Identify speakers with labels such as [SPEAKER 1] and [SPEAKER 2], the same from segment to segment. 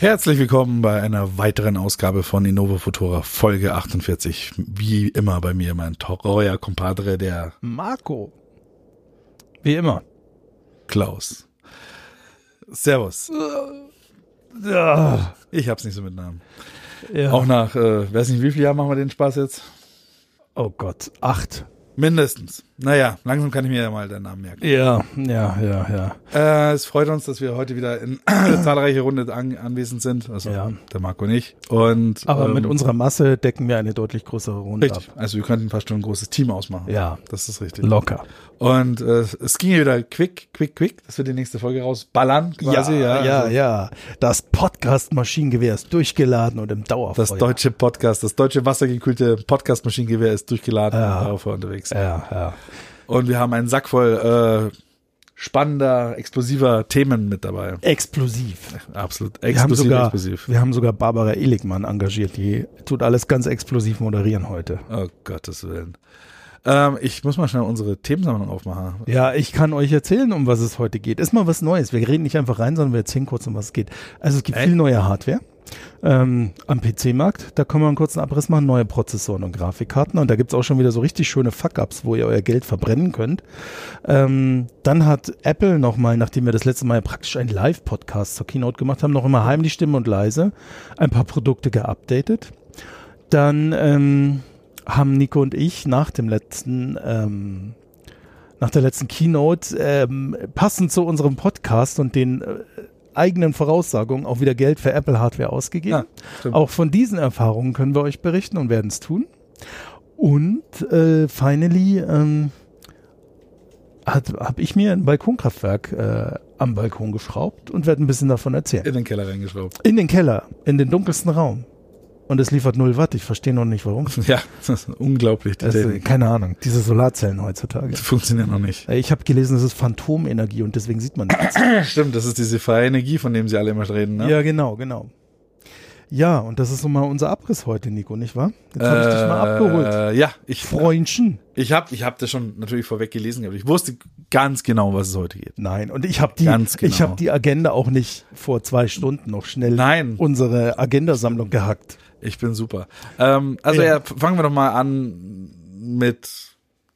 [SPEAKER 1] Herzlich willkommen bei einer weiteren Ausgabe von Innova Futura Folge 48. Wie immer bei mir mein treuer Kompadre, der
[SPEAKER 2] Marco. Wie immer.
[SPEAKER 1] Klaus. Servus.
[SPEAKER 2] Ja.
[SPEAKER 1] Ich hab's nicht so mit Namen. Auch nach, äh, weiß nicht, wie viel Jahr machen wir den Spaß jetzt?
[SPEAKER 2] Oh Gott, acht.
[SPEAKER 1] Mindestens. Naja, langsam kann ich mir ja mal den Namen merken.
[SPEAKER 2] Ja, ja, ja, ja.
[SPEAKER 1] Äh, es freut uns, dass wir heute wieder in zahlreiche Runde an, anwesend sind. Also
[SPEAKER 2] Ja.
[SPEAKER 1] der Marco und ich. Und,
[SPEAKER 2] Aber
[SPEAKER 1] ähm,
[SPEAKER 2] mit unserer Masse decken wir eine deutlich größere Runde
[SPEAKER 1] Richtig.
[SPEAKER 2] ab.
[SPEAKER 1] Also wir könnten fast schon ein großes Team ausmachen.
[SPEAKER 2] Ja.
[SPEAKER 1] Das ist richtig.
[SPEAKER 2] Locker.
[SPEAKER 1] Und äh, es ging ja wieder quick, quick, quick, dass wir die nächste Folge rausballern quasi. Ja,
[SPEAKER 2] ja,
[SPEAKER 1] Also
[SPEAKER 2] ja. Das Podcast-Maschinengewehr ist durchgeladen und im Dauerfeuer.
[SPEAKER 1] Das deutsche Podcast, das deutsche wassergekühlte Podcast-Maschinengewehr ist durchgeladen
[SPEAKER 2] Ja.
[SPEAKER 1] und darauf unterwegs.
[SPEAKER 2] Ja, ja.
[SPEAKER 1] Und wir haben einen Sack voll äh, spannender, explosiver Themen mit dabei.
[SPEAKER 2] Explosiv.
[SPEAKER 1] Absolut
[SPEAKER 2] Wir haben,
[SPEAKER 1] explosiv,
[SPEAKER 2] sogar,
[SPEAKER 1] explosiv.
[SPEAKER 2] wir haben sogar Barbara Eligmann engagiert. Die tut alles ganz explosiv moderieren heute.
[SPEAKER 1] Oh Gottes Willen. Ähm, ich muss mal schnell unsere Themensammlung aufmachen.
[SPEAKER 2] Ja, ich kann euch erzählen, um was es heute geht. Ist mal was Neues. Wir reden nicht einfach rein, sondern wir erzählen kurz, um was es geht. Also es gibt
[SPEAKER 1] Echt?
[SPEAKER 2] viel neue Hardware ähm, am PC-Markt. Da können wir einen kurzen Abriss machen. Neue Prozessoren und Grafikkarten. Und da gibt's auch schon wieder so richtig schöne Fuck-Ups, wo ihr euer Geld verbrennen könnt. Ähm, dann hat Apple nochmal, nachdem wir das letzte Mal ja praktisch einen Live-Podcast zur Keynote gemacht haben, noch immer heimlich Stimme und leise ein paar Produkte geupdatet. Dann ähm, haben Nico und ich nach dem letzten ähm, nach der letzten Keynote ähm, passend zu unserem Podcast und den äh, eigenen Voraussagungen auch wieder Geld für Apple Hardware ausgegeben.
[SPEAKER 1] stimmt.
[SPEAKER 2] auch von diesen Erfahrungen können wir euch berichten und werden es tun. Und äh, finally ähm, habe ich mir ein Balkonkraftwerk äh, am Balkon geschraubt und werde ein bisschen davon erzählen.
[SPEAKER 1] in den Keller reingeschraubt.
[SPEAKER 2] In den Keller, in den dunkelsten Raum. Und es liefert 0 Watt. Ich verstehe noch nicht, warum.
[SPEAKER 1] Ja, das ist unglaublich. Die
[SPEAKER 2] Das ist, äh,
[SPEAKER 1] Technik
[SPEAKER 2] keine Ahnung, diese Solarzellen heutzutage.
[SPEAKER 1] funktioniert noch nicht.
[SPEAKER 2] Äh, Ich habe gelesen, es ist Phantomenergie und deswegen sieht man nichts. ne?
[SPEAKER 1] Stimmt, das ist diese freie Energie, von dem sie alle immer reden. Ne?
[SPEAKER 2] Ja, genau, genau. Ja, und das ist so mal unser Abriss heute, Nico, nicht wahr? Jetzt habe ich dich mal abgeholt.
[SPEAKER 1] Äh, ja, ich,
[SPEAKER 2] Freundchen.
[SPEAKER 1] ich habe ich hab das schon natürlich vorweg gelesen, aber ich wusste ganz genau, was es heute geht.
[SPEAKER 2] Nein, und ich habe die,
[SPEAKER 1] Ganz genau.
[SPEAKER 2] ich habe die Agenda auch nicht vor zwei Stunden noch schnell
[SPEAKER 1] Nein.
[SPEAKER 2] unsere Agendasammlung gehackt.
[SPEAKER 1] Ich bin super. Ähm, also ja.
[SPEAKER 2] Ja.
[SPEAKER 1] fangen wir doch mal an mit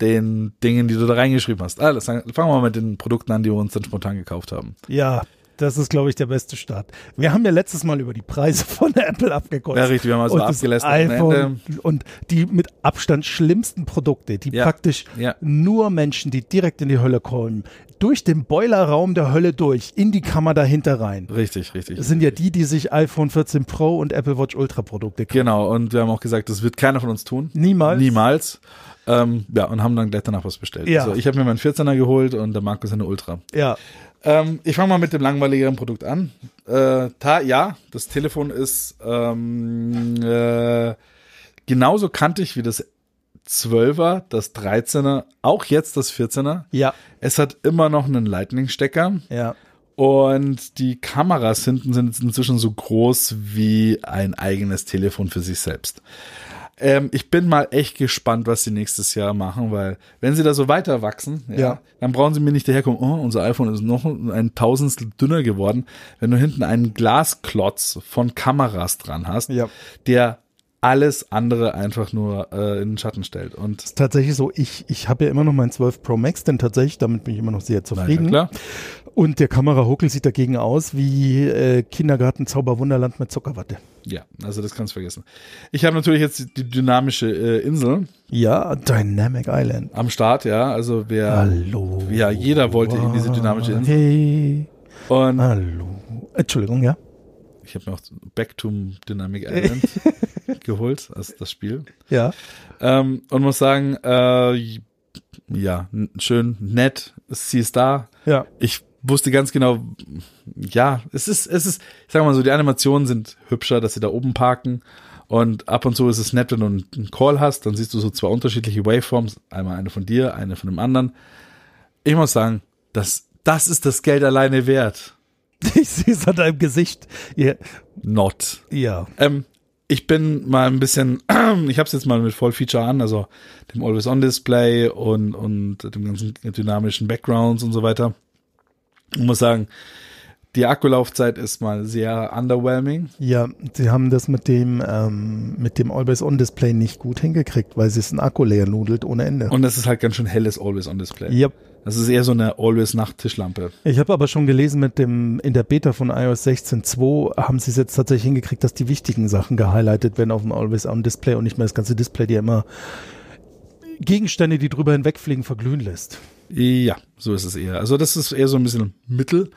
[SPEAKER 1] den Dingen, die du da reingeschrieben hast. Alles, fangen wir mal mit den Produkten an, die wir uns dann spontan gekauft haben.
[SPEAKER 2] Ja, das ist, glaube ich, der beste Start. Wir haben ja letztes Mal über die Preise von Apple abgekotzt.
[SPEAKER 1] Ja, richtig, wir haben also
[SPEAKER 2] und das
[SPEAKER 1] abgelästert am
[SPEAKER 2] iPhone und die mit Abstand schlimmsten Produkte, die
[SPEAKER 1] Ja,
[SPEAKER 2] praktisch
[SPEAKER 1] ja.
[SPEAKER 2] nur Menschen, die direkt in die Hölle kommen, durch den Boilerraum der Hölle durch, in die Kammer dahinter rein.
[SPEAKER 1] Richtig, richtig.
[SPEAKER 2] Das sind ja die, die sich iPhone 14 Pro und Apple Watch Ultra Produkte kaufen.
[SPEAKER 1] genau, und wir haben auch gesagt, das wird keiner von uns tun.
[SPEAKER 2] Niemals.
[SPEAKER 1] Niemals. Ähm, ja, und haben dann gleich danach was bestellt.
[SPEAKER 2] Ja.
[SPEAKER 1] Also ich habe mir meinen 14er geholt und der Markus eine Ultra.
[SPEAKER 2] Ja,
[SPEAKER 1] Ähm, ich fange mal mit dem langweiligeren Produkt an. Äh, ta ja, das Telefon ist ähm, äh, genauso kantig wie das 12er, das 13er, auch jetzt das 14er.
[SPEAKER 2] ja,
[SPEAKER 1] Es hat immer noch einen Lightning-Stecker
[SPEAKER 2] ja.
[SPEAKER 1] und die Kameras hinten sind jetzt inzwischen so groß wie ein eigenes Telefon für sich selbst. Ähm, ich bin mal echt gespannt, was sie nächstes Jahr machen, weil wenn sie da so weiter wachsen, ja,
[SPEAKER 2] Ja.
[SPEAKER 1] dann brauchen sie mir nicht daherkommen, oh, unser iPhone ist noch ein Tausendstel dünner geworden, wenn du hinten einen Glasklotz von Kameras dran hast,
[SPEAKER 2] Ja.
[SPEAKER 1] der alles andere einfach nur äh, in den Schatten stellt. Und
[SPEAKER 2] Tatsächlich so, ich, ich habe ja immer noch meinen 12 Pro Max, denn tatsächlich, damit bin ich immer noch sehr zufrieden.
[SPEAKER 1] Na klar.
[SPEAKER 2] Und der Kamerahuckel sieht dagegen aus wie äh, Kindergarten Zauberwunderland mit Zuckerwatte.
[SPEAKER 1] Ja, also das kannst du vergessen. Ich habe natürlich jetzt die, die dynamische äh, Insel
[SPEAKER 2] Ja, Dynamic Island.
[SPEAKER 1] am Start, ja. Also wer
[SPEAKER 2] Hallo.
[SPEAKER 1] ja, jeder wollte eben diese dynamische Insel.
[SPEAKER 2] Hey, Ah.
[SPEAKER 1] Und
[SPEAKER 2] hallo. Entschuldigung, ja.
[SPEAKER 1] ich habe mir auch Back to Dynamic Island geholt, als das Spiel.
[SPEAKER 2] Ja.
[SPEAKER 1] Ähm, und muss sagen, äh, ja, n- schön, nett, sie ist da.
[SPEAKER 2] Ja.
[SPEAKER 1] Ich wusste ganz genau, ja, es ist, es ist, ich sag mal so, die Animationen sind hübscher, dass sie da oben parken. Und ab und zu ist es nett, wenn du einen Call hast, dann siehst du so zwei unterschiedliche Waveforms, einmal eine von dir, eine von dem anderen. Ich muss sagen, das, das ist das Geld alleine wert.
[SPEAKER 2] Ich sehe es an deinem Gesicht. Ja.
[SPEAKER 1] Not.
[SPEAKER 2] ja.
[SPEAKER 1] Ähm, ich bin mal ein bisschen, ich habe es jetzt mal mit Vollfeature an, also dem Always-On-Display und, und dem ganzen dynamischen Backgrounds und so weiter. Ich muss sagen, die Akkulaufzeit ist mal sehr underwhelming.
[SPEAKER 2] Ja, sie haben das mit dem, ähm, mit dem Always-On-Display nicht gut hingekriegt, weil sie es einen Akku leer nudelt ohne Ende.
[SPEAKER 1] Und das ist halt ganz schön helles Always-On-Display.
[SPEAKER 2] Yep.
[SPEAKER 1] Das ist eher so eine Always-Nacht-Tischlampe.
[SPEAKER 2] Ich habe aber schon gelesen, mit dem, in der Beta von iOS 16.2 haben sie es jetzt tatsächlich hingekriegt, dass die wichtigen Sachen gehighlightet werden auf dem Always-On-Display und nicht mehr das ganze Display, die immer Gegenstände, die drüber hinwegfliegen, verglühen lässt.
[SPEAKER 1] Ja, so ist es eher. Also das ist eher so ein bisschen Mittel.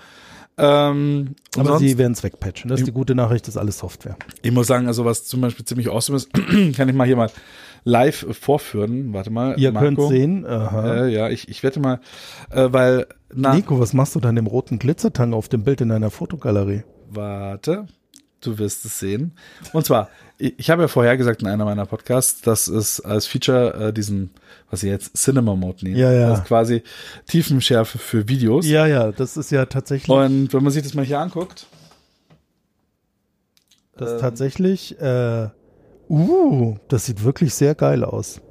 [SPEAKER 1] Ähm,
[SPEAKER 2] Aber
[SPEAKER 1] ansonsten-
[SPEAKER 2] sie werden es wegpatchen. Das ist die gute Nachricht, das ist alles Software.
[SPEAKER 1] Ich muss sagen, also was zum Beispiel ziemlich awesome ist, kann ich mal hier mal live vorführen. Warte mal.
[SPEAKER 2] Ihr
[SPEAKER 1] Marco.
[SPEAKER 2] könnt sehen, aha.
[SPEAKER 1] Äh, ja, ich, ich wette mal, äh, weil, na,
[SPEAKER 2] Nico, was machst du da an dem roten Glitzertang auf dem Bild in deiner Fotogalerie?
[SPEAKER 1] warte, du wirst es sehen. Und zwar, ich, ich habe ja vorher gesagt in einer meiner Podcasts, dass es als Feature äh, diesen, was sie jetzt Cinema Mode nehmen,
[SPEAKER 2] Ja, ja.
[SPEAKER 1] das ist quasi Tiefenschärfe für Videos.
[SPEAKER 2] Ja, ja, das ist ja tatsächlich,
[SPEAKER 1] Und wenn man sich das mal hier anguckt,
[SPEAKER 2] das
[SPEAKER 1] Ähm,
[SPEAKER 2] ist tatsächlich, äh, uh, das sieht wirklich sehr geil aus.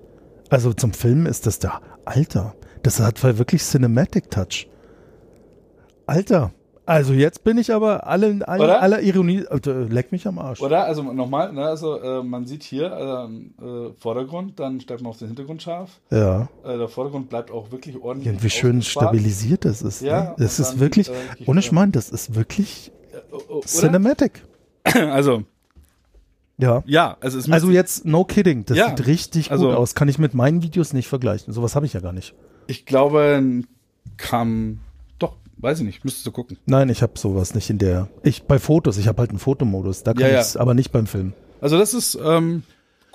[SPEAKER 2] Also zum Film ist das da, Alter, das hat voll wirklich Cinematic Touch. Alter, also jetzt bin ich aber alle, in aller-
[SPEAKER 1] Oder?
[SPEAKER 2] aller Ironie, Alter, leck mich am Arsch.
[SPEAKER 1] Oder? Also nochmal, ne? also äh, man sieht hier ähm, äh, Vordergrund, dann stellt man auf den Hintergrund scharf.
[SPEAKER 2] Ja,
[SPEAKER 1] Äh, der Vordergrund bleibt auch wirklich ordentlich.
[SPEAKER 2] irgendwie schön
[SPEAKER 1] ausgespart.
[SPEAKER 2] stabilisiert das ist.
[SPEAKER 1] Ja,
[SPEAKER 2] ne? Das
[SPEAKER 1] und
[SPEAKER 2] ist
[SPEAKER 1] dann,
[SPEAKER 2] wirklich,
[SPEAKER 1] äh, die-
[SPEAKER 2] ohne Schmarrn, das ist wirklich
[SPEAKER 1] Äh, o- o- Oder?
[SPEAKER 2] Cinematic.
[SPEAKER 1] Also,
[SPEAKER 2] Ja.
[SPEAKER 1] ja, also es
[SPEAKER 2] Also jetzt, no kidding, das
[SPEAKER 1] Ja.
[SPEAKER 2] sieht richtig
[SPEAKER 1] Also-
[SPEAKER 2] gut aus. Kann ich mit meinen Videos nicht vergleichen. Sowas habe ich ja gar nicht.
[SPEAKER 1] ich glaube, kam doch, weiß ich nicht, müsstest du gucken.
[SPEAKER 2] Nein, ich habe sowas nicht in der. Ich bei Fotos, ich habe halt einen Fotomodus, da kann
[SPEAKER 1] Ja, ja.
[SPEAKER 2] ich's, aber nicht beim Film.
[SPEAKER 1] Also das ist ähm,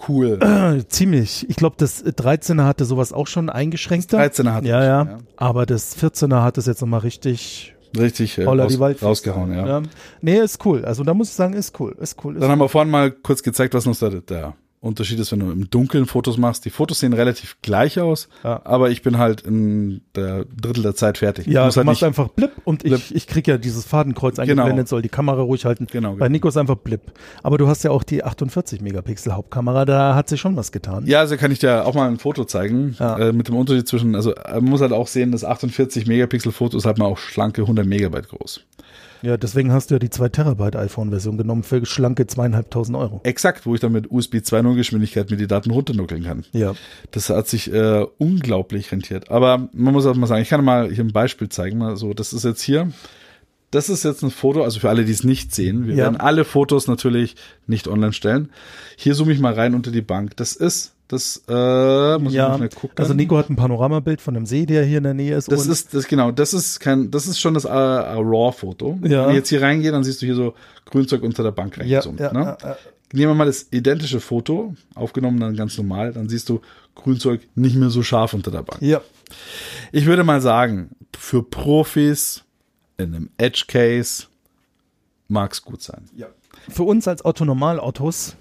[SPEAKER 1] cool.
[SPEAKER 2] Äh, ziemlich. Ich glaube, das 13er hatte sowas auch schon eingeschränkt.
[SPEAKER 1] Das 13er hatte
[SPEAKER 2] ja,
[SPEAKER 1] das
[SPEAKER 2] ja,
[SPEAKER 1] schon, ja.
[SPEAKER 2] Aber das 14er hat es jetzt nochmal richtig
[SPEAKER 1] Richtig äh,
[SPEAKER 2] holla
[SPEAKER 1] raus,
[SPEAKER 2] die Wald
[SPEAKER 1] rausgehauen, ja.
[SPEAKER 2] Nee, ist cool. Also da muss ich sagen, ist cool, ist cool. Ist
[SPEAKER 1] Dann haben wir vorhin mal kurz gezeigt, was noch der, der Unterschied ist, wenn du im Dunkeln Fotos machst. Die Fotos sehen relativ gleich aus,
[SPEAKER 2] Ja.
[SPEAKER 1] aber ich bin halt in der Drittel der Zeit fertig. Ich
[SPEAKER 2] Ja,
[SPEAKER 1] muss
[SPEAKER 2] du
[SPEAKER 1] halt
[SPEAKER 2] machst
[SPEAKER 1] nicht
[SPEAKER 2] einfach blip und ich, ich krieg ja dieses Fadenkreuz eingeblendet, soll die Kamera ruhig halten.
[SPEAKER 1] Genau,
[SPEAKER 2] Bei
[SPEAKER 1] genau.
[SPEAKER 2] Nico ist einfach blip. Aber du hast ja auch die 48 Megapixel Hauptkamera, da hat sich schon was getan.
[SPEAKER 1] Ja, also kann ich dir auch mal ein Foto zeigen
[SPEAKER 2] Ja.
[SPEAKER 1] äh, mit dem Unterschied zwischen, also äh, man muss halt auch sehen, das 48 Megapixel Foto ist halt mal auch schlanke 100 Megabyte groß.
[SPEAKER 2] Ja, deswegen hast du ja die 2 Terabyte iPhone Version genommen für schlanke zweieinhalbtausend Euro.
[SPEAKER 1] Exakt, wo ich dann mit USB 2.0 Geschwindigkeit mir die Daten runternuckeln kann.
[SPEAKER 2] Ja.
[SPEAKER 1] Das hat sich äh, unglaublich rentiert. Aber man muss auch mal sagen, ich kann mal hier ein Beispiel zeigen. Mal so, das ist jetzt hier. Das ist jetzt ein Foto, also für alle, die es nicht sehen. Wir
[SPEAKER 2] Ja.
[SPEAKER 1] werden alle Fotos natürlich nicht online stellen. Hier zoome ich mal rein unter die Bank. Das ist, das äh, muss ich
[SPEAKER 2] Ja,
[SPEAKER 1] mal schnell gucken.
[SPEAKER 2] also Nico hat ein Panoramabild von einem See, der hier in der Nähe ist.
[SPEAKER 1] Das
[SPEAKER 2] und
[SPEAKER 1] ist das genau, das ist kein, das ist schon das äh, RAW-Foto.
[SPEAKER 2] Ja.
[SPEAKER 1] Wenn ich jetzt hier reingehe, dann siehst du hier so Grünzeug unter der Bank
[SPEAKER 2] ja,
[SPEAKER 1] reingezoomt.
[SPEAKER 2] ja,
[SPEAKER 1] ne?
[SPEAKER 2] ja, ja.
[SPEAKER 1] Nehmen wir mal das identische Foto, aufgenommen dann ganz normal, dann siehst du Grünzeug nicht mehr so scharf unter der Bank.
[SPEAKER 2] ja,
[SPEAKER 1] Ich würde mal sagen, für Profis in einem Edge-Case mag's gut sein.
[SPEAKER 2] für uns als Autonormalautos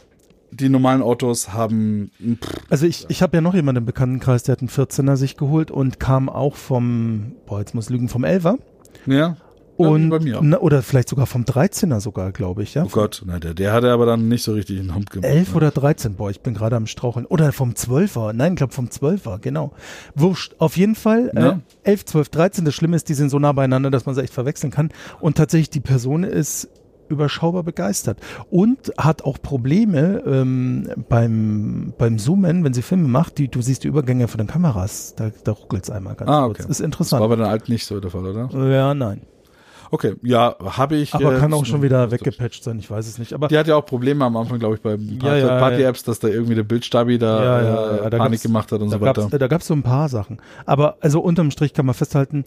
[SPEAKER 1] Die normalen Autos haben pff,
[SPEAKER 2] Also ich, ich habe ja noch jemanden im Bekanntenkreis, der hat einen 14er sich geholt und kam auch vom, boah, jetzt muss ich lügen, vom 11er.
[SPEAKER 1] ja.
[SPEAKER 2] Und,
[SPEAKER 1] bei mir.
[SPEAKER 2] Na, oder vielleicht sogar vom 13er sogar, glaube ich, ja.
[SPEAKER 1] Oh Gott, na, der, der hatte aber dann nicht so richtig einen Hump gemacht.
[SPEAKER 2] 11
[SPEAKER 1] ne?
[SPEAKER 2] oder 13, boah, ich bin gerade am Straucheln. Oder vom 12er, nein, ich glaube vom 12er, genau. Wurscht, auf jeden Fall äh,
[SPEAKER 1] Ja.
[SPEAKER 2] 11, 12, 13, das Schlimme ist, die sind so nah beieinander, dass man sie echt verwechseln kann. Und tatsächlich, die Person ist überschaubar begeistert und hat auch Probleme ähm, beim, beim Zoomen, wenn sie Filme macht, die, du siehst die Übergänge von den Kameras, da, da ruckelt's einmal ganz
[SPEAKER 1] Ah,
[SPEAKER 2] kurz.
[SPEAKER 1] okay.
[SPEAKER 2] Ist
[SPEAKER 1] Das war
[SPEAKER 2] interessant.
[SPEAKER 1] bei der alten nicht so der Fall, oder?
[SPEAKER 2] Ja, nein.
[SPEAKER 1] Okay, ja, habe ich.
[SPEAKER 2] Aber
[SPEAKER 1] äh,
[SPEAKER 2] kann auch
[SPEAKER 1] das-
[SPEAKER 2] schon wieder weggepatcht sein, ich weiß es nicht. Aber
[SPEAKER 1] Die hat ja auch Probleme am Anfang, glaube ich, bei ein paar
[SPEAKER 2] Ja, ja,
[SPEAKER 1] Party-Apps, dass da irgendwie der Bildstabi da,
[SPEAKER 2] Ja, ja,
[SPEAKER 1] äh,
[SPEAKER 2] ja, da
[SPEAKER 1] Panik
[SPEAKER 2] gab's-
[SPEAKER 1] gemacht hat und
[SPEAKER 2] da
[SPEAKER 1] so weiter.
[SPEAKER 2] Gab's, da gab es so ein paar Sachen. Aber also unterm Strich kann man festhalten,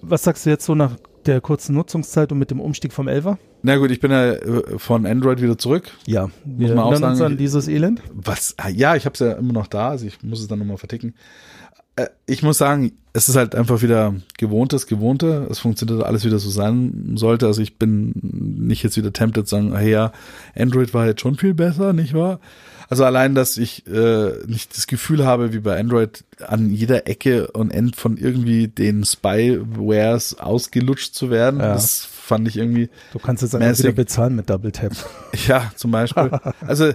[SPEAKER 2] was sagst du jetzt so nach der kurzen Nutzungszeit und mit dem Umstieg vom Elfer?
[SPEAKER 1] Na gut, ich bin ja äh, von Android wieder zurück.
[SPEAKER 2] Ja, wir
[SPEAKER 1] man auch
[SPEAKER 2] erinnern uns
[SPEAKER 1] sagen,
[SPEAKER 2] an dieses Elend.
[SPEAKER 1] Was? Ah, Ja, ich habe es ja immer noch da, also ich muss es dann nochmal verticken. Äh, ich muss sagen, es ist halt einfach wieder gewohntes, gewohnte. Es funktioniert alles wieder so sein sollte. Also ich bin nicht jetzt wieder tempted zu sagen, hey ja, Android war jetzt schon viel besser, nicht wahr? Also allein, dass ich äh, nicht das Gefühl habe, wie bei Android an jeder Ecke und End von irgendwie den Spywares ausgelutscht zu werden,
[SPEAKER 2] Ja.
[SPEAKER 1] das fand ich irgendwie,
[SPEAKER 2] Du kannst jetzt einfach
[SPEAKER 1] Mäßig.
[SPEAKER 2] wieder bezahlen mit Double Tap.
[SPEAKER 1] ja, zum Beispiel. Also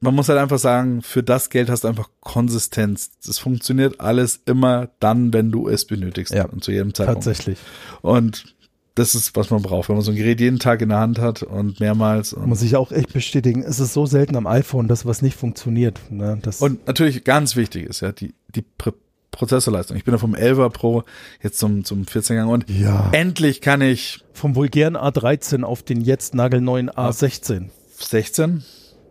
[SPEAKER 1] man muss halt einfach sagen, für das Geld hast du einfach Konsistenz. Es funktioniert alles immer dann, wenn du es benötigst
[SPEAKER 2] Ja.
[SPEAKER 1] und zu jedem Zeitpunkt.
[SPEAKER 2] Tatsächlich.
[SPEAKER 1] Und das ist, was man braucht, wenn man so ein Gerät jeden Tag in der Hand hat und mehrmals. Und,
[SPEAKER 2] Muss ich auch echt bestätigen. Es ist so selten am iPhone, dass was nicht funktioniert. Ne? Das,
[SPEAKER 1] und natürlich ganz wichtig ist ja die, die Pr Prozessorleistung. Ich bin ja vom 11er Pro jetzt zum, zum 14er und
[SPEAKER 2] Ja.
[SPEAKER 1] endlich kann ich
[SPEAKER 2] vom vulgären A13 auf den jetzt nagelneuen A16.
[SPEAKER 1] 16,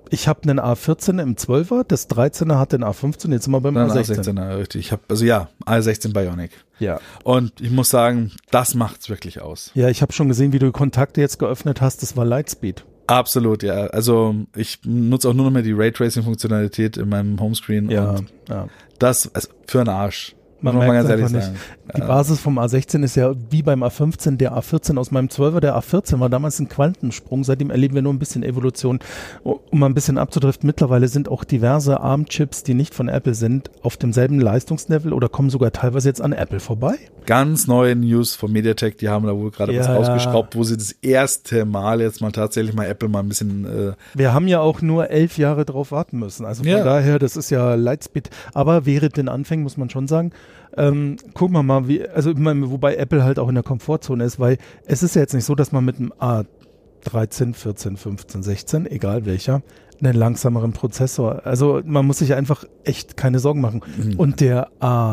[SPEAKER 2] Ich habe einen A14 im 12er, das 13er hat den A15, jetzt sind wir beim
[SPEAKER 1] nein,
[SPEAKER 2] A16.
[SPEAKER 1] 16 richtig. Ich habe also ja, A16 Bionic.
[SPEAKER 2] Ja.
[SPEAKER 1] Und ich muss sagen, das macht's wirklich aus.
[SPEAKER 2] ja, ich habe schon gesehen, wie du Kontakte jetzt geöffnet hast. Das war Lightspeed.
[SPEAKER 1] Absolut, ja. Also ich nutze auch nur noch mehr die Raytracing-Funktionalität in meinem Homescreen.
[SPEAKER 2] Ja,
[SPEAKER 1] Und
[SPEAKER 2] ja.
[SPEAKER 1] das also für einen Arsch.
[SPEAKER 2] Ähm, Man
[SPEAKER 1] Muss
[SPEAKER 2] merkt einfach nicht. Die
[SPEAKER 1] Ja.
[SPEAKER 2] Basis vom A16 ist ja wie beim A15, der A14 aus meinem 12er. Der A14 war damals ein Quantensprung. Seitdem erleben wir nur ein bisschen Evolution. Um mal ein bisschen abzudriften, mittlerweile sind auch diverse ARM-Chips, die nicht von Apple sind, auf demselben Leistungslevel oder kommen sogar teilweise jetzt an Apple vorbei.
[SPEAKER 1] Ganz neue News von MediaTek, die haben da wohl gerade was
[SPEAKER 2] Ja.
[SPEAKER 1] rausgeschraubt, wo sie das erste Mal jetzt mal tatsächlich mal Apple mal ein bisschen äh,
[SPEAKER 2] Wir haben ja auch nur elf Jahre drauf warten müssen. Also von
[SPEAKER 1] Ja.
[SPEAKER 2] daher, das ist ja Lightspeed. Aber während den Anfängen muss man schon sagen, ähm, gucken wir mal, wie, also ich meine, wobei Apple halt auch in der Komfortzone ist, weil es ist ja jetzt nicht so, dass man mit einem A13, 14, 15, 16, egal welcher, einen langsameren Prozessor. Also man muss sich einfach echt keine Sorgen machen.
[SPEAKER 1] Mhm.
[SPEAKER 2] Und der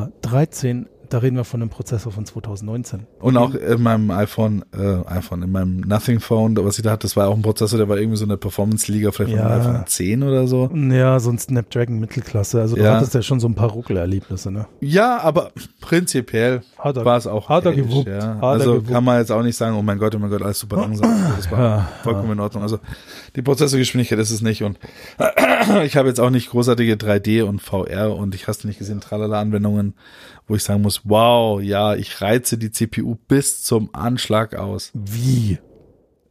[SPEAKER 2] A13, da reden wir von einem Prozessor von 2019.
[SPEAKER 1] und auch in meinem iPhone, äh, iPhone, in meinem Nothing Phone, was ich da hatte, das war auch ein Prozessor, der war irgendwie so eine Performance-Liga, vielleicht
[SPEAKER 2] Ja.
[SPEAKER 1] von einem iPhone 10 oder so.
[SPEAKER 2] Ja, so ein Snapdragon Mittelklasse. Also du
[SPEAKER 1] Ja.
[SPEAKER 2] hattest ja schon so ein paar Ruckelerlebnisse, ne?
[SPEAKER 1] Ja, aber prinzipiell
[SPEAKER 2] Hat er-
[SPEAKER 1] war es auch.
[SPEAKER 2] hat er
[SPEAKER 1] ähnlich,
[SPEAKER 2] gewuppt,
[SPEAKER 1] Ja.
[SPEAKER 2] hat er
[SPEAKER 1] also
[SPEAKER 2] gewuppt.
[SPEAKER 1] kann man jetzt auch nicht sagen, oh mein Gott, oh mein Gott, alles super langsam. Also Das war
[SPEAKER 2] Ja,
[SPEAKER 1] vollkommen in Ordnung. Also die Prozessorgeschwindigkeit ist es nicht. Und ich habe jetzt auch nicht großartige 3D und VR und ich hast nicht gesehen, Tralala-Anwendungen, wo ich sagen muss, wow, ja, ich reize die CPU bis zum Anschlag aus.
[SPEAKER 2] Wie?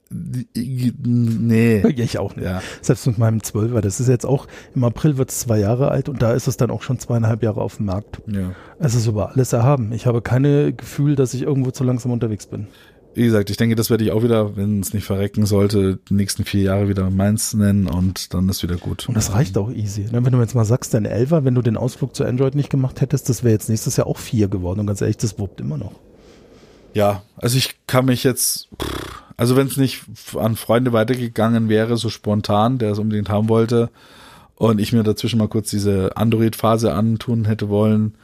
[SPEAKER 1] Nee.
[SPEAKER 2] Ja, ich auch nicht.
[SPEAKER 1] Ja.
[SPEAKER 2] Selbst mit meinem 12er, das ist jetzt auch, im April wird es zwei Jahre alt und da ist es dann auch schon zweieinhalb Jahre auf dem Markt.
[SPEAKER 1] ja.
[SPEAKER 2] Es ist über alles erhaben. Ich habe keine Gefühl, dass ich irgendwo zu langsam unterwegs bin.
[SPEAKER 1] Wie gesagt, ich denke, das werde ich auch wieder, wenn es nicht verrecken sollte, die nächsten vier Jahre wieder meins nennen und dann ist wieder gut.
[SPEAKER 2] Und das reicht auch easy. ne? Wenn du jetzt mal sagst, dein 11er, wenn du den Ausflug zu Android nicht gemacht hättest, das wäre jetzt nächstes Jahr auch vier geworden. Und ganz ehrlich, das wuppt immer noch.
[SPEAKER 1] Ja, also ich kann mich jetzt, pff, also wenn es nicht f- an Freunde weitergegangen wäre, so spontan, der es unbedingt haben wollte, und ich mir dazwischen mal kurz diese Android-Phase antun hätte wollen,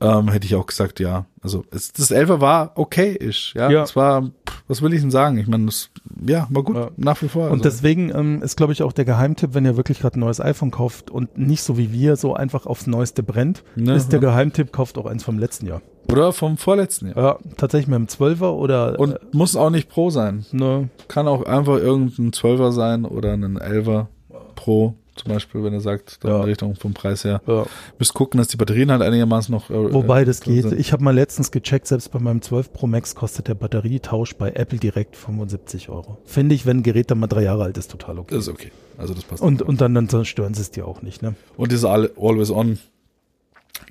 [SPEAKER 1] ähm, hätte ich auch gesagt, ja. Also es, das Elfer war okay-ish, ja.
[SPEAKER 2] Ja.
[SPEAKER 1] Es war, pff, was will ich denn sagen? Ich meine, es- ja, war gut,
[SPEAKER 2] Ja.
[SPEAKER 1] nach wie vor. also.
[SPEAKER 2] Und deswegen ähm, ist, glaube ich, auch der Geheimtipp, wenn ihr wirklich gerade ein neues iPhone kauft und nicht so wie wir so einfach aufs Neueste brennt,
[SPEAKER 1] Ne,
[SPEAKER 2] ist der
[SPEAKER 1] ja.
[SPEAKER 2] Geheimtipp, kauft auch eins vom letzten Jahr.
[SPEAKER 1] Oder vom vorletzten Jahr.
[SPEAKER 2] Ja, tatsächlich mit dem 12er oder äh,
[SPEAKER 1] Und muss auch nicht Pro sein.
[SPEAKER 2] ne,
[SPEAKER 1] Kann auch einfach irgendein Zwölfer sein oder ein Elfer Pro, zum Beispiel, wenn er sagt,
[SPEAKER 2] Ja.
[SPEAKER 1] in Richtung vom Preis her.
[SPEAKER 2] ja.
[SPEAKER 1] müsst gucken, dass die Batterien halt einigermaßen noch. Äh,
[SPEAKER 2] Wobei das
[SPEAKER 1] drin
[SPEAKER 2] geht.
[SPEAKER 1] sind.
[SPEAKER 2] Ich habe mal letztens gecheckt, selbst bei meinem 12 Pro Max kostet der Batterietausch bei Apple direkt 75 Euro. Finde ich, wenn ein Gerät dann mal drei Jahre alt ist, total okay.
[SPEAKER 1] Ist okay. Also das passt. Und,
[SPEAKER 2] Und, und dann, dann stören sie es dir auch nicht, ne?
[SPEAKER 1] und ist all, always on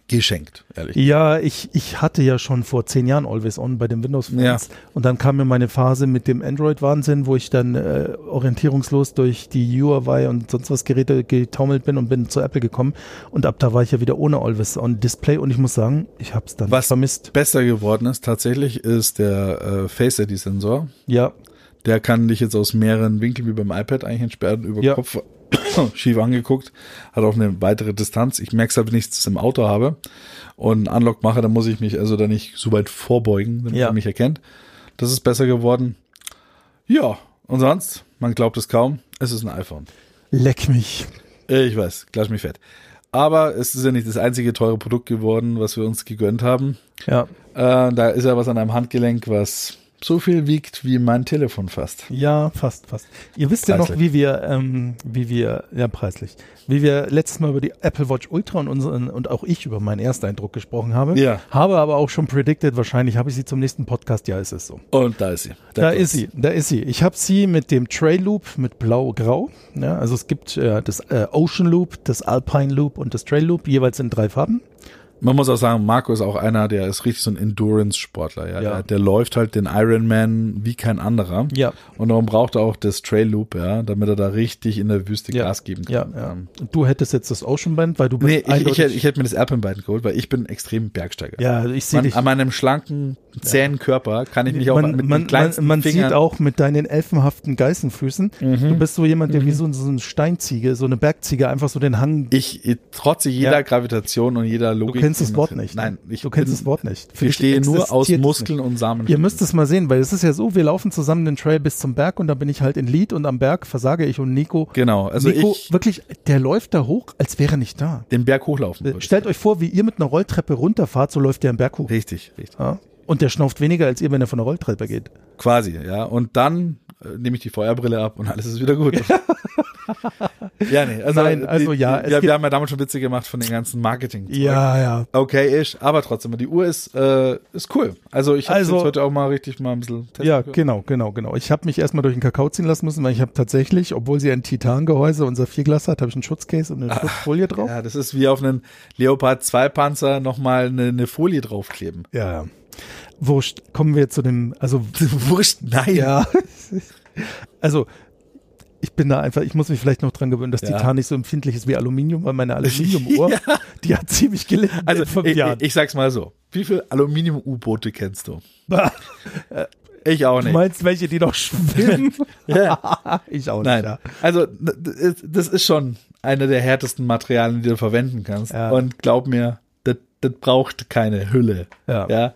[SPEAKER 1] geschenkt, ehrlich.
[SPEAKER 2] Ja, ich, ich hatte ja schon vor zehn Jahren Always On bei dem Windows Phones. Und dann kam mir meine Phase mit dem Android-Wahnsinn, wo ich dann äh, orientierungslos durch die UI und sonst was Geräte getaumelt bin und bin zu Apple gekommen. Und ab da war ich ja wieder ohne Always On Display und ich muss sagen, ich hab's dann
[SPEAKER 1] Was-
[SPEAKER 2] vermisst.
[SPEAKER 1] Besser geworden ist tatsächlich ist der äh, Face ID Sensor.
[SPEAKER 2] Ja,
[SPEAKER 1] Der kann dich jetzt aus mehreren Winkeln wie beim iPad eigentlich entsperren, über
[SPEAKER 2] Ja.
[SPEAKER 1] Kopf schief angeguckt, hat auch eine weitere Distanz. Ich merke es halt, wenn ich es im Auto habe und einen Unlock mache, dann muss ich mich also da nicht so weit vorbeugen, damit
[SPEAKER 2] Ja.
[SPEAKER 1] er mich erkennt. Das ist besser geworden. Ja, und sonst, man glaubt es kaum, es ist ein iPhone. Äh,
[SPEAKER 2] leck mich.
[SPEAKER 1] Ich weiß, klatsch mich fett. Aber es ist ja nicht das einzige teure Produkt geworden, was wir uns gegönnt haben.
[SPEAKER 2] Ja,
[SPEAKER 1] Äh, da ist ja was an einem Handgelenk, was so viel wiegt wie mein Telefon fast.
[SPEAKER 2] Ja, fast, fast. Ihr wisst ja noch,
[SPEAKER 1] Preislich.
[SPEAKER 2] wie wir, ähm, wie wir, ja, preislich, wie wir letztes Mal über die Apple Watch Ultra und unseren, und auch ich über meinen Ersteindruck gesprochen habe.
[SPEAKER 1] Ja.
[SPEAKER 2] Habe aber auch schon predicted, wahrscheinlich habe ich sie zum nächsten Podcast. Ja, ist es so.
[SPEAKER 1] Und da ist sie.
[SPEAKER 2] Da ist sie, da ist sie. Ich habe sie mit dem Trail Loop mit Blau-Grau. Ja, also es gibt äh, das äh, Ocean Loop, das Alpine Loop und das Trail Loop, jeweils in drei Farben.
[SPEAKER 1] Man muss auch sagen, Marco ist auch einer, der ist richtig so ein Endurance-Sportler. Ja?
[SPEAKER 2] Ja.
[SPEAKER 1] Der, der läuft halt den Ironman wie kein anderer.
[SPEAKER 2] Ja.
[SPEAKER 1] Und darum braucht er auch das Trail Loop, ja, damit er da richtig in der Wüste
[SPEAKER 2] Ja.
[SPEAKER 1] Gas geben
[SPEAKER 2] Ja,
[SPEAKER 1] kann. Ähm,
[SPEAKER 2] ja. Und du hättest jetzt das Ocean Band, weil du bist
[SPEAKER 1] Nee, ich, ich, hätte-
[SPEAKER 2] eindeutig-
[SPEAKER 1] ich hätte mir das Alpenbein geholt, weil ich bin extrem Bergsteiger.
[SPEAKER 2] ja, ich sehe
[SPEAKER 1] Man,
[SPEAKER 2] dich.
[SPEAKER 1] an meinem schlanken, zähen Körper kann ich mich auch
[SPEAKER 2] man,
[SPEAKER 1] mit
[SPEAKER 2] man,
[SPEAKER 1] den kleinsten
[SPEAKER 2] man, man
[SPEAKER 1] Fingern Mhm.
[SPEAKER 2] sieht auch mit deinen elfenhaften Geißenfüßen, du bist so jemand, der wie so, so eine Steinziege, so eine Bergziege einfach so den Hang.
[SPEAKER 1] Ich, ich trotze jeder
[SPEAKER 2] Ja.
[SPEAKER 1] Gravitation und jeder
[SPEAKER 2] Du
[SPEAKER 1] Logik.
[SPEAKER 2] kennst das
[SPEAKER 1] die
[SPEAKER 2] Wort
[SPEAKER 1] man-
[SPEAKER 2] nicht. ne?
[SPEAKER 1] Nein, ich
[SPEAKER 2] du kennst
[SPEAKER 1] bin-
[SPEAKER 2] das Wort nicht. Für
[SPEAKER 1] Ich
[SPEAKER 2] dich
[SPEAKER 1] stehe nur aus
[SPEAKER 2] existiert es
[SPEAKER 1] Muskeln und Samen.
[SPEAKER 2] Ihr müsst es mal sehen, weil es ist ja so, wir laufen zusammen den Trail bis zum Berg und dann bin ich halt in Lied und am Berg versage ich und Nico.
[SPEAKER 1] Genau, also
[SPEAKER 2] Nico,
[SPEAKER 1] ich-
[SPEAKER 2] wirklich, der läuft da hoch, als wäre er nicht da.
[SPEAKER 1] den Berg hochlaufen.
[SPEAKER 2] Äh,
[SPEAKER 1] würdest.
[SPEAKER 2] Stellt euch vor, wie ihr mit einer Rolltreppe runterfahrt, so läuft der am Berg hoch.
[SPEAKER 1] Richtig, richtig.
[SPEAKER 2] Ja? Und der schnauft weniger als ihr, wenn er von der Rolltreppe geht.
[SPEAKER 1] Quasi, ja. Und dann äh, nehme ich die Feuerbrille ab und alles ist wieder gut. ja, nee. Also,
[SPEAKER 2] Nein, also
[SPEAKER 1] die,
[SPEAKER 2] ja, es
[SPEAKER 1] Die, ja wir
[SPEAKER 2] gibt-
[SPEAKER 1] haben ja damals schon Witze gemacht von den ganzen Marketing.
[SPEAKER 2] ja.
[SPEAKER 1] Okay, ich, aber trotzdem, die Uhr ist, äh, ist cool. Also ich habe
[SPEAKER 2] Also-
[SPEAKER 1] jetzt heute auch mal richtig mal ein bisschen testen
[SPEAKER 2] Ja,
[SPEAKER 1] können.
[SPEAKER 2] genau, genau, genau. Ich habe mich erstmal durch den Kakao ziehen lassen müssen, weil ich habe tatsächlich, obwohl sie ein Titangehäuse und Saphirglas hat, habe ich einen Schutzcase und eine Schutzfolie drauf.
[SPEAKER 1] Ja, das ist wie auf einen Leopard 2 Panzer nochmal eine, eine Folie draufkleben.
[SPEAKER 2] Ja, ja. Wurscht, kommen wir zu dem, also
[SPEAKER 1] Wurscht, nein.
[SPEAKER 2] Ja. Also, ich bin da einfach, ich muss mich vielleicht noch dran gewöhnen, dass
[SPEAKER 1] Ja.
[SPEAKER 2] Titan nicht so empfindlich ist wie Aluminium, weil meine Aluminiumuhr, die hat ziemlich gelitten.
[SPEAKER 1] Also
[SPEAKER 2] in Äh, fünf
[SPEAKER 1] ich,
[SPEAKER 2] Jahren.
[SPEAKER 1] ich, ich sag's mal so. Wie viele Aluminium-U-Boote kennst du? Ich auch
[SPEAKER 2] du
[SPEAKER 1] nicht.
[SPEAKER 2] meinst welche, die noch schwimmen?
[SPEAKER 1] Ja.
[SPEAKER 2] ich auch
[SPEAKER 1] Nein.
[SPEAKER 2] nicht. Ja.
[SPEAKER 1] Also d- d- das ist schon eine der härtesten Materialien, die du verwenden kannst.
[SPEAKER 2] Ja.
[SPEAKER 1] Und glaub mir, das das braucht keine Hülle.
[SPEAKER 2] Ja.
[SPEAKER 1] ja?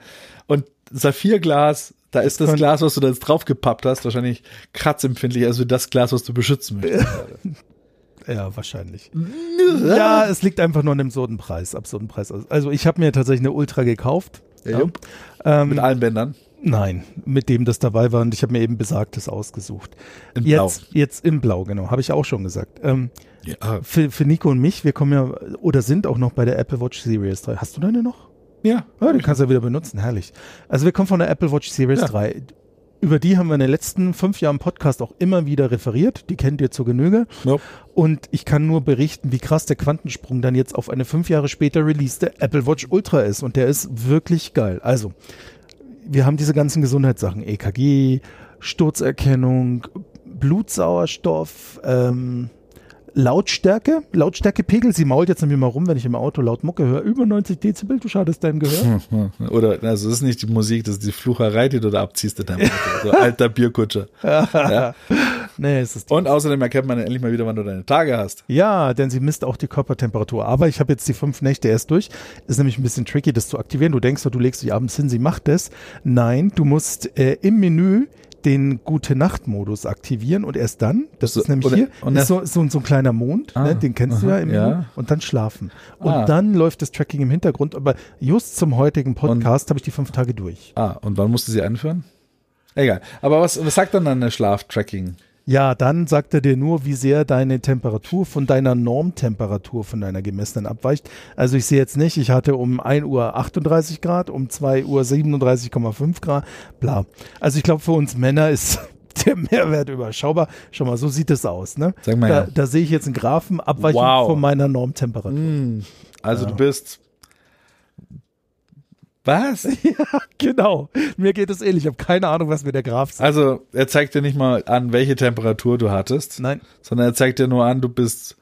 [SPEAKER 1] Und Saphirglas, da ist das
[SPEAKER 2] kann-
[SPEAKER 1] Glas, was du da jetzt draufgepappt hast, wahrscheinlich kratzempfindlicher als für das Glas, was du beschützen möchtest.
[SPEAKER 2] ja, wahrscheinlich. Ja, es liegt einfach nur an dem absurden Preis. Absurden Preis. Also ich habe mir tatsächlich eine Ultra gekauft.
[SPEAKER 1] Ja. jupp.
[SPEAKER 2] Ähm,
[SPEAKER 1] Mit allen Bändern.
[SPEAKER 2] Nein, mit dem das dabei war und ich habe mir eben besagtes ausgesucht.
[SPEAKER 1] In Blau.
[SPEAKER 2] jetzt, jetzt in Blau, genau, habe ich auch schon gesagt. Ähm,
[SPEAKER 1] Ja.
[SPEAKER 2] für, für Nico und mich, wir kommen ja oder sind auch noch bei der Apple Watch Series 3. Hast du deine noch?
[SPEAKER 1] ja.
[SPEAKER 2] Ja, die kannst du ja wieder benutzen, herrlich. Also wir kommen von der Apple Watch Series
[SPEAKER 1] Ja.
[SPEAKER 2] 3. Über die haben wir in den letzten fünf Jahren Podcast auch immer wieder referiert. Die kennt ihr zur Genüge.
[SPEAKER 1] Nope.
[SPEAKER 2] Und ich kann nur berichten, wie krass der Quantensprung dann jetzt auf eine fünf Jahre später releasede Apple Watch Ultra ist. Und der ist wirklich geil. Also, wir haben diese ganzen Gesundheitssachen. EKG, Sturzerkennung, Blutsauerstoff, ähm, Lautstärke, Lautstärkepegel. Sie mault jetzt nämlich mal rum, wenn ich im Auto laut Mucke höre. Über 90 Dezibel, du schadest deinem Gehör.
[SPEAKER 1] Oder, also das ist nicht die Musik, das ist die Flucherei, die du da abziehst in deinem Auto. So alter Bierkutscher.
[SPEAKER 2] nee, es ist
[SPEAKER 1] Und außerdem erkennt man endlich mal wieder, wann du deine Tage hast.
[SPEAKER 2] Ja, denn sie misst auch die Körpertemperatur. Aber ich habe jetzt die fünf Nächte erst durch. Ist nämlich ein bisschen tricky, das zu aktivieren. Du denkst, du legst dich abends hin, sie macht das. Nein, du musst äh, im Menü den Gute-Nacht-Modus aktivieren und erst dann, das
[SPEAKER 1] So,
[SPEAKER 2] ist nämlich
[SPEAKER 1] oder-
[SPEAKER 2] hier,
[SPEAKER 1] und
[SPEAKER 2] ist so, so, so ein kleiner Mond,
[SPEAKER 1] Ah,
[SPEAKER 2] ne, den kennst du
[SPEAKER 1] aha,
[SPEAKER 2] ja im
[SPEAKER 1] ja.
[SPEAKER 2] Menü, und dann schlafen. Und
[SPEAKER 1] Ah.
[SPEAKER 2] dann läuft das Tracking im Hintergrund, aber just zum heutigen Podcast habe ich die fünf Tage durch.
[SPEAKER 1] Ah, und wann musst du sie einführen? Egal. Aber was, was sagt dann dann der Schlaftracking?
[SPEAKER 2] Ja, dann sagt er dir nur, wie sehr deine Temperatur von deiner Normtemperatur, von deiner gemessenen abweicht. Also ich sehe jetzt nicht, ich hatte um 1 Uhr 38 Grad, um 2 Uhr 37,5 Grad, bla. Also ich glaube, für uns Männer ist der Mehrwert überschaubar. Schau mal, so sieht es aus. Ne?
[SPEAKER 1] Sag mal
[SPEAKER 2] da,
[SPEAKER 1] ja.
[SPEAKER 2] da sehe ich jetzt einen Graphen, Abweichung
[SPEAKER 1] Wow.
[SPEAKER 2] von meiner Normtemperatur.
[SPEAKER 1] Also du bist. Was?
[SPEAKER 2] Genau, mir geht es ähnlich. Ich habe keine Ahnung, was mir der Graph sagt.
[SPEAKER 1] Also er zeigt dir nicht mal an, welche Temperatur du hattest,
[SPEAKER 2] Nein,
[SPEAKER 1] sondern er zeigt dir nur an, du bist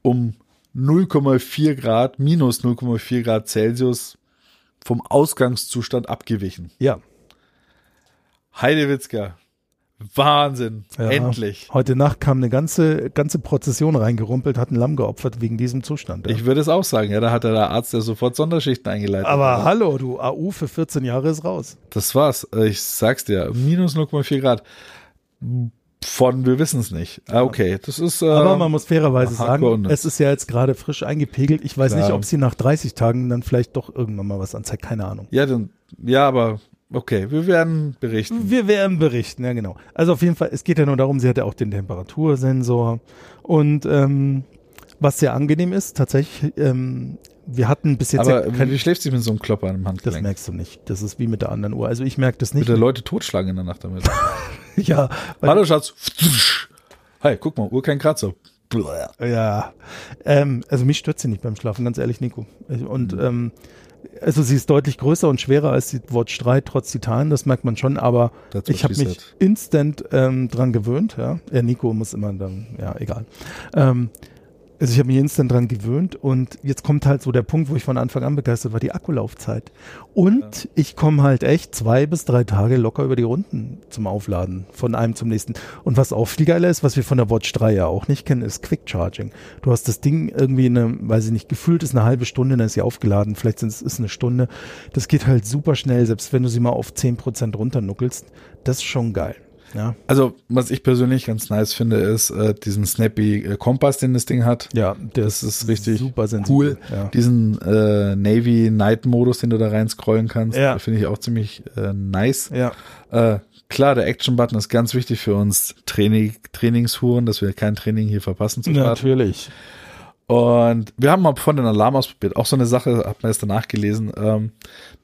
[SPEAKER 1] um 0,4 Grad, minus 0,4 Grad Celsius vom Ausgangszustand abgewichen.
[SPEAKER 2] ja.
[SPEAKER 1] Heidewitzka. Wahnsinn.
[SPEAKER 2] Ja.
[SPEAKER 1] Endlich.
[SPEAKER 2] Heute Nacht kam eine ganze, ganze Prozession reingerumpelt, hat ein Lamm geopfert wegen diesem Zustand. ja.
[SPEAKER 1] Ich würde es auch sagen, ja, da hat der Arzt ja sofort Sonderschichten eingeleitet.
[SPEAKER 2] Aber hallo, du AU für 14 Jahre ist raus.
[SPEAKER 1] das war's. Ich sag's dir, minus 0,4 Grad. Von, wir wissen es nicht. Ah, Okay, das ist. Äh,
[SPEAKER 2] Aber man muss fairerweise
[SPEAKER 1] hardcore
[SPEAKER 2] sagen,
[SPEAKER 1] unnütz.
[SPEAKER 2] es ist ja jetzt gerade frisch eingepegelt. Ich weiß
[SPEAKER 1] Klar.
[SPEAKER 2] nicht, ob sie nach 30 Tagen dann vielleicht doch irgendwann mal was anzeigt. Keine Ahnung.
[SPEAKER 1] ja, dann, ja, aber Okay, wir werden berichten.
[SPEAKER 2] Wir werden berichten, ja genau. Also auf jeden Fall, es geht ja nur darum, sie hatte auch den Temperatursensor und ähm, was sehr angenehm ist, tatsächlich, ähm, wir hatten bis jetzt
[SPEAKER 1] Aber
[SPEAKER 2] ja
[SPEAKER 1] wie
[SPEAKER 2] kein,
[SPEAKER 1] du schläfst dich mit so einem Klopper im
[SPEAKER 2] das
[SPEAKER 1] Handgelenk.
[SPEAKER 2] merkst du nicht. Das ist wie mit der anderen Uhr. Also ich merke das nicht.
[SPEAKER 1] Bitte Leute totschlagen in der Nacht damit.
[SPEAKER 2] Ja, weil-
[SPEAKER 1] Hallo Schatz. Hi, guck mal, Uhr kein Kratzer. Bläh.
[SPEAKER 2] Ja, ähm, also mich stört sie nicht beim Schlafen, ganz ehrlich, Nico. Ich-
[SPEAKER 1] Mhm.
[SPEAKER 2] Und ähm, also sie ist deutlich größer und schwerer als die Watch 3 trotz Titan, das merkt man schon, aber
[SPEAKER 1] That's what
[SPEAKER 2] ich habe
[SPEAKER 1] she
[SPEAKER 2] mich
[SPEAKER 1] said.
[SPEAKER 2] instant ähm, dran gewöhnt. Ja? ja, Nico muss immer dann, ja, egal. Ähm, also ich habe mich instant dran gewöhnt und jetzt kommt halt so der Punkt, wo ich von Anfang an begeistert war, die Akkulaufzeit. Und ich komme halt echt zwei bis drei Tage locker über die Runden zum Aufladen, von einem zum nächsten. Und was auch viel geiler ist, was wir von der Watch 3 ja auch nicht kennen, ist Quick Charging. Du hast das Ding irgendwie eine, weiß ich nicht, gefühlt ist eine halbe Stunde, dann ist sie aufgeladen, vielleicht sind es ist eine Stunde. Das geht halt super schnell, selbst wenn du sie mal auf 10% runternuckelst. Das ist schon geil. Ja,
[SPEAKER 1] Also, was ich persönlich ganz nice finde, ist äh, diesen snappy äh, Kompass, den das Ding hat.
[SPEAKER 2] ja
[SPEAKER 1] Das ist richtig
[SPEAKER 2] super sensibel.
[SPEAKER 1] cool.
[SPEAKER 2] Ja.
[SPEAKER 1] Diesen äh, Navy Night Modus, den du da reinscrollen kannst,
[SPEAKER 2] Ja.
[SPEAKER 1] finde ich auch ziemlich äh, nice.
[SPEAKER 2] ja.
[SPEAKER 1] Äh, klar, der Action Button ist ganz wichtig für uns Training, Trainingshuren, dass wir kein Training hier verpassen zu starten.
[SPEAKER 2] Natürlich.
[SPEAKER 1] Und wir haben mal von den Alarm ausprobiert. Auch so eine Sache, hat man erst danach gelesen. Ähm,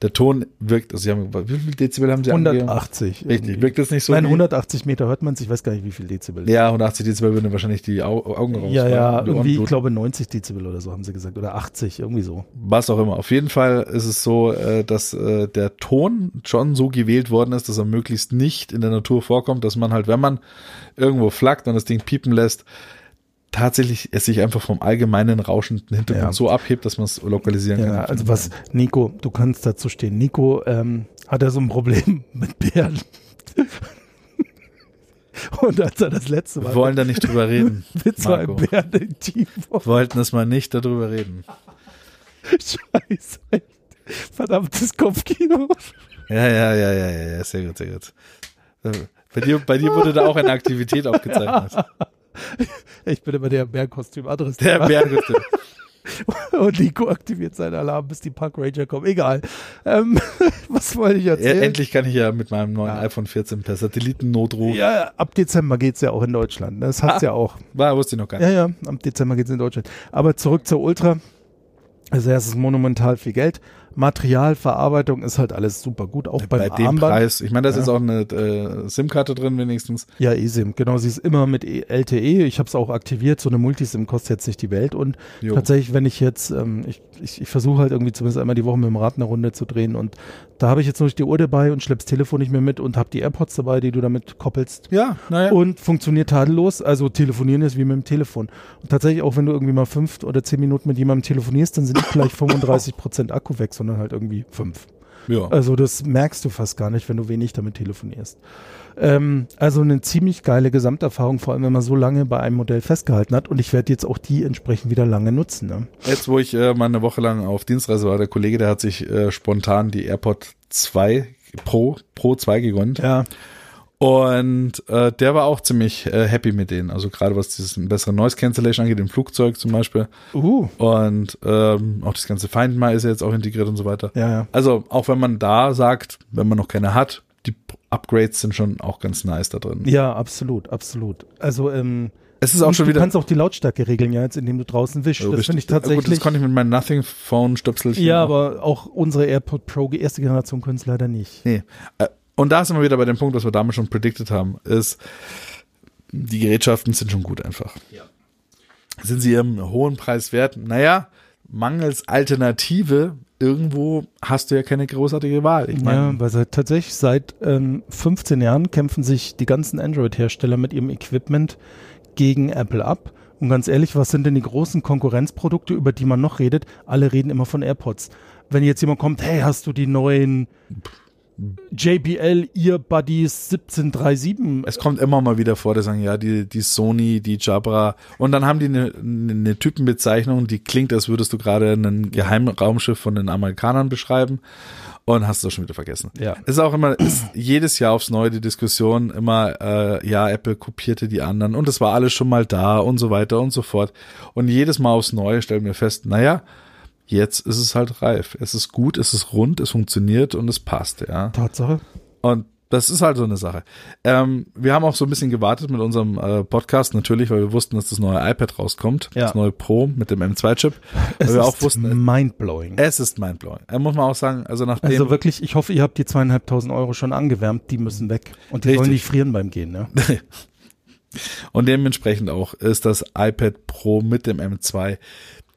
[SPEAKER 1] der Ton wirkt, also sie haben, wie viel Dezibel haben sie angegeben?
[SPEAKER 2] 180.
[SPEAKER 1] Richtig,
[SPEAKER 2] irgendwie.
[SPEAKER 1] wirkt das nicht so?
[SPEAKER 2] Nein,
[SPEAKER 1] wie-
[SPEAKER 2] 180 Meter hört man es. Ich weiß gar nicht, wie viel Dezibel.
[SPEAKER 1] Ja, 180 Dezibel würden wahrscheinlich die Au Augen rausfallen.
[SPEAKER 2] ja, ja
[SPEAKER 1] Die Ohren
[SPEAKER 2] irgendwie, ich
[SPEAKER 1] bluten.
[SPEAKER 2] glaube 90 Dezibel oder so haben sie gesagt. Oder 80, irgendwie so.
[SPEAKER 1] was auch immer. Auf jeden Fall ist es so, äh, dass äh, der Ton schon so gewählt worden ist, dass er möglichst nicht in der Natur vorkommt, dass man halt, wenn man irgendwo flackt und das Ding piepen lässt, tatsächlich es sich einfach vom allgemeinen rauschenden Hintergrund
[SPEAKER 2] Ja.
[SPEAKER 1] so abhebt, dass man es lokalisieren kann.
[SPEAKER 2] Ja, also was, Nico, du kannst dazu stehen. Nico ähm, hat ja so ein Problem mit Bären. Und als er das letzte
[SPEAKER 1] Wir
[SPEAKER 2] Mal
[SPEAKER 1] wollen da nicht drüber reden.
[SPEAKER 2] mit zwei
[SPEAKER 1] Marco.
[SPEAKER 2] Bären im Team war,
[SPEAKER 1] Wollten das mal nicht darüber reden.
[SPEAKER 2] scheiße, verdammtes Kopfkino.
[SPEAKER 1] Ja, ja, ja, ja, ja, ja, sehr gut, sehr gut. Äh, Bei dir, bei dir wurde da auch eine Aktivität aufgezeichnet.
[SPEAKER 2] Ich bin immer der Bärenkostüm. Anderes
[SPEAKER 1] Der
[SPEAKER 2] Thema.
[SPEAKER 1] Bärgütte.
[SPEAKER 2] Und Nico aktiviert seinen Alarm, bis die Park Ranger kommen. Egal. Ähm, was wollte ich
[SPEAKER 1] Ja,
[SPEAKER 2] erzählen?
[SPEAKER 1] endlich kann ich ja mit meinem neuen iPhone 14 per Satellitennotruf. Ja.
[SPEAKER 2] Ja, ab Dezember geht's ja auch in Deutschland. ne? Das hat's
[SPEAKER 1] Ah.
[SPEAKER 2] ja auch.
[SPEAKER 1] War, wusste ich noch gar nicht.
[SPEAKER 2] Ja, ja, ab Dezember geht's in Deutschland. Aber zurück zur Ultra. Als erstes monumental viel Geld. Materialverarbeitung ist halt alles super gut, auch beim
[SPEAKER 1] Bei dem
[SPEAKER 2] Armband.
[SPEAKER 1] Preis. Ich meine, da ist
[SPEAKER 2] Ja.
[SPEAKER 1] jetzt auch eine äh, SIM-Karte drin, wenigstens.
[SPEAKER 2] Ja, eSIM, genau. Sie ist immer mit E- LTE. Ich habe es auch aktiviert. So eine Multisim kostet jetzt nicht die Welt. Und
[SPEAKER 1] Jo.
[SPEAKER 2] tatsächlich, wenn ich jetzt, ähm, ich, ich, ich versuche halt irgendwie zumindest einmal die Woche mit dem Rad eine Runde zu drehen. Und da habe ich jetzt nur die Uhr dabei und schlepp's Telefon nicht mehr mit und habe die AirPods dabei, die du damit koppelst.
[SPEAKER 1] Ja, naja.
[SPEAKER 2] und funktioniert tadellos. Also telefonieren ist wie mit dem Telefon. Und tatsächlich auch, wenn du irgendwie mal fünf oder zehn Minuten mit jemandem telefonierst, dann sind nicht gleich 35 Prozent Akku weg, sondern halt irgendwie fünf.
[SPEAKER 1] ja.
[SPEAKER 2] Also das merkst du fast gar nicht, wenn du wenig damit telefonierst. Ähm, also eine ziemlich geile Gesamterfahrung, vor allem wenn man so lange bei einem Modell festgehalten hat. Und ich werde jetzt auch die entsprechend wieder lange nutzen. Ne?
[SPEAKER 1] Jetzt, wo ich äh, mal eine Woche lang auf Dienstreise war, der Kollege, der hat sich äh, spontan die AirPod 2 Pro, Pro 2 gegönnt.
[SPEAKER 2] Ja,
[SPEAKER 1] Und äh, der war auch ziemlich äh, happy mit denen. Also gerade was dieses bessere Noise Cancellation angeht, im Flugzeug zum Beispiel.
[SPEAKER 2] uh,
[SPEAKER 1] Und ähm, auch das ganze Find My ist ja jetzt auch integriert und so weiter.
[SPEAKER 2] ja, ja.
[SPEAKER 1] Also, auch wenn man da sagt, wenn man noch keine hat, die Upgrades sind schon auch ganz nice da drin.
[SPEAKER 2] Ja, absolut, absolut. Also ähm,
[SPEAKER 1] Es ist auch
[SPEAKER 2] und
[SPEAKER 1] schon
[SPEAKER 2] du
[SPEAKER 1] wieder.
[SPEAKER 2] kannst auch die Lautstärke regeln, ja, jetzt indem du draußen wischst.
[SPEAKER 1] Ja,
[SPEAKER 2] das
[SPEAKER 1] Also richtig.
[SPEAKER 2] finde ich
[SPEAKER 1] Ja, Gut, das
[SPEAKER 2] tatsächlich.
[SPEAKER 1] konnte ich mit meinem Nothing Phone Stöpselchen.
[SPEAKER 2] Ja,
[SPEAKER 1] machen.
[SPEAKER 2] aber auch unsere AirPod Pro die erste Generation können es leider nicht.
[SPEAKER 1] Nee. Äh, Und da sind wir wieder bei dem Punkt, was wir damals schon predicted haben, ist, die Gerätschaften sind schon gut einfach. Sind sie ihrem hohen Preis wert? Naja, mangels Alternative, irgendwo hast du ja keine großartige Wahl. Ich meine,
[SPEAKER 2] ja, weil seit, tatsächlich seit ähm, 15 Jahren kämpfen sich die ganzen Android-Hersteller mit ihrem Equipment gegen Apple ab. Und ganz ehrlich, was sind denn die großen Konkurrenzprodukte, über die man noch redet? Alle reden immer von AirPods. Wenn jetzt jemand kommt, hey, hast du die neuen JBL Earbuddies 1737?
[SPEAKER 1] Es kommt immer mal wieder vor, die sagen, ja, die, die Sony, die Jabra. Und dann haben die eine, eine Typenbezeichnung, die klingt, als würdest du gerade ein Geheimraumschiff von den Amerikanern beschreiben. Und hast du schon wieder vergessen.
[SPEAKER 2] Ja.
[SPEAKER 1] Es ist auch immer, ist jedes Jahr aufs Neue die Diskussion, immer, äh, ja, Apple kopierte die anderen und es war alles schon mal da und so weiter und so fort. Und jedes Mal aufs Neue stellen wir fest, naja, Jetzt ist es halt reif. Es ist gut, es ist rund, es funktioniert und es passt, ja.
[SPEAKER 2] Tatsache.
[SPEAKER 1] Und das ist halt so eine Sache. Ähm, wir haben auch so ein bisschen gewartet mit unserem äh, Podcast, natürlich, weil wir wussten, dass das neue iPad rauskommt,
[SPEAKER 2] Ja.
[SPEAKER 1] das neue Pro mit dem M2-Chip.
[SPEAKER 2] Es
[SPEAKER 1] Weil wir
[SPEAKER 2] ist
[SPEAKER 1] auch wussten,
[SPEAKER 2] mindblowing.
[SPEAKER 1] es ist mindblowing. Äh, muss man auch sagen, also nachdem
[SPEAKER 2] Also wirklich, ich hoffe, ihr habt die zweieinhalbtausend Euro schon angewärmt, die müssen weg. Und die sollen
[SPEAKER 1] Richtig.
[SPEAKER 2] nicht frieren beim Gehen, ne?
[SPEAKER 1] Und dementsprechend auch ist das iPad Pro mit dem M2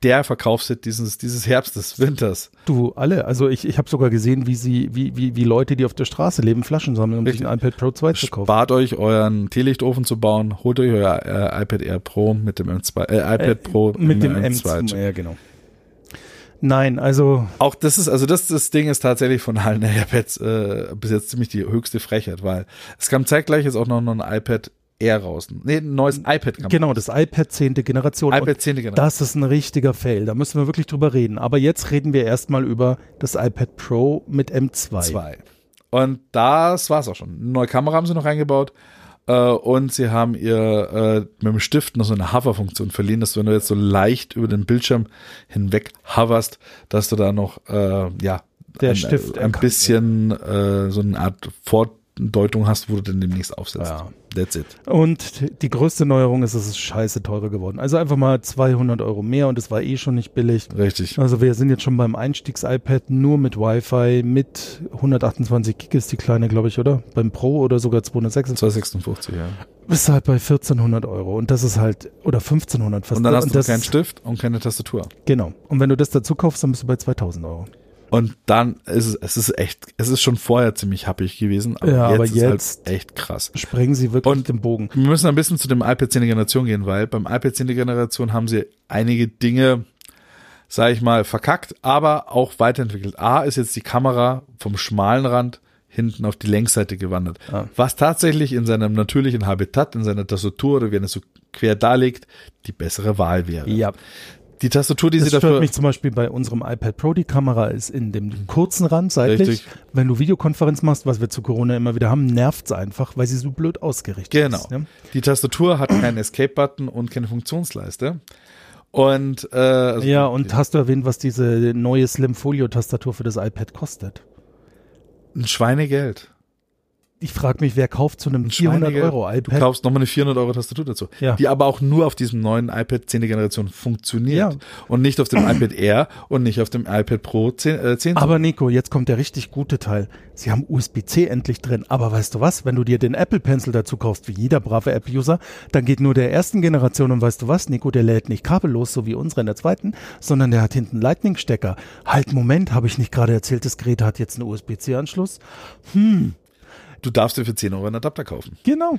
[SPEAKER 1] der Verkaufshit dieses, dieses Herbstes, Winters.
[SPEAKER 2] Du, alle. Also ich, ich habe sogar gesehen, wie sie, wie, wie, wie Leute, die auf der Straße leben, Flaschen sammeln, um sich
[SPEAKER 1] Richtig.
[SPEAKER 2] ein iPad Pro 2 zu kaufen.
[SPEAKER 1] Spart euch euren Teelichtofen zu bauen, holt euch euer äh, iPad Air Pro mit dem M2, äh, iPad Pro
[SPEAKER 2] mit dem
[SPEAKER 1] M2.
[SPEAKER 2] M2. Ja, genau. Nein, also
[SPEAKER 1] Auch das ist, also das, das Ding ist tatsächlich von allen iPads äh, bis jetzt ziemlich die höchste Frechheit, weil es kam zeitgleich jetzt auch noch noch ein iPad Air raus. Nee, ein neues iPad kam.
[SPEAKER 2] genau, das iPad 10. Generation. Und
[SPEAKER 1] iPad 10. Generation.
[SPEAKER 2] Das ist ein richtiger Fail, da müssen wir wirklich drüber reden. Aber jetzt reden wir erstmal über das iPad Pro mit M2.
[SPEAKER 1] Zwei. Und das war's auch schon. Eine neue Kamera haben sie noch reingebaut. Äh, und sie haben ihr äh, mit dem Stift noch so eine Hover-Funktion verliehen, dass du, wenn du jetzt so leicht über den Bildschirm hinweg hoverst, dass du da noch, äh, ja,
[SPEAKER 2] Der
[SPEAKER 1] ein,
[SPEAKER 2] Stift
[SPEAKER 1] ein
[SPEAKER 2] erkannt
[SPEAKER 1] bisschen äh, so eine Art Vordeutung hast, wo du dann demnächst aufsetzt.
[SPEAKER 2] Ja.
[SPEAKER 1] That's it.
[SPEAKER 2] Und die größte Neuerung ist, es ist scheiße teurer geworden. Also einfach mal 200 Euro mehr und es war eh schon nicht billig.
[SPEAKER 1] Richtig.
[SPEAKER 2] Also wir sind jetzt schon beim Einstiegs-iPad nur mit Wi-Fi, mit 128 Gig ist die kleine, glaube ich, oder? Beim Pro oder sogar 256.
[SPEAKER 1] 256, ja.
[SPEAKER 2] Bist halt bei 1400 Euro und das ist halt, oder 1500 fast.
[SPEAKER 1] Und dann hast du
[SPEAKER 2] das,
[SPEAKER 1] keinen Stift und keine Tastatur.
[SPEAKER 2] Genau. Und wenn du das dazu kaufst, dann bist du bei 2000 Euro.
[SPEAKER 1] Und dann ist es, es ist echt, es ist schon vorher ziemlich happig gewesen, aber
[SPEAKER 2] Ja,
[SPEAKER 1] jetzt
[SPEAKER 2] aber
[SPEAKER 1] ist
[SPEAKER 2] jetzt-
[SPEAKER 1] halt echt krass.
[SPEAKER 2] Sprengen sie wirklich
[SPEAKER 1] Und-
[SPEAKER 2] den Bogen.
[SPEAKER 1] Wir müssen ein bisschen zu dem iPad 10. Generation gehen, weil beim iPad 10. Generation haben sie einige Dinge, sage ich mal, verkackt, aber auch weiterentwickelt. A ist jetzt die Kamera vom schmalen Rand hinten auf die Längsseite gewandert,
[SPEAKER 2] Ah.
[SPEAKER 1] was tatsächlich in seinem natürlichen Habitat, in seiner Tastatur oder wenn es so quer darlegt, die bessere Wahl wäre. Die Tastatur, die
[SPEAKER 2] Das
[SPEAKER 1] sie
[SPEAKER 2] stört
[SPEAKER 1] dafür...
[SPEAKER 2] mich zum Beispiel bei unserem iPad Pro. Die Kamera ist in dem kurzen Rand seitlich.
[SPEAKER 1] Richtig.
[SPEAKER 2] Wenn du Videokonferenz machst, was wir zu Corona immer wieder haben, nervt's einfach, weil sie so blöd ausgerichtet
[SPEAKER 1] Genau.
[SPEAKER 2] ist. ne?
[SPEAKER 1] Die Tastatur hat keinen Escape-Button und keine Funktionsleiste. Und äh, also
[SPEAKER 2] Ja, und hast du erwähnt, was diese neue Slim Folio Tastatur für das iPad kostet?
[SPEAKER 1] ein Schweinegeld.
[SPEAKER 2] Ich frage mich, wer kauft zu einem
[SPEAKER 1] Ein Schweinegeld.
[SPEAKER 2] 400 Euro
[SPEAKER 1] Du
[SPEAKER 2] iPad?
[SPEAKER 1] kaufst nochmal eine 400 Euro Tastatur dazu,
[SPEAKER 2] Ja.
[SPEAKER 1] die aber auch nur auf diesem neuen iPad 10. Generation funktioniert
[SPEAKER 2] Ja.
[SPEAKER 1] und nicht auf dem iPad Air und nicht auf dem iPad Pro 10. Äh, 10.
[SPEAKER 2] Aber Nico, jetzt kommt der richtig gute Teil. Sie haben USB-C endlich drin. Aber weißt du was? Wenn du dir den Apple Pencil dazu kaufst, wie jeder brave Apple-User, dann geht nur der ersten Generation und weißt du was, Nico, der lädt nicht kabellos, so wie unsere in der zweiten, sondern der hat hinten einen Lightning-Stecker. Halt, Moment, habe ich nicht gerade erzählt, das Gerät hat jetzt einen USB-C-Anschluss?
[SPEAKER 1] du darfst dir für 10 Euro einen Adapter kaufen.
[SPEAKER 2] Genau.